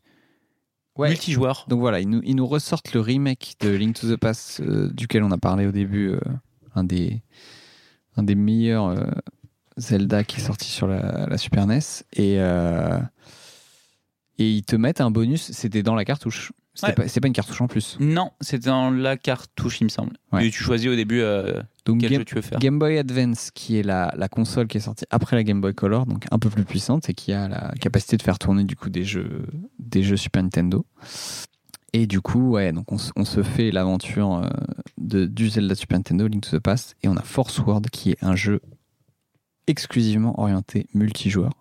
Speaker 1: multijoueur.
Speaker 2: Donc voilà, ils nous, ils nous ressortent le remake de Link to the Past, euh, duquel on a parlé au début, euh, un, des, un des meilleurs euh, Zelda qui est sorti sur la, la Super NES. Et, euh, et ils te mettent un bonus, c'était dans la cartouche. C'était
Speaker 1: Ouais.
Speaker 2: pas- C'est pas, une cartouche en plus.
Speaker 1: Non, c'était dans la cartouche, il me semble.
Speaker 2: Ouais.
Speaker 1: Et tu choisis au début euh,
Speaker 2: Donc
Speaker 1: quel
Speaker 2: Game,
Speaker 1: jeu tu veux faire.
Speaker 2: Game Boy Advance, qui est la, la console qui est sortie après la Game Boy Color, donc un peu plus puissante et qui a la capacité de faire tourner du coup des jeux, des jeux Super Nintendo. Et du coup, ouais, donc on, se- on se fait l'aventure euh, de- du Zelda Super Nintendo, Link to the Past, et on a Force World qui est un jeu exclusivement orienté multijoueur.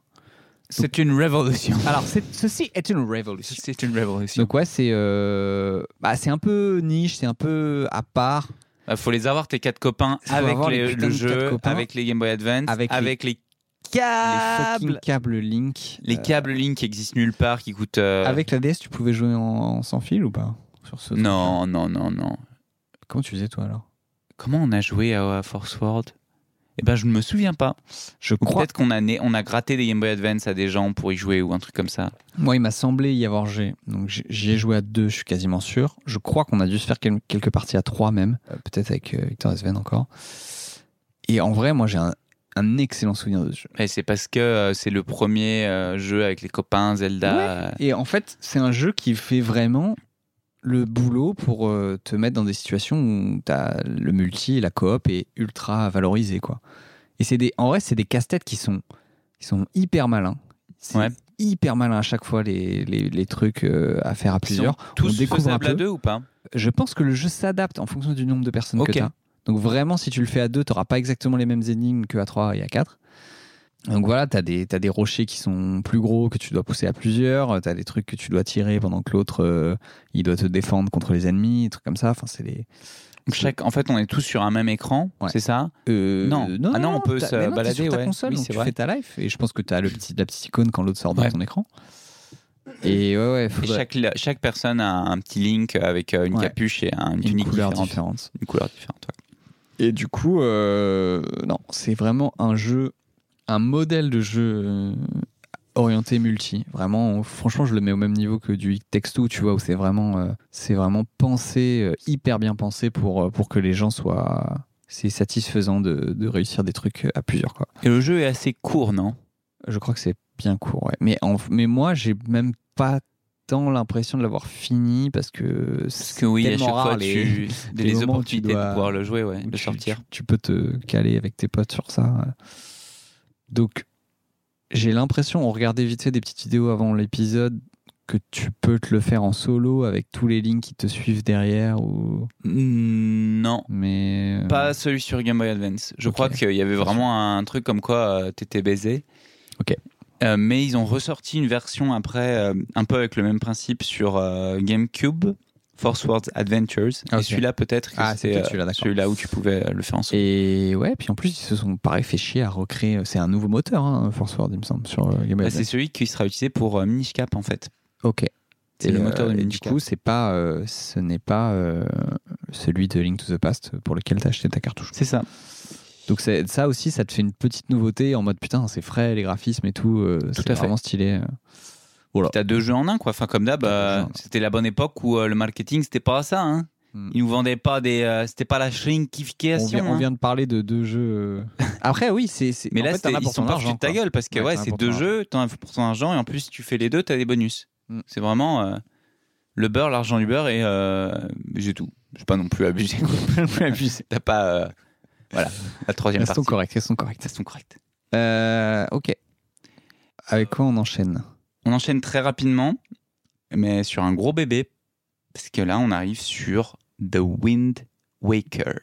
Speaker 1: C'est une révolution.
Speaker 2: Alors, ceci est une révolution.
Speaker 1: C'est une révolution.
Speaker 2: Donc ouais, c'est euh, bah, c'est un peu niche, c'est un peu à part.
Speaker 1: Bah, faut les avoir, tes quatre copains,
Speaker 2: Faut
Speaker 1: avec
Speaker 2: avoir
Speaker 1: les-
Speaker 2: les putains
Speaker 1: le
Speaker 2: de quatre
Speaker 1: jeu,
Speaker 2: copains.
Speaker 1: avec les Game Boy Advance, avec,
Speaker 2: Avec les-
Speaker 1: les,
Speaker 2: Les fucking
Speaker 1: câbles.
Speaker 2: câbles Link.
Speaker 1: Les,
Speaker 2: euh,
Speaker 1: câbles Link qui existent nulle part, qui coûtent. euh,
Speaker 2: Avec la DS, tu pouvais jouer en, en sans fil ou pas sur ce truc-là
Speaker 1: Non, non, non, non.
Speaker 2: Comment tu faisais toi alors
Speaker 1: Comment on a joué à, à Force World Eh ben, je ne me souviens pas.
Speaker 2: Je
Speaker 1: Ou
Speaker 2: crois.
Speaker 1: Peut-être qu'on a, né- on a gratté des Game Boy Advance à des gens pour y jouer ou un truc comme ça.
Speaker 2: Moi, il m'a semblé y avoir joué. Donc j- j'y ai joué à deux, je suis quasiment sûr. Je crois qu'on a dû se faire quel- quelques parties à trois même. Euh, Peut-être avec euh, Victor Sven encore. Et en vrai, moi, j'ai un, un excellent souvenir de ce jeu.
Speaker 1: Et c'est parce que euh, c'est le premier euh, jeu avec les copains, Zelda.
Speaker 2: Et en fait, c'est un jeu qui fait vraiment le boulot pour euh, te mettre dans des situations où t'as le multi et la coop est ultra valorisé quoi. Et c'est des en vrai, c'est des casse-têtes qui sont qui sont hyper malins. C'est
Speaker 1: Ouais.
Speaker 2: hyper malin à chaque fois les, les, les trucs euh, à faire à
Speaker 1: Ils sont
Speaker 2: plusieurs.
Speaker 1: Tous
Speaker 2: On découvre un
Speaker 1: faisables à
Speaker 2: peu.
Speaker 1: deux ou pas
Speaker 2: Je pense que le jeu s'adapte en fonction du nombre de personnes
Speaker 1: Ok.
Speaker 2: que tu as. Donc vraiment, si tu le fais à deux, tu n'auras pas exactement les mêmes énigmes qu'à trois et à quatre. Donc voilà, tu as, des rochers qui sont plus gros que tu dois pousser à plusieurs, tu as des trucs que tu dois tirer pendant que l'autre, euh, il doit te défendre contre les ennemis, des trucs comme ça. Enfin, c'est des...
Speaker 1: Donc chaque, en fait, on est tous sur un même écran,
Speaker 2: Ouais.
Speaker 1: c'est ça
Speaker 2: Euh,
Speaker 1: Non. Ah non, on peut
Speaker 2: t'as-
Speaker 1: se
Speaker 2: mais non, t'es
Speaker 1: balader,
Speaker 2: sur ta
Speaker 1: ouais.
Speaker 2: console,
Speaker 1: Oui,
Speaker 2: donc
Speaker 1: c'est
Speaker 2: tu
Speaker 1: vrai.
Speaker 2: fais ta life. Et je pense que tu as le petit, la petite icône quand l'autre sort de
Speaker 1: Ouais.
Speaker 2: ton écran. Et ouais, ouais,
Speaker 1: Et
Speaker 2: faudrait
Speaker 1: chaque, chaque personne a un petit link avec euh, une
Speaker 2: Ouais.
Speaker 1: capuche et un- une
Speaker 2: une
Speaker 1: tunique
Speaker 2: couleur
Speaker 1: différente.
Speaker 2: différente.
Speaker 1: Une couleur différente. ouais.
Speaker 2: Et du coup, euh, non, c'est vraiment un jeu, un modèle de jeu euh, orienté multi. Vraiment, franchement, je le mets au même niveau que du texto, tu vois, où c'est vraiment, euh, c'est vraiment pensé, euh, hyper bien pensé pour, euh, pour que les gens soient. C'est satisfaisant de, de réussir des trucs euh, à plusieurs, quoi.
Speaker 1: Et le jeu est assez court, non
Speaker 2: Je crois que c'est bien court, ouais. Mais, en, mais moi, j'ai même pas tant l'impression de l'avoir fini parce que
Speaker 1: Parce que oui, à
Speaker 2: tellement
Speaker 1: chaque
Speaker 2: rare,
Speaker 1: fois,
Speaker 2: les-
Speaker 1: tu, des,
Speaker 2: les moments où tu
Speaker 1: opportunités de
Speaker 2: dois-
Speaker 1: pouvoir le jouer, ouais,
Speaker 2: où
Speaker 1: de
Speaker 2: tu-
Speaker 1: sortir.
Speaker 2: Tu, tu peux te caler avec tes potes sur ça. Donc, j'ai l'impression, on regardait vite fait des petites vidéos avant l'épisode, que tu peux te le faire en solo avec tous les lignes qui te suivent derrière. Ou...
Speaker 1: Mm, Non.
Speaker 2: Mais. euh,
Speaker 1: Pas celui sur Game Boy Advance. Je
Speaker 2: Ok.
Speaker 1: crois qu'il y avait vraiment un truc comme quoi euh, t'étais baisé.
Speaker 2: Ok.
Speaker 1: Euh, mais ils ont ressorti une version après, euh, un peu avec le même principe sur euh, GameCube. Force Wars Adventures.
Speaker 2: Ok.
Speaker 1: Et celui-là, peut-être, que
Speaker 2: Ah, c'est
Speaker 1: c'était
Speaker 2: peut-être celui-là,
Speaker 1: euh,
Speaker 2: d'accord.
Speaker 1: celui-là où tu pouvais euh, le faire en solo.
Speaker 2: Et ouais, puis en plus, ils se sont pareil fait chier à recréer. C'est un nouveau moteur, hein, Force Word, il me semble, sur euh, Game Boy
Speaker 1: Bah, c'est
Speaker 2: Advance.
Speaker 1: celui qui sera utilisé pour euh, Minish Cap, en fait.
Speaker 2: Ok.
Speaker 1: C'est
Speaker 2: Et,
Speaker 1: le
Speaker 2: euh,
Speaker 1: moteur de
Speaker 2: et
Speaker 1: Minish
Speaker 2: Du
Speaker 1: Cap.
Speaker 2: coup, c'est pas, euh, ce n'est pas euh, celui de Link to the Past pour lequel t'as acheté ta cartouche.
Speaker 1: C'est ça.
Speaker 2: Donc c'est- ça aussi, ça te fait une petite nouveauté en mode putain, c'est frais les graphismes et tout. euh, c'est
Speaker 1: à fait.
Speaker 2: vraiment stylé. euh.
Speaker 1: T'as deux jeux en un, quoi. Enfin, comme d'hab,
Speaker 2: T'as deux
Speaker 1: euh,
Speaker 2: jeux en un.
Speaker 1: c'était la bonne époque où euh, le marketing, c'était pas ça. Hein.
Speaker 2: Hmm.
Speaker 1: Ils nous vendaient pas des. euh, c'était pas la
Speaker 2: On,
Speaker 1: shrinkification.
Speaker 2: vient, on
Speaker 1: hein.
Speaker 2: vient de parler de deux jeux. euh. Après, oui, c'est. c'est-
Speaker 1: Mais
Speaker 2: en
Speaker 1: là,
Speaker 2: fait,
Speaker 1: c'était-
Speaker 2: t'en as
Speaker 1: ils
Speaker 2: pour
Speaker 1: sont
Speaker 2: ton
Speaker 1: partis
Speaker 2: argent,
Speaker 1: de ta
Speaker 2: quoi.
Speaker 1: gueule parce que
Speaker 2: Ouais,
Speaker 1: ouais,
Speaker 2: t'en as
Speaker 1: c'est
Speaker 2: pour
Speaker 1: deux
Speaker 2: ton
Speaker 1: jeux, t'en as pour ton argent et en plus, tu fais les deux, t'as des bonus.
Speaker 2: Mm.
Speaker 1: C'est vraiment euh, le beurre, l'argent du beurre et euh, j'ai tout. Je suis pas non plus abusé. quoi.
Speaker 2: Abusé.
Speaker 1: T'as pas. euh, voilà, la troisième
Speaker 2: Restons
Speaker 1: partie.
Speaker 2: corrects, restons corrects.
Speaker 1: Restons corrects.
Speaker 2: Euh, ok. Avec quoi on enchaîne
Speaker 1: On enchaîne très rapidement, mais sur un gros bébé. Parce que là, on arrive sur The Wind Waker.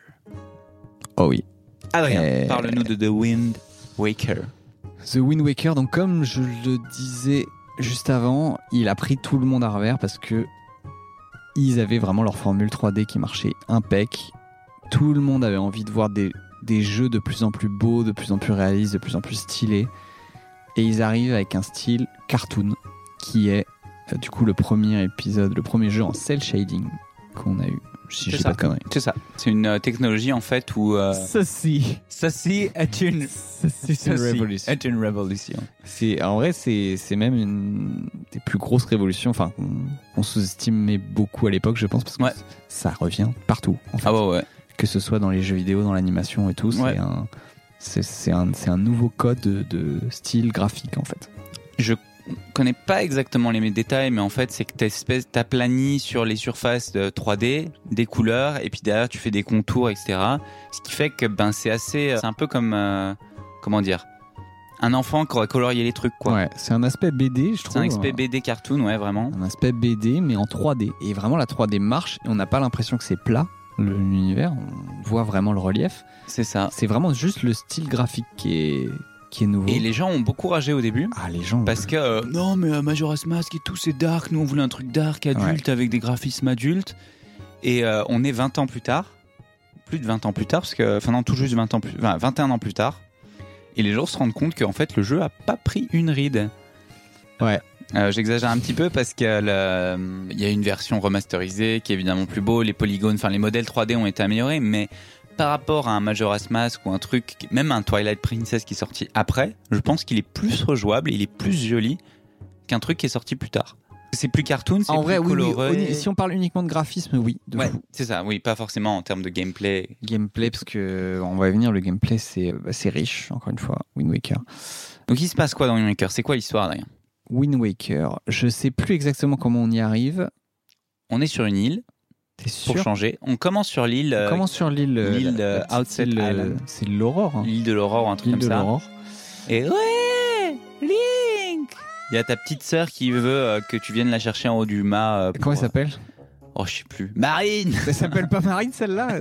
Speaker 2: Oh oui.
Speaker 1: Adrien,
Speaker 2: Euh,
Speaker 1: parle-nous de The Wind Waker.
Speaker 2: The Wind Waker, donc comme je le disais juste avant, il a pris tout le monde à revers parce que ils avaient vraiment leur formule 3D qui marchait impec. Tout le monde avait envie de voir des, des jeux de plus en plus beaux, de plus en plus réalistes, de plus en plus stylés. Et ils arrivent avec un style cartoon qui est euh, du coup le premier épisode, le premier jeu en cel shading qu'on a eu, si
Speaker 1: C'est
Speaker 2: je dis
Speaker 1: ça.
Speaker 2: pas de conneries.
Speaker 1: C'est ça. C'est une euh, technologie en fait où. euh,
Speaker 2: Ceci,
Speaker 1: Ceci est une.
Speaker 2: c'est une révolution.
Speaker 1: Est une révolution.
Speaker 2: C'est en vrai, c'est c'est même une des plus grosses révolutions. Enfin, qu'on qu'on sous-estimait beaucoup à l'époque, je pense, parce que
Speaker 1: Ouais.
Speaker 2: ça revient partout. en fait.
Speaker 1: Ah ouais, ouais.
Speaker 2: Que ce soit dans les jeux vidéo, dans l'animation et tout, c'est
Speaker 1: Ouais.
Speaker 2: un c'est- c'est un, c'est un nouveau code de, de style graphique en fait.
Speaker 1: Je connais pas exactement les détails, mais en fait, c'est que t'espèces- t'aplanis sur les surfaces de 3D des couleurs, et puis derrière, tu fais des contours, etc. Ce qui fait que ben, c'est assez. C'est un peu comme. euh, comment dire Un enfant qui aurait colorié les trucs, quoi.
Speaker 2: Ouais, c'est un aspect BD, je trouve. hein.
Speaker 1: c'est un XP BD cartoon, ouais, vraiment.
Speaker 2: un aspect BD mais en 3D. Et vraiment la 3D marche et on n'a pas l'impression que c'est plat le- l'univers, on voit vraiment le relief.
Speaker 1: C'est ça.
Speaker 2: C'est vraiment juste le style graphique qui est, qui est nouveau.
Speaker 1: Et les gens ont beaucoup ragé au début.
Speaker 2: Ah les gens
Speaker 1: Parce que euh, non, mais euh, Majora's Mask et tout, c'est dark. Nous, on voulait un truc dark, adulte, avec des graphismes adultes. Et euh, on est 20 ans plus tard, plus de 20 ans plus tard, parce que, enfin, non, tout juste 20 ans plus, enfin, 21 ans plus tard. Et les gens se rendent compte qu'en fait, le jeu a pas pris une ride.
Speaker 2: Ouais.
Speaker 1: Euh, J'exagère un petit peu parce que le- il y a une version remasterisée qui est évidemment plus beau. Les polygones, enfin, les modèles 3D ont été améliorés, mais par rapport à un Majora's Mask ou un truc, même un Twilight Princess qui est sorti après, je pense qu'il est plus rejouable, il est plus joli qu'un truc qui est sorti plus tard. C'est plus cartoon, c'est
Speaker 2: En
Speaker 1: plus
Speaker 2: vrai, oui, oui,
Speaker 1: coloré.
Speaker 2: au- si on parle uniquement de graphisme, oui. de
Speaker 1: Ouais,
Speaker 2: fou.
Speaker 1: c'est ça, oui, pas forcément en termes de gameplay.
Speaker 2: Gameplay, parce que on va y venir, le gameplay c'est bah, c'est riche, encore une fois, Wind Waker.
Speaker 1: Donc il se passe quoi dans Wind Waker C'est quoi l'histoire derrière
Speaker 2: Wind Waker, je sais plus exactement comment on y arrive.
Speaker 1: On est sur une île,
Speaker 2: T'es
Speaker 1: pour
Speaker 2: sûr
Speaker 1: changer. On commence sur l'île euh,
Speaker 2: Comment sur l'île euh,
Speaker 1: l'île,
Speaker 2: la- la
Speaker 1: euh,
Speaker 2: petite
Speaker 1: Outset
Speaker 2: île, euh,
Speaker 1: Island.
Speaker 2: C'est de l'aurore. hein.
Speaker 1: l'île de l'aurore ou un truc
Speaker 2: L'île
Speaker 1: comme
Speaker 2: de
Speaker 1: ça.
Speaker 2: l'aurore.
Speaker 1: Et ouais, Link Il y a ta petite sœur qui veut euh, que tu viennes la chercher en haut du mât. euh,
Speaker 2: Comment
Speaker 1: pour-
Speaker 2: elle s'appelle
Speaker 1: Oh, je sais plus. Marine
Speaker 2: Elle s'appelle pas Marine celle-là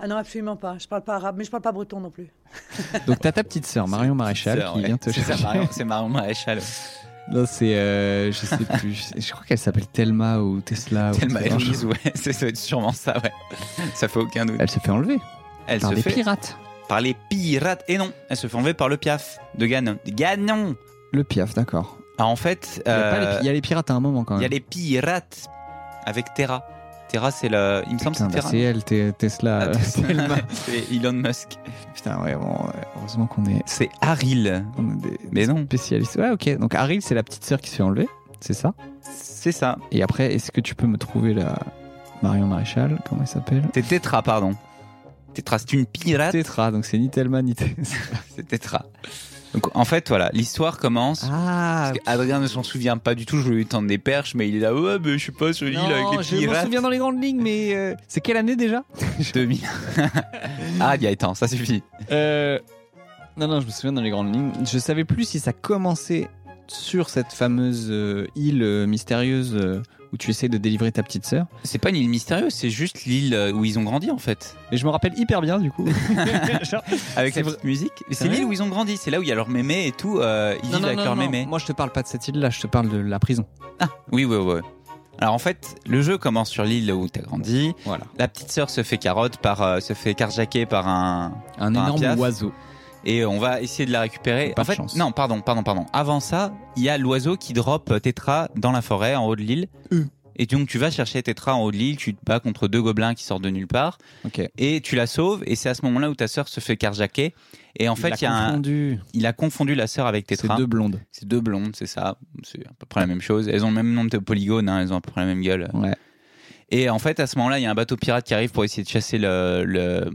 Speaker 9: Ah non, absolument pas. Je parle pas arabe, mais je parle pas breton non plus.
Speaker 2: Donc t'as ta petite sœur, Marion Maréchal,
Speaker 1: Sœur,
Speaker 2: qui
Speaker 1: ouais.
Speaker 2: vient te
Speaker 1: C'est ça,
Speaker 2: chercher.
Speaker 1: Marion- C'est Marion Maréchal.
Speaker 2: Non, c'est. euh, je sais plus. Je crois qu'elle s'appelle Thelma ou Tesla. ou-
Speaker 1: Thelma et Louise, ouais, c'est- ça doit être sûrement ça, ouais. Ça fait aucun doute.
Speaker 2: Elle se fait enlever
Speaker 1: Elle
Speaker 2: par
Speaker 1: se
Speaker 2: des
Speaker 1: fait
Speaker 2: pirates.
Speaker 1: par les pirates. Et non, elle se fait enlever par le piaf de Ganon. Ganon
Speaker 2: Le piaf, d'accord.
Speaker 1: Ah, en fait,
Speaker 2: Il y a
Speaker 1: euh,
Speaker 2: pas les pi- il y a les pirates hein. à un moment quand
Speaker 1: il
Speaker 2: même.
Speaker 1: y a les pirates avec Terra. Terra, c'est le. Il me semble que
Speaker 2: Putain,
Speaker 1: c'est
Speaker 2: bah,
Speaker 1: Terra.
Speaker 2: c'est elle, Te- Tesla.
Speaker 1: Ah,
Speaker 2: euh, Thelma.
Speaker 1: c'est Elon Musk.
Speaker 2: Putain, ouais, bon, ouais, heureusement qu'on est,
Speaker 1: C'est Haril.
Speaker 2: on est des
Speaker 1: Mais non,
Speaker 2: spécialistes. Ouais, ok. Donc, Ariel, c'est la petite sœur qui se fait enlever, c'est ça.
Speaker 1: c'est ça.
Speaker 2: Et après, est-ce que tu peux me trouver la Marion Maréchal Comment elle s'appelle
Speaker 1: C'est Tetra, pardon. Tetra, c'est une pirate.
Speaker 2: Tetra, donc c'est ni Thelma ni Tesla.
Speaker 1: C'est Tetra. Donc en fait, voilà, l'histoire commence.
Speaker 2: Ah
Speaker 1: Parce que Adrien ne s'en souvient pas du tout, je voulais lui tendre des perches, mais il est là, ouais, mais je suis pas sur l'île avec les
Speaker 2: je me
Speaker 1: pirates.
Speaker 2: souviens dans les grandes lignes, mais euh, c'est quelle année déjà
Speaker 1: 2000. ah, Gaëtan, ça suffit.
Speaker 2: Euh, Non, non, je me souviens dans les grandes lignes. Je savais plus si ça commençait sur cette fameuse euh, île euh, mystérieuse euh, où tu essayes de délivrer ta petite sœur.
Speaker 1: C'est pas une île mystérieuse, c'est juste l'île euh, où ils ont grandi en fait.
Speaker 2: Mais je me rappelle hyper bien du coup.
Speaker 1: Avec
Speaker 2: C'est
Speaker 1: la petite musique. Et C'est
Speaker 2: vrai
Speaker 1: l'île où ils ont grandi, c'est là où il y a leur mémé et tout. euh, ils vivent avec leur mémé.
Speaker 2: Moi je te parle pas de cette île là, je te parle de la prison.
Speaker 1: Ah, oui, oui, oui. Alors en fait, le jeu commence sur l'île où t'as grandi.
Speaker 2: Voilà.
Speaker 1: La petite sœur se fait carotte par, euh, se fait carjacker par un
Speaker 2: Un
Speaker 1: Par un
Speaker 2: énorme
Speaker 1: piaf.
Speaker 2: oiseau.
Speaker 1: et euh, on va essayer de la récupérer. en
Speaker 2: Pas de
Speaker 1: fait,
Speaker 2: chance.
Speaker 1: non, pardon, pardon, pardon. Avant ça, il y a l'oiseau qui drop euh, Tetra dans la forêt en haut de l'île.
Speaker 2: Euh.
Speaker 1: Et donc tu vas chercher Tetra en haut de l'île, tu te bats contre deux gobelins qui sortent de nulle part
Speaker 2: Ok.
Speaker 1: et tu la sauves et c'est à ce moment-là où ta sœur se fait carjacker et en fait il, y a un-
Speaker 2: confondu.
Speaker 1: il a confondu la sœur avec
Speaker 2: C'est
Speaker 1: Tetra.
Speaker 2: deux blondes.
Speaker 1: C'est deux blondes, c'est ça. C'est à peu près la même chose. Elles ont le même nombre de polygones, hein, elles ont à peu près la même gueule.
Speaker 2: Ouais.
Speaker 1: Et en fait, à ce moment-là, il y a un bateau pirate qui arrive pour essayer de chasser le- le-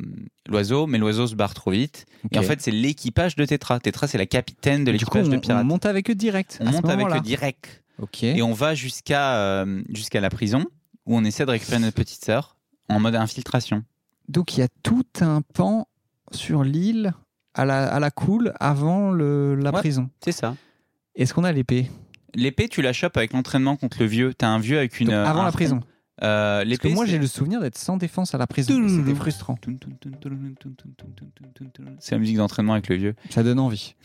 Speaker 1: l'oiseau, mais l'oiseau se barre trop vite. Et en fait, c'est l'équipage de Tetra. Tetra, c'est la capitaine de
Speaker 2: du coup,
Speaker 1: l'équipage
Speaker 2: on,
Speaker 1: de
Speaker 2: on
Speaker 1: pirates.
Speaker 2: monte avec eux direct.
Speaker 1: On
Speaker 2: à ce
Speaker 1: monte avec
Speaker 2: moment-là.
Speaker 1: le direct
Speaker 2: Ok.
Speaker 1: et on va jusqu'à euh, jusqu'à la prison où on essaie de récupérer notre petite sœur en mode infiltration.
Speaker 2: Donc il y a tout un pan sur l'île à la, à la cool avant le, la
Speaker 1: Ouais.
Speaker 2: prison.
Speaker 1: C'est ça.
Speaker 2: Est-ce qu'on a l'épée
Speaker 1: L'épée, tu la chopes avec l'entraînement contre le vieux. T'as un vieux avec une.
Speaker 2: Donc,
Speaker 1: euh,
Speaker 2: Avant
Speaker 1: un
Speaker 2: la
Speaker 1: front.
Speaker 2: prison.
Speaker 1: Euh,
Speaker 2: Parce que
Speaker 1: l'épée.
Speaker 2: moi
Speaker 1: c'est-
Speaker 2: j'ai le souvenir d'être sans défense à la prison. et C'était frustrant.
Speaker 1: C'est la musique d'entraînement avec le vieux.
Speaker 2: Ça donne envie.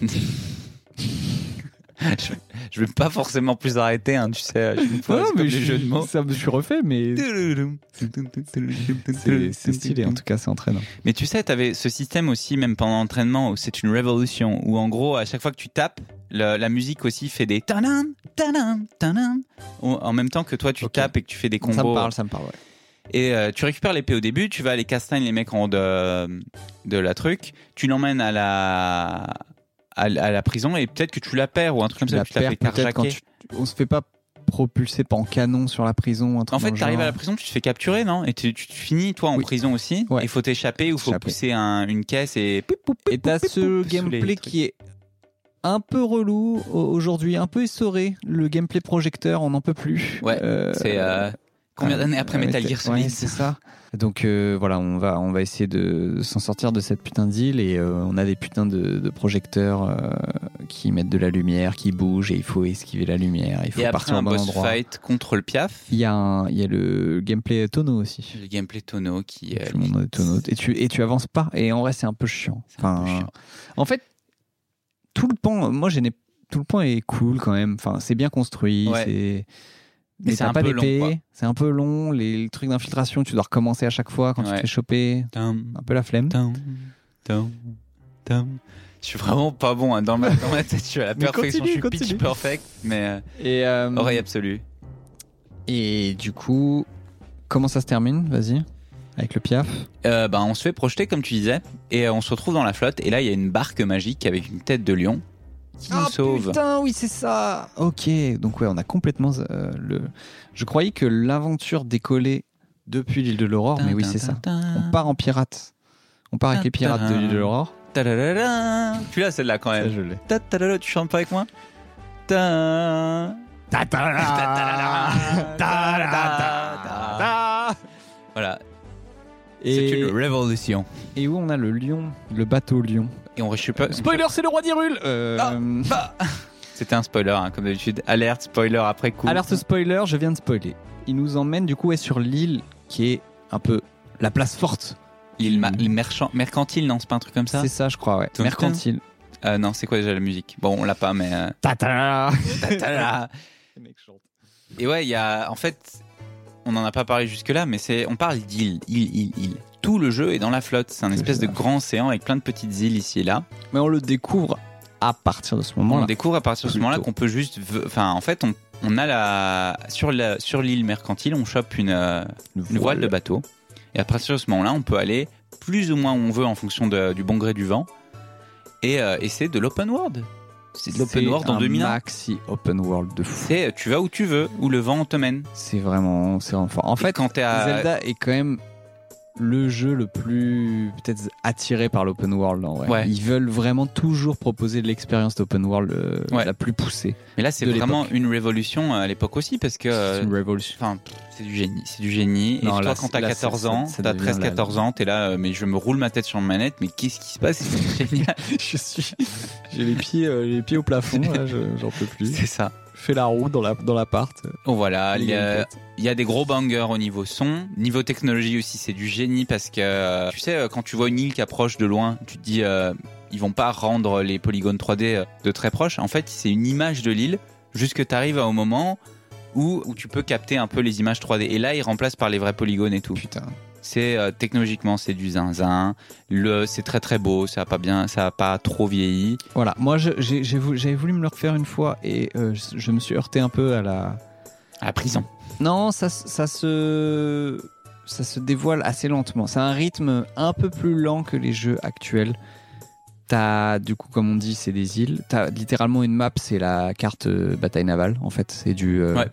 Speaker 1: je, je vais pas forcément plus arrêter, hein, tu sais. Je suis une fois, c'est comme les jeux de mots.
Speaker 2: Ça me suis refait, mais c'est c'est stylé hein. en tout cas, c'est entraînant.
Speaker 1: Mais tu sais, t'avais ce système aussi, même pendant l'entraînement, où c'est une révolution, où en gros, à chaque fois que tu tapes, le- la musique aussi fait des tanam, tanam, tanam, en- en même temps que toi tu
Speaker 2: Ok.
Speaker 1: tapes et que tu fais des combos.
Speaker 2: Ça me parle, ça me parle. ouais.
Speaker 1: Et euh, tu récupères l'épée au début, tu vas aller castagne les mecs en haut de, de la truc, tu l'emmènes à la, à, la- à la prison et peut-être que tu la perds ou un truc comme
Speaker 2: Tu
Speaker 1: ça,
Speaker 2: la
Speaker 1: tu t'as
Speaker 2: perds
Speaker 1: fait
Speaker 2: peut-être quand
Speaker 1: carjacker.
Speaker 2: tu- On se fait pas propulser par en canon sur la prison. un truc
Speaker 1: En fait,
Speaker 2: dans le
Speaker 1: t'arrives à
Speaker 2: genre.
Speaker 1: la prison, tu te fais capturer, non Et tu, tu- tu finis, toi, en
Speaker 2: Oui.
Speaker 1: prison aussi. Il
Speaker 2: Ouais.
Speaker 1: faut t'échapper ou faut
Speaker 2: Échapper.
Speaker 1: pousser un- une caisse et.
Speaker 2: Et t'as ce
Speaker 1: poup, sous les
Speaker 2: gameplay
Speaker 1: trucs.
Speaker 2: qui est un peu relou au- aujourd'hui, un peu essoré. Le gameplay projecteur, on n'en peut plus.
Speaker 1: Ouais,
Speaker 2: Euh,
Speaker 1: C'est euh, combien d'années après
Speaker 2: Ah, ouais,
Speaker 1: Metal
Speaker 2: t'es-
Speaker 1: Gear
Speaker 2: ouais,
Speaker 1: Solid
Speaker 2: c'est ça. Donc euh, voilà, on va, on va essayer de s'en sortir de cette putain d'île et euh, on a des putains de, de projecteurs euh, qui mettent de la lumière, qui bougent et il faut esquiver la lumière, il faut
Speaker 1: Et après
Speaker 2: partir au
Speaker 1: un
Speaker 2: bon
Speaker 1: boss
Speaker 2: endroit.
Speaker 1: fight contre le piaf,
Speaker 2: Il y, a un- il y a le gameplay tonneau aussi.
Speaker 1: le gameplay tonneau qui. euh,
Speaker 2: Tout le monde a des tonneaux. Et tu, et tu avances pas. Et en vrai, c'est un peu chiant.
Speaker 1: C'est un peu
Speaker 2: Enfin,
Speaker 1: chiant.
Speaker 2: En fait, tout le pan, moi, je n'ai- tout le pan est cool quand même. Enfin, c'est bien construit.
Speaker 1: Ouais.
Speaker 2: C'est mais
Speaker 1: c'est
Speaker 2: t'as
Speaker 1: un
Speaker 2: pas
Speaker 1: peu long, quoi.
Speaker 2: d'épée, c'est un peu long, les, le truc d'infiltration, tu dois recommencer à chaque fois quand tu
Speaker 1: Ouais.
Speaker 2: te fais choper,
Speaker 1: Tam,
Speaker 2: un peu la flemme.
Speaker 1: tam, tam, tam. Je suis vraiment pas bon hein. dans, ma, dans ma tête. Je suis à la
Speaker 2: Mais
Speaker 1: perfection.
Speaker 2: continue,
Speaker 1: je suis pitch
Speaker 2: continue.
Speaker 1: perfect, mais euh,
Speaker 2: Et, euh,
Speaker 1: oreille absolue.
Speaker 2: et du coup, comment ça se termine Vas-y, avec le piaf.
Speaker 1: Euh, bah, on se fait projeter comme tu disais et euh, on se retrouve dans la flotte et là il y a une barque magique avec une tête de lion qui nous
Speaker 2: Ah,
Speaker 1: sauve.
Speaker 2: putain, oui, c'est ça. Ok, donc ouais, on a complètement euh, le. Je croyais que l'aventure décollait depuis l'île de l'Aurore, mais oui, c'est ça. On part en pirate. On part avec les pirates de l'île de l'Aurore.
Speaker 1: Ta-da-da-da. Tu l'as celle-là quand
Speaker 2: Ça,
Speaker 1: même.
Speaker 2: je l'ai.
Speaker 1: Ta-ta-da-da, tu chantes pas avec moi Ta- Ta-ta-da-da. Ta-da-da-da. Voilà, c'est
Speaker 2: Et,
Speaker 1: une révolution.
Speaker 2: et où on a le lion, le bateau lion. Euh,
Speaker 1: Et on récupère.
Speaker 2: Spoiler, c'est le roi d'Irul
Speaker 1: Ah. C'était un spoiler, hein, comme d'habitude. Alerte, spoiler après coup.
Speaker 2: Alerte spoiler, je viens de spoiler. Il nous emmène du coup ouais, sur l'île qui est un peu la place forte.
Speaker 1: Il ma- il merchant- mercantile, non C'est pas un truc comme ça
Speaker 2: C'est ça, je crois, ouais.
Speaker 1: Tum-tum.
Speaker 2: Mercantile.
Speaker 1: Euh, Non, c'est quoi déjà la musique Bon, on l'a pas, mais. euh,
Speaker 2: Ta-ta.
Speaker 1: ta-ta-da. Et ouais, il y a. En fait, on n'en a pas parlé jusque-là, mais c'est. On parle d'île, île, île, île. Tout le jeu est dans la flotte. C'est un espèce de grand océan avec plein de petites îles ici et là.
Speaker 2: Mais on le découvre à partir de ce
Speaker 1: On
Speaker 2: moment-là.
Speaker 1: découvre à partir de ce
Speaker 2: Plutôt.
Speaker 1: moment-là qu'on peut juste. v- Enfin, en fait, on, on a la. Sur la- sur l'île mercantile, on chope une, euh, une voile de bateau. Et à partir de ce moment-là, on peut aller plus ou moins où on veut en fonction de- du bon gré du vent. Et, euh, et c'est de l'open world. C'est de l'open world en
Speaker 2: un
Speaker 1: 2001.
Speaker 2: maxi open world de fou.
Speaker 1: C'est euh, tu vas où tu veux, où le vent te mène.
Speaker 2: C'est vraiment, c'est vraiment fort. En
Speaker 1: En fait,
Speaker 2: fait,
Speaker 1: quand t'es à.
Speaker 2: Zelda est quand même le jeu le plus peut-être attiré par l'open world. En vrai.
Speaker 1: Ouais.
Speaker 2: Ils veulent vraiment toujours proposer de l'expérience d'open world euh,
Speaker 1: Ouais.
Speaker 2: la plus poussée.
Speaker 1: Mais là, c'est
Speaker 2: de
Speaker 1: vraiment
Speaker 2: l'époque.
Speaker 1: une révolution euh, à l'époque aussi, parce que. euh,
Speaker 2: C'est une révolution.
Speaker 1: Enfin, pff, c'est du génie, c'est du génie.
Speaker 2: Non,
Speaker 1: et toi,
Speaker 2: là,
Speaker 1: quand t'as
Speaker 2: là,
Speaker 1: 14
Speaker 2: ça-
Speaker 1: ans,
Speaker 2: ça
Speaker 1: t'as
Speaker 2: devient
Speaker 1: 13-14 ans, t'es là, euh, mais je me roule ma tête sur une manette, mais qu'est-ce qui se passe C'est génial.
Speaker 2: Je suis, j'ai les pieds, euh, les pieds au plafond. là, je- j'en peux plus.
Speaker 1: C'est ça.
Speaker 2: Je fais la roue dans la dans l'appart.
Speaker 1: Bon, voilà, il y, a,
Speaker 2: Gameplay.
Speaker 1: il y a des gros bangers au niveau son. Niveau technologie aussi, c'est du génie, parce que, euh, tu sais, euh, quand tu vois une île qui approche de loin, tu te dis, euh, ils vont pas rendre euh, les polygones 3D de très proche. En fait, c'est une image de l'île, jusque t'arrives au moment où, où tu peux capter un peu les images 3D. Et là, ils remplacent par les vrais polygones et tout.
Speaker 2: Putain.
Speaker 1: C'est euh, technologiquement c'est du zinzin. Le c'est très très beau. Ça a pas bien, ça a pas trop vieilli.
Speaker 2: Voilà, moi je- j'ai- j'ai vou- j'avais voulu me le refaire une fois et euh, je- je me suis heurté un peu à la.
Speaker 1: À la prison.
Speaker 2: Non, ça, s- ça se. Ça se dévoile assez lentement. C'est un rythme un peu plus lent que les jeux actuels. T'as, du coup, comme on dit, c'est des îles. T'as littéralement une map, c'est la carte euh, bataille navale, en fait. C'est du. euh,
Speaker 1: Ouais.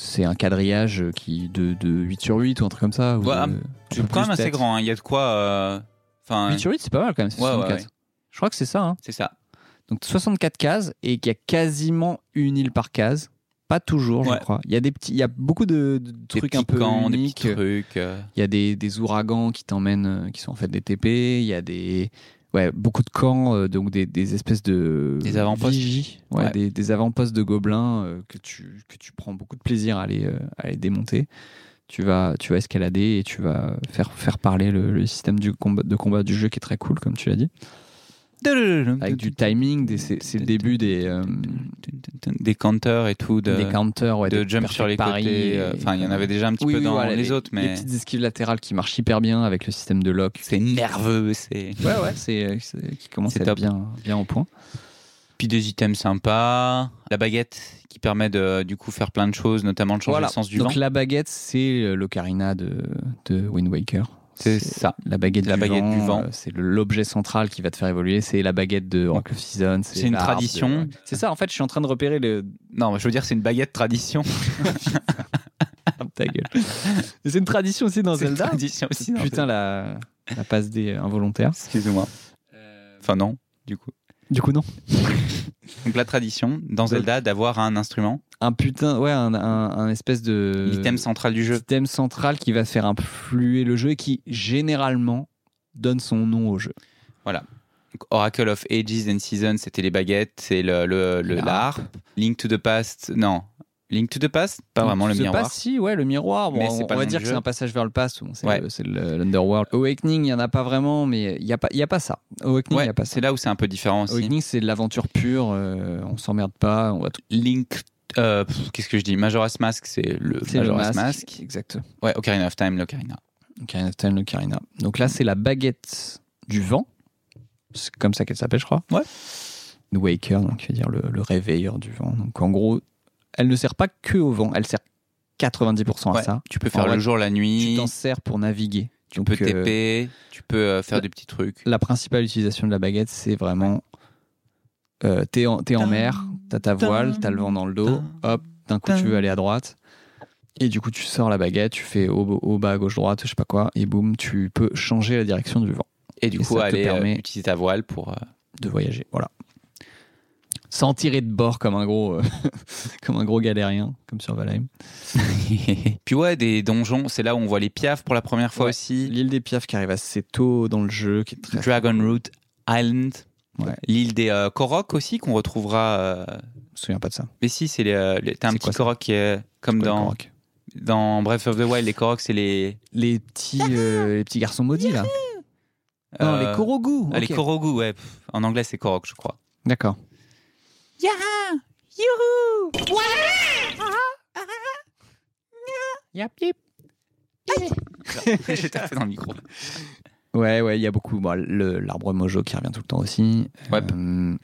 Speaker 2: C'est un quadrillage euh, qui de, de 8 sur 8 ou un truc comme ça. ou
Speaker 1: Ouais,
Speaker 2: de-
Speaker 1: un-
Speaker 2: un peu
Speaker 1: C'est quand même
Speaker 2: plus,
Speaker 1: assez
Speaker 2: peut-être.
Speaker 1: grand. hein. Il y a de quoi. euh, Enfin,
Speaker 2: 8 sur 8, c'est pas mal quand même, c'est
Speaker 1: Ouais, ouais,
Speaker 2: 64.
Speaker 1: ouais.
Speaker 2: Je crois que c'est ça. hein.
Speaker 1: c'est ça.
Speaker 2: Donc 64 cases et qu'il y a quasiment une île par case. Pas toujours,
Speaker 1: Ouais.
Speaker 2: je crois. Il y a des petits, il y a beaucoup de, de
Speaker 1: Des
Speaker 2: trucs
Speaker 1: petits
Speaker 2: un peu
Speaker 1: camps, des
Speaker 2: uniques.
Speaker 1: petits trucs. euh.
Speaker 2: Il y a des, des ouragans qui t'emmènent, euh, qui sont en fait des TP. Il y a des, ouais, beaucoup de camps, euh, donc des, des espèces de
Speaker 1: Des avant-postes.
Speaker 2: vigies. Ouais,
Speaker 1: Ouais.
Speaker 2: Des, des avant-postes de gobelins euh, que tu que tu prends beaucoup de plaisir à les euh, à les démonter. Tu vas tu vas escalader et tu vas faire faire parler le, le système du combat de combat du jeu qui est très cool comme tu l'as dit. Avec du timing, des- c'est c'est le début des euh,
Speaker 1: des counters et tout. De...
Speaker 2: des counters, ouais,
Speaker 1: de
Speaker 2: des
Speaker 1: jump
Speaker 2: perfect
Speaker 1: sur les
Speaker 2: paris
Speaker 1: côtés.
Speaker 2: et-
Speaker 1: euh, Enfin, il y en avait déjà un petit
Speaker 2: Oui,
Speaker 1: peu
Speaker 2: oui,
Speaker 1: dans
Speaker 2: voilà,
Speaker 1: les, autres, mais
Speaker 2: les petites esquives latérales qui marchent hyper bien avec le système de lock.
Speaker 1: c'est nerveux. C'est
Speaker 2: Ouais, ouais, c'est euh, c'est- qui commence
Speaker 1: C'est
Speaker 2: à être
Speaker 1: top.
Speaker 2: bien, bien au point.
Speaker 1: puis des items sympas, la baguette qui permet de du coup faire plein de choses, notamment de changer
Speaker 2: Voilà.
Speaker 1: le sens du
Speaker 2: Donc
Speaker 1: vent.
Speaker 2: la baguette, c'est euh, l'ocarina de, de Wind Waker.
Speaker 1: C'est ça.
Speaker 2: La baguette,
Speaker 1: La
Speaker 2: du,
Speaker 1: baguette
Speaker 2: vent,
Speaker 1: du vent.
Speaker 2: euh, C'est le- l'objet central qui va te faire évoluer. C'est la baguette de Rock of Season.
Speaker 1: C'est une
Speaker 2: la harpe de-
Speaker 1: tradition.
Speaker 2: C'est ça, en fait, je suis en train de repérer le.
Speaker 1: Non, mais je veux dire, c'est une baguette tradition.
Speaker 2: Ah, Ta gueule. c'est une tradition aussi dans
Speaker 1: C'est une
Speaker 2: Zelda.
Speaker 1: tradition aussi. non,
Speaker 2: Putain, la, la passe des involontaires.
Speaker 1: c'est- Excusez-moi. Enfin non, du coup.
Speaker 2: Du coup, non.
Speaker 1: Donc la tradition dans Zelda d'avoir un instrument,
Speaker 2: Un putain, ouais, un, un- un espèce de.
Speaker 1: l'item central du jeu.
Speaker 2: Système central qui va faire influer le jeu et qui généralement donne son nom au jeu.
Speaker 1: Donc, Oracle of Ages and Seasons, c'était les baguettes, c'est le, le, le-
Speaker 2: La
Speaker 1: la harpe. Link to the Past, non. Link to the Past, pas vraiment le
Speaker 2: Je sais
Speaker 1: miroir.
Speaker 2: Pas, si, ouais, le miroir. Bon,
Speaker 1: Mais c'est
Speaker 2: on,
Speaker 1: pas
Speaker 2: on
Speaker 1: le
Speaker 2: va
Speaker 1: nom
Speaker 2: dire
Speaker 1: du
Speaker 2: que
Speaker 1: jeu.
Speaker 2: c'est un passage vers le past. bon, c'est
Speaker 1: Ouais.
Speaker 2: le- c'est le- l'Underworld. Awakening, il n'y en a pas vraiment, mais il n'y a, pas- il y a pas ça. Awakening, il
Speaker 1: Ouais,
Speaker 2: n'y a pas ça.
Speaker 1: c'est là où c'est un peu différent aussi.
Speaker 2: Awakening, c'est de l'aventure pure. euh, on s'emmerde pas. On va tout.
Speaker 1: Link. euh, pff, Qu'est-ce que je dis Majora's Mask, c'est le
Speaker 2: C'est le
Speaker 1: Majora's
Speaker 2: masque.
Speaker 1: Mask.
Speaker 2: Exact.
Speaker 1: Ouais, Ocarina of Time, l'Ocarina.
Speaker 2: Ocarina of Time, l'Ocarina. Donc là, c'est la baguette du vent. C'est comme ça qu'elle s'appelle, je crois.
Speaker 1: Ouais.
Speaker 2: The Waker, donc, qui veut dire le, le réveilleur du vent. Donc en gros, elle ne sert pas que au vent. Elle sert 90% à
Speaker 1: Ouais,
Speaker 2: ça.
Speaker 1: Tu peux
Speaker 2: En
Speaker 1: faire
Speaker 2: vrai,
Speaker 1: le jour, la
Speaker 2: Tu
Speaker 1: nuit,
Speaker 2: t'en sers pour naviguer.
Speaker 1: tu peux TP, tu peux euh, faire
Speaker 2: la-
Speaker 1: des petits trucs.
Speaker 2: la principale utilisation de la baguette, c'est vraiment. euh, t'es en, t'es en
Speaker 1: Dun,
Speaker 2: mer, t'as ta
Speaker 1: dun,
Speaker 2: voile, t'as le vent dans le dos,
Speaker 1: dun,
Speaker 2: hop, d'un coup
Speaker 1: dun.
Speaker 2: tu veux aller à droite. Et du coup, tu sors la baguette, tu fais haut, haut, bas, gauche, droite, je sais pas quoi, et boum, tu peux changer la direction du vent,
Speaker 1: Et du
Speaker 2: et
Speaker 1: coup,
Speaker 2: ça te
Speaker 1: aller euh,
Speaker 2: permet-
Speaker 1: utiliser ta voile pour. euh,
Speaker 2: de voyager, voilà. Sans tirer de bord comme un gros, euh, comme un gros galérien, comme sur Valheim.
Speaker 1: Puis ouais, des donjons, c'est là où on voit les piafs pour la première fois
Speaker 2: Ouais.
Speaker 1: aussi.
Speaker 2: L'île des Piafs qui arrive assez tôt dans le jeu, qui est très.
Speaker 1: Dragon Root Island.
Speaker 2: Ouais.
Speaker 1: L'île des euh, Korok aussi, qu'on retrouvera. euh,
Speaker 2: Je me souviens pas de ça.
Speaker 1: Mais si, c'est les, euh, les- t'as un
Speaker 2: C'est
Speaker 1: petit
Speaker 2: quoi ça
Speaker 1: Korok qui est comme
Speaker 2: Quoi, le
Speaker 1: dans,
Speaker 2: Korok
Speaker 1: dans Breath of the Wild. Les Korok, c'est les.
Speaker 2: Les petits, euh, les petits garçons maudits là. Non,
Speaker 1: euh,
Speaker 2: les Korogu.
Speaker 1: ah, les
Speaker 2: ok.
Speaker 1: Korogu, ouais. pff, En anglais, c'est Korok, je crois.
Speaker 2: D'accord. Yap, yip.
Speaker 1: J'ai tapé dans le micro.
Speaker 2: Ouais, ouais, il y a beaucoup. Bon, le- L'arbre mojo qui revient tout le temps aussi.
Speaker 1: Ouais.
Speaker 2: Euh,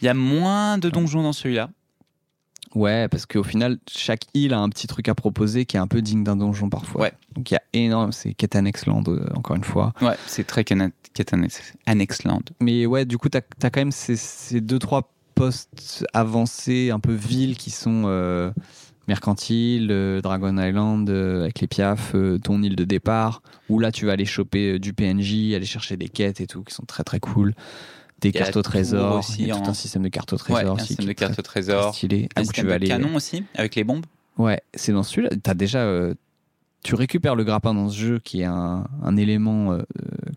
Speaker 1: Il y a moins de donjons dans celui-là.
Speaker 2: ouais, parce qu'au final, chaque île a un petit truc à proposer qui est un peu digne d'un donjon parfois.
Speaker 1: Ouais.
Speaker 2: Donc il y a énorme. C'est Catanex Land, euh, encore une fois.
Speaker 1: Ouais, c'est très Annexland.
Speaker 2: Mais ouais, du coup, t'as as quand même ces, ces deux, trois postes avancés, un peu villes qui sont euh, Mercantile, euh, Dragon Island, euh, avec les piafs, euh, ton île de départ, où là, tu vas aller choper euh, du PNJ, aller chercher des quêtes et tout, qui sont très très cool. Des
Speaker 1: y a la
Speaker 2: cartes au
Speaker 1: tour
Speaker 2: trésor,
Speaker 1: aussi
Speaker 2: il y a tout
Speaker 1: en-
Speaker 2: un système de cartes au
Speaker 1: Ouais,
Speaker 2: trésor
Speaker 1: un
Speaker 2: aussi
Speaker 1: système
Speaker 2: qui
Speaker 1: de
Speaker 2: est très,
Speaker 1: carte au
Speaker 2: très
Speaker 1: trésor.
Speaker 2: stylé. Ah,
Speaker 1: Un
Speaker 2: où tu
Speaker 1: système
Speaker 2: vas
Speaker 1: de
Speaker 2: aller.
Speaker 1: canon aussi, avec les bombes.
Speaker 2: Ouais, c'est dans celui-là. T'as déjà. euh, tu récupères le grappin dans ce jeu qui est un, un élément euh,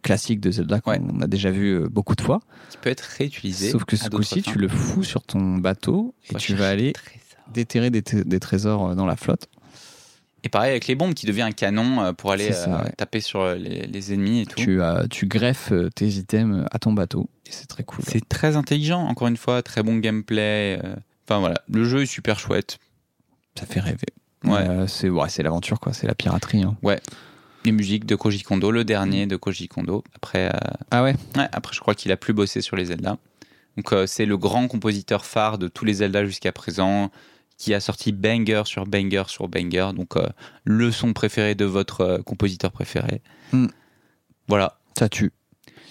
Speaker 2: classique de Zelda qu'on
Speaker 1: Ouais.
Speaker 2: a déjà vu euh, beaucoup de fois.
Speaker 1: qui peut être réutilisé.
Speaker 2: Sauf que ce coup-ci, tu le fous sur ton bateau et tu vas aller déterrer des, t- des trésors euh, dans la flotte.
Speaker 1: Et pareil avec les bombes qui devient un canon euh, pour aller
Speaker 2: C'est ça,
Speaker 1: euh,
Speaker 2: ouais.
Speaker 1: taper sur euh, les, les ennemis et tout.
Speaker 2: Tu, euh, tu greffes euh, tes items à ton bateau et c'est très cool.
Speaker 1: C'est très intelligent, encore une fois, très bon gameplay. euh. Enfin voilà, le jeu est super chouette.
Speaker 2: ça fait rêver.
Speaker 1: Ouais.
Speaker 2: Euh, c'est ouais, c'est l'aventure, quoi. C'est la piraterie. hein.
Speaker 1: Les musiques de Koji Kondo, le dernier de Koji Kondo. Après, euh,
Speaker 2: Ah ouais
Speaker 1: ouais, après je crois qu'il a plus bossé sur les Zelda. Donc euh, c'est le grand compositeur phare de tous les Zelda jusqu'à présent, qui a sorti banger sur banger sur banger. Donc euh, le son préféré de votre euh, compositeur préféré.
Speaker 2: Hmm.
Speaker 1: Voilà,
Speaker 2: Ça tue.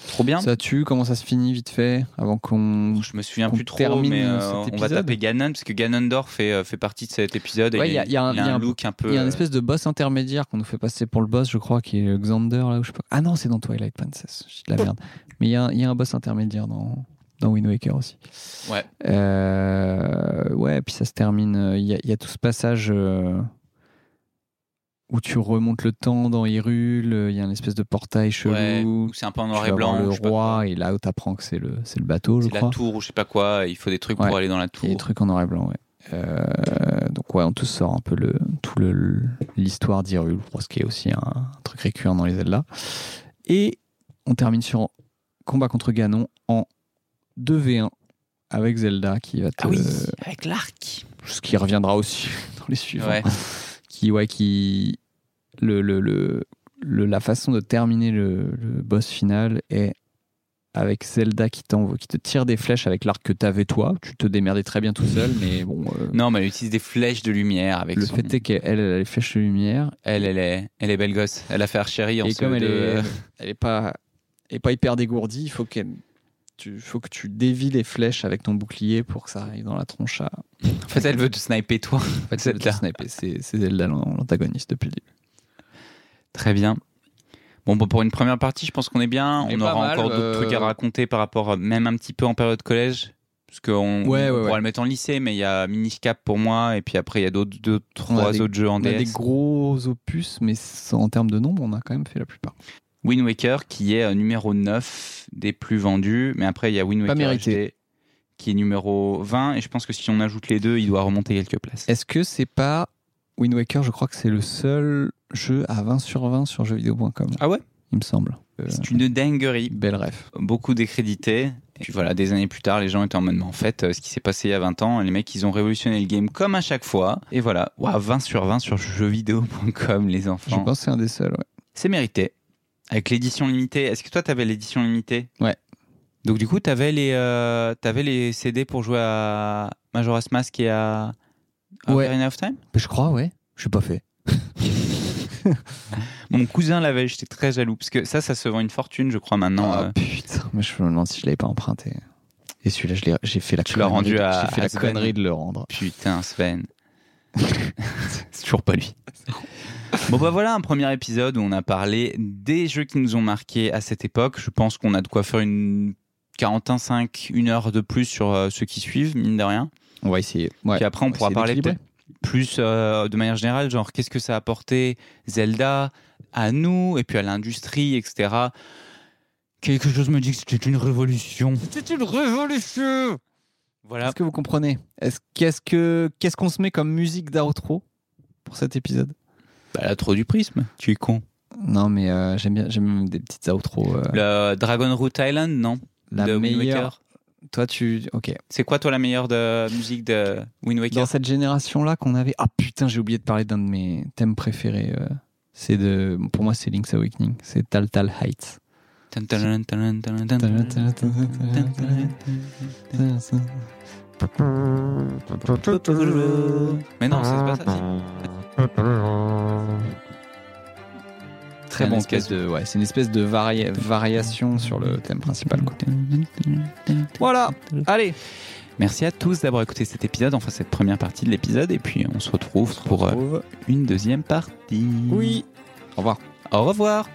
Speaker 1: trop bien.
Speaker 2: Ça tue. Comment ça se finit vite fait avant qu'on.
Speaker 1: Je me souviens
Speaker 2: qu'on
Speaker 1: plus trop,
Speaker 2: termine,
Speaker 1: mais
Speaker 2: euh,
Speaker 1: euh,
Speaker 2: cet
Speaker 1: on va
Speaker 2: épisode.
Speaker 1: taper Ganon parce que Ganondorf fait, euh, fait partie de cet épisode. et
Speaker 2: Ouais,
Speaker 1: il
Speaker 2: y a- y a un-
Speaker 1: il
Speaker 2: y a un-
Speaker 1: look un peu.
Speaker 2: Il y a
Speaker 1: euh,
Speaker 2: une espèce de boss intermédiaire qu'on nous fait passer pour le boss, je crois, qui est Xander là où je sais pas. Ah non, c'est dans Twilight Princess. Je dis de la merde. Mais il y, a un- il y a un boss intermédiaire dans dans Wind Waker aussi.
Speaker 1: Ouais.
Speaker 2: Euh, ouais. Puis ça se termine. euh, Il y, a- il y a tout ce passage. euh, Où tu remontes le temps dans Hyrule, euh, il y a une espèce de portail chelou.
Speaker 1: ouais, où c'est un peu en noir
Speaker 2: tu
Speaker 1: et
Speaker 2: vas voir
Speaker 1: blanc.
Speaker 2: le
Speaker 1: je sais pas quoi.
Speaker 2: roi, et là où t'apprends que c'est le, c'est le bateau, je
Speaker 1: C'est la
Speaker 2: crois.
Speaker 1: tour ou je sais pas quoi. Il faut des trucs pour
Speaker 2: Ouais.
Speaker 1: aller dans la
Speaker 2: Il y a des
Speaker 1: tour.
Speaker 2: trucs en noir et blanc, ouais. Euh, donc ouais, on te sort un peu le, tout le- le- l'histoire d'Hyrule, pour ce qui est aussi un, un truc récurrent dans les Zelda. Et on termine sur combat contre Ganon en 2v1 avec Zelda qui va te,
Speaker 1: Ah avec l'arc.
Speaker 2: ce qui reviendra aussi dans les suivants.
Speaker 1: Ouais.
Speaker 2: Qui, ouais, qui le, le, le, le- la façon de terminer le, le boss final est avec Zelda qui, t'envoie- qui te tire des flèches avec l'arc que t'avais toi. Tu te démerdais très bien tout seul, mais bon. euh,
Speaker 1: Non, mais elle utilise des flèches de lumière avec
Speaker 2: le
Speaker 1: son-
Speaker 2: fait est qu'elle elle a les flèches de lumière
Speaker 1: Elle, elle est, elle est belle gosse. Elle a fait Archery en
Speaker 2: et
Speaker 1: ce
Speaker 2: comme elle
Speaker 1: deux-
Speaker 2: est, elle est pas, elle est pas hyper dégourdie, il faut qu'elle, tu, faut que tu dévies les flèches avec ton bouclier pour que ça arrive dans la tronche à.
Speaker 1: En fait, elle veut te sniper toi.
Speaker 2: En fait,
Speaker 1: Zelda.
Speaker 2: c'est sniper, c'est c'est Zelda l'an- l'antagoniste depuis le début.
Speaker 1: Très bien. Bon, bon, pour une première partie, je pense qu'on est bien.
Speaker 2: On est
Speaker 1: on
Speaker 2: pas
Speaker 1: aura
Speaker 2: mal,
Speaker 1: encore
Speaker 2: euh,
Speaker 1: d'autres trucs à raconter par rapport, euh, même un petit peu en période collège. Parce qu'on on
Speaker 2: Ouais, ouais,
Speaker 1: pourra
Speaker 2: ouais.
Speaker 1: le mettre en lycée, mais il y a Miniscap pour moi, et puis après, il y a d'autres, deux,
Speaker 2: On a
Speaker 1: trois
Speaker 2: des-
Speaker 1: autres jeux en
Speaker 2: On a des
Speaker 1: DS.
Speaker 2: gros opus, mais sans- en termes de nombre, on a quand même fait la plupart.
Speaker 1: Wind Waker, qui est euh, numéro 9 des plus vendus, mais après, il y a Wind
Speaker 2: Pas
Speaker 1: Waker
Speaker 2: mérité.
Speaker 1: HD, qui est numéro 20, et je pense que si on ajoute les deux, il doit remonter quelques places.
Speaker 2: Est-ce que c'est pas Wind Waker Je crois que c'est le seul jeu à 20 sur 20 sur jeuxvideo.com.
Speaker 1: Ah ouais
Speaker 2: Il me semble. Euh,
Speaker 1: C'est une dinguerie.
Speaker 2: Belle ref.
Speaker 1: beaucoup décrédités. Et puis voilà, des années plus tard, les gens étaient en mode, mais en fait, euh, ce qui s'est passé il y a 20 ans, les mecs, ils ont révolutionné le game comme à chaque fois. Et voilà, Ouah, 20 sur 20 sur jeuxvideo.com, les
Speaker 2: Je
Speaker 1: enfants.
Speaker 2: pense que c'est un des seuls. ouais.
Speaker 1: C'est mérité. Avec l'édition limitée, est-ce que toi, t'avais l'édition limitée
Speaker 2: Ouais.
Speaker 1: Donc du coup, t'avais les, euh, t'avais les CD pour jouer à Majora's Mask et à à
Speaker 2: Ouais.
Speaker 1: Ocarina of Time
Speaker 2: Je crois, ouais. Je l'ai pas fait.
Speaker 1: Mon cousin l'avait, j'étais très jaloux, parce que ça, ça se vend une fortune, je crois, maintenant.
Speaker 2: Ah,
Speaker 1: euh,
Speaker 2: putain, mais je me demande si je l'avais pas emprunté. Et celui-là, je l'ai- j'ai fait la
Speaker 1: Tu l'as rendu à-
Speaker 2: j'ai fait
Speaker 1: à
Speaker 2: la
Speaker 1: Sven.
Speaker 2: connerie de le rendre.
Speaker 1: Putain, Sven. c'est toujours pas lui. Bon bah voilà un premier épisode où on a parlé des jeux qui nous ont marqués à cette époque. Je pense qu'on a de quoi faire une 45, 5, une heure de plus sur euh, ceux qui suivent, mine de rien.
Speaker 2: On va essayer. Ouais.
Speaker 1: Puis après on
Speaker 2: va
Speaker 1: pourra
Speaker 2: essayer
Speaker 1: parler
Speaker 2: d'équilibrer.
Speaker 1: peut-être plus euh, de manière générale, genre qu'est-ce que ça a apporté Zelda à nous et puis à l'industrie, etc. Quelque chose me dit que c'était une révolution. C'était une révolution Voilà.
Speaker 2: Est-ce que vous comprenez Est-ce qu'est-ce que qu'est-ce qu'on se met comme musique d'outro pour cet épisode
Speaker 1: Bah là, trop du prisme. Tu es con.
Speaker 2: Non, mais euh, j'aime bien j'aime des petites outros. euh,
Speaker 1: Le Dragon Root Island, non
Speaker 2: la
Speaker 1: de Wind
Speaker 2: meilleure.
Speaker 1: Waker.
Speaker 2: Toi, tu ok.
Speaker 1: C'est quoi, toi, la meilleure de musique de Wind
Speaker 2: Dans
Speaker 1: Waker
Speaker 2: cette génération-là qu'on avait. Ah putain, j'ai oublié de parler d'un de mes thèmes préférés. euh, C'est de pour moi, c'est Link's Awakening. C'est Tal Tal Heights.
Speaker 1: Tan, tan, tan, tan, tan, tan. Mais non, c'est pas ça. si.
Speaker 2: Très
Speaker 1: Un
Speaker 2: bon
Speaker 1: espèce
Speaker 2: espèce de ouais, c'est une espèce de varia- variation sur le thème principal quoi. Voilà. Allez.
Speaker 1: Merci à tous d'avoir écouté cet épisode, enfin cette première partie de l'épisode, et puis on se retrouve pour euh,
Speaker 2: Retrouve.
Speaker 1: une deuxième partie.
Speaker 2: Oui. Au revoir.
Speaker 1: Au revoir.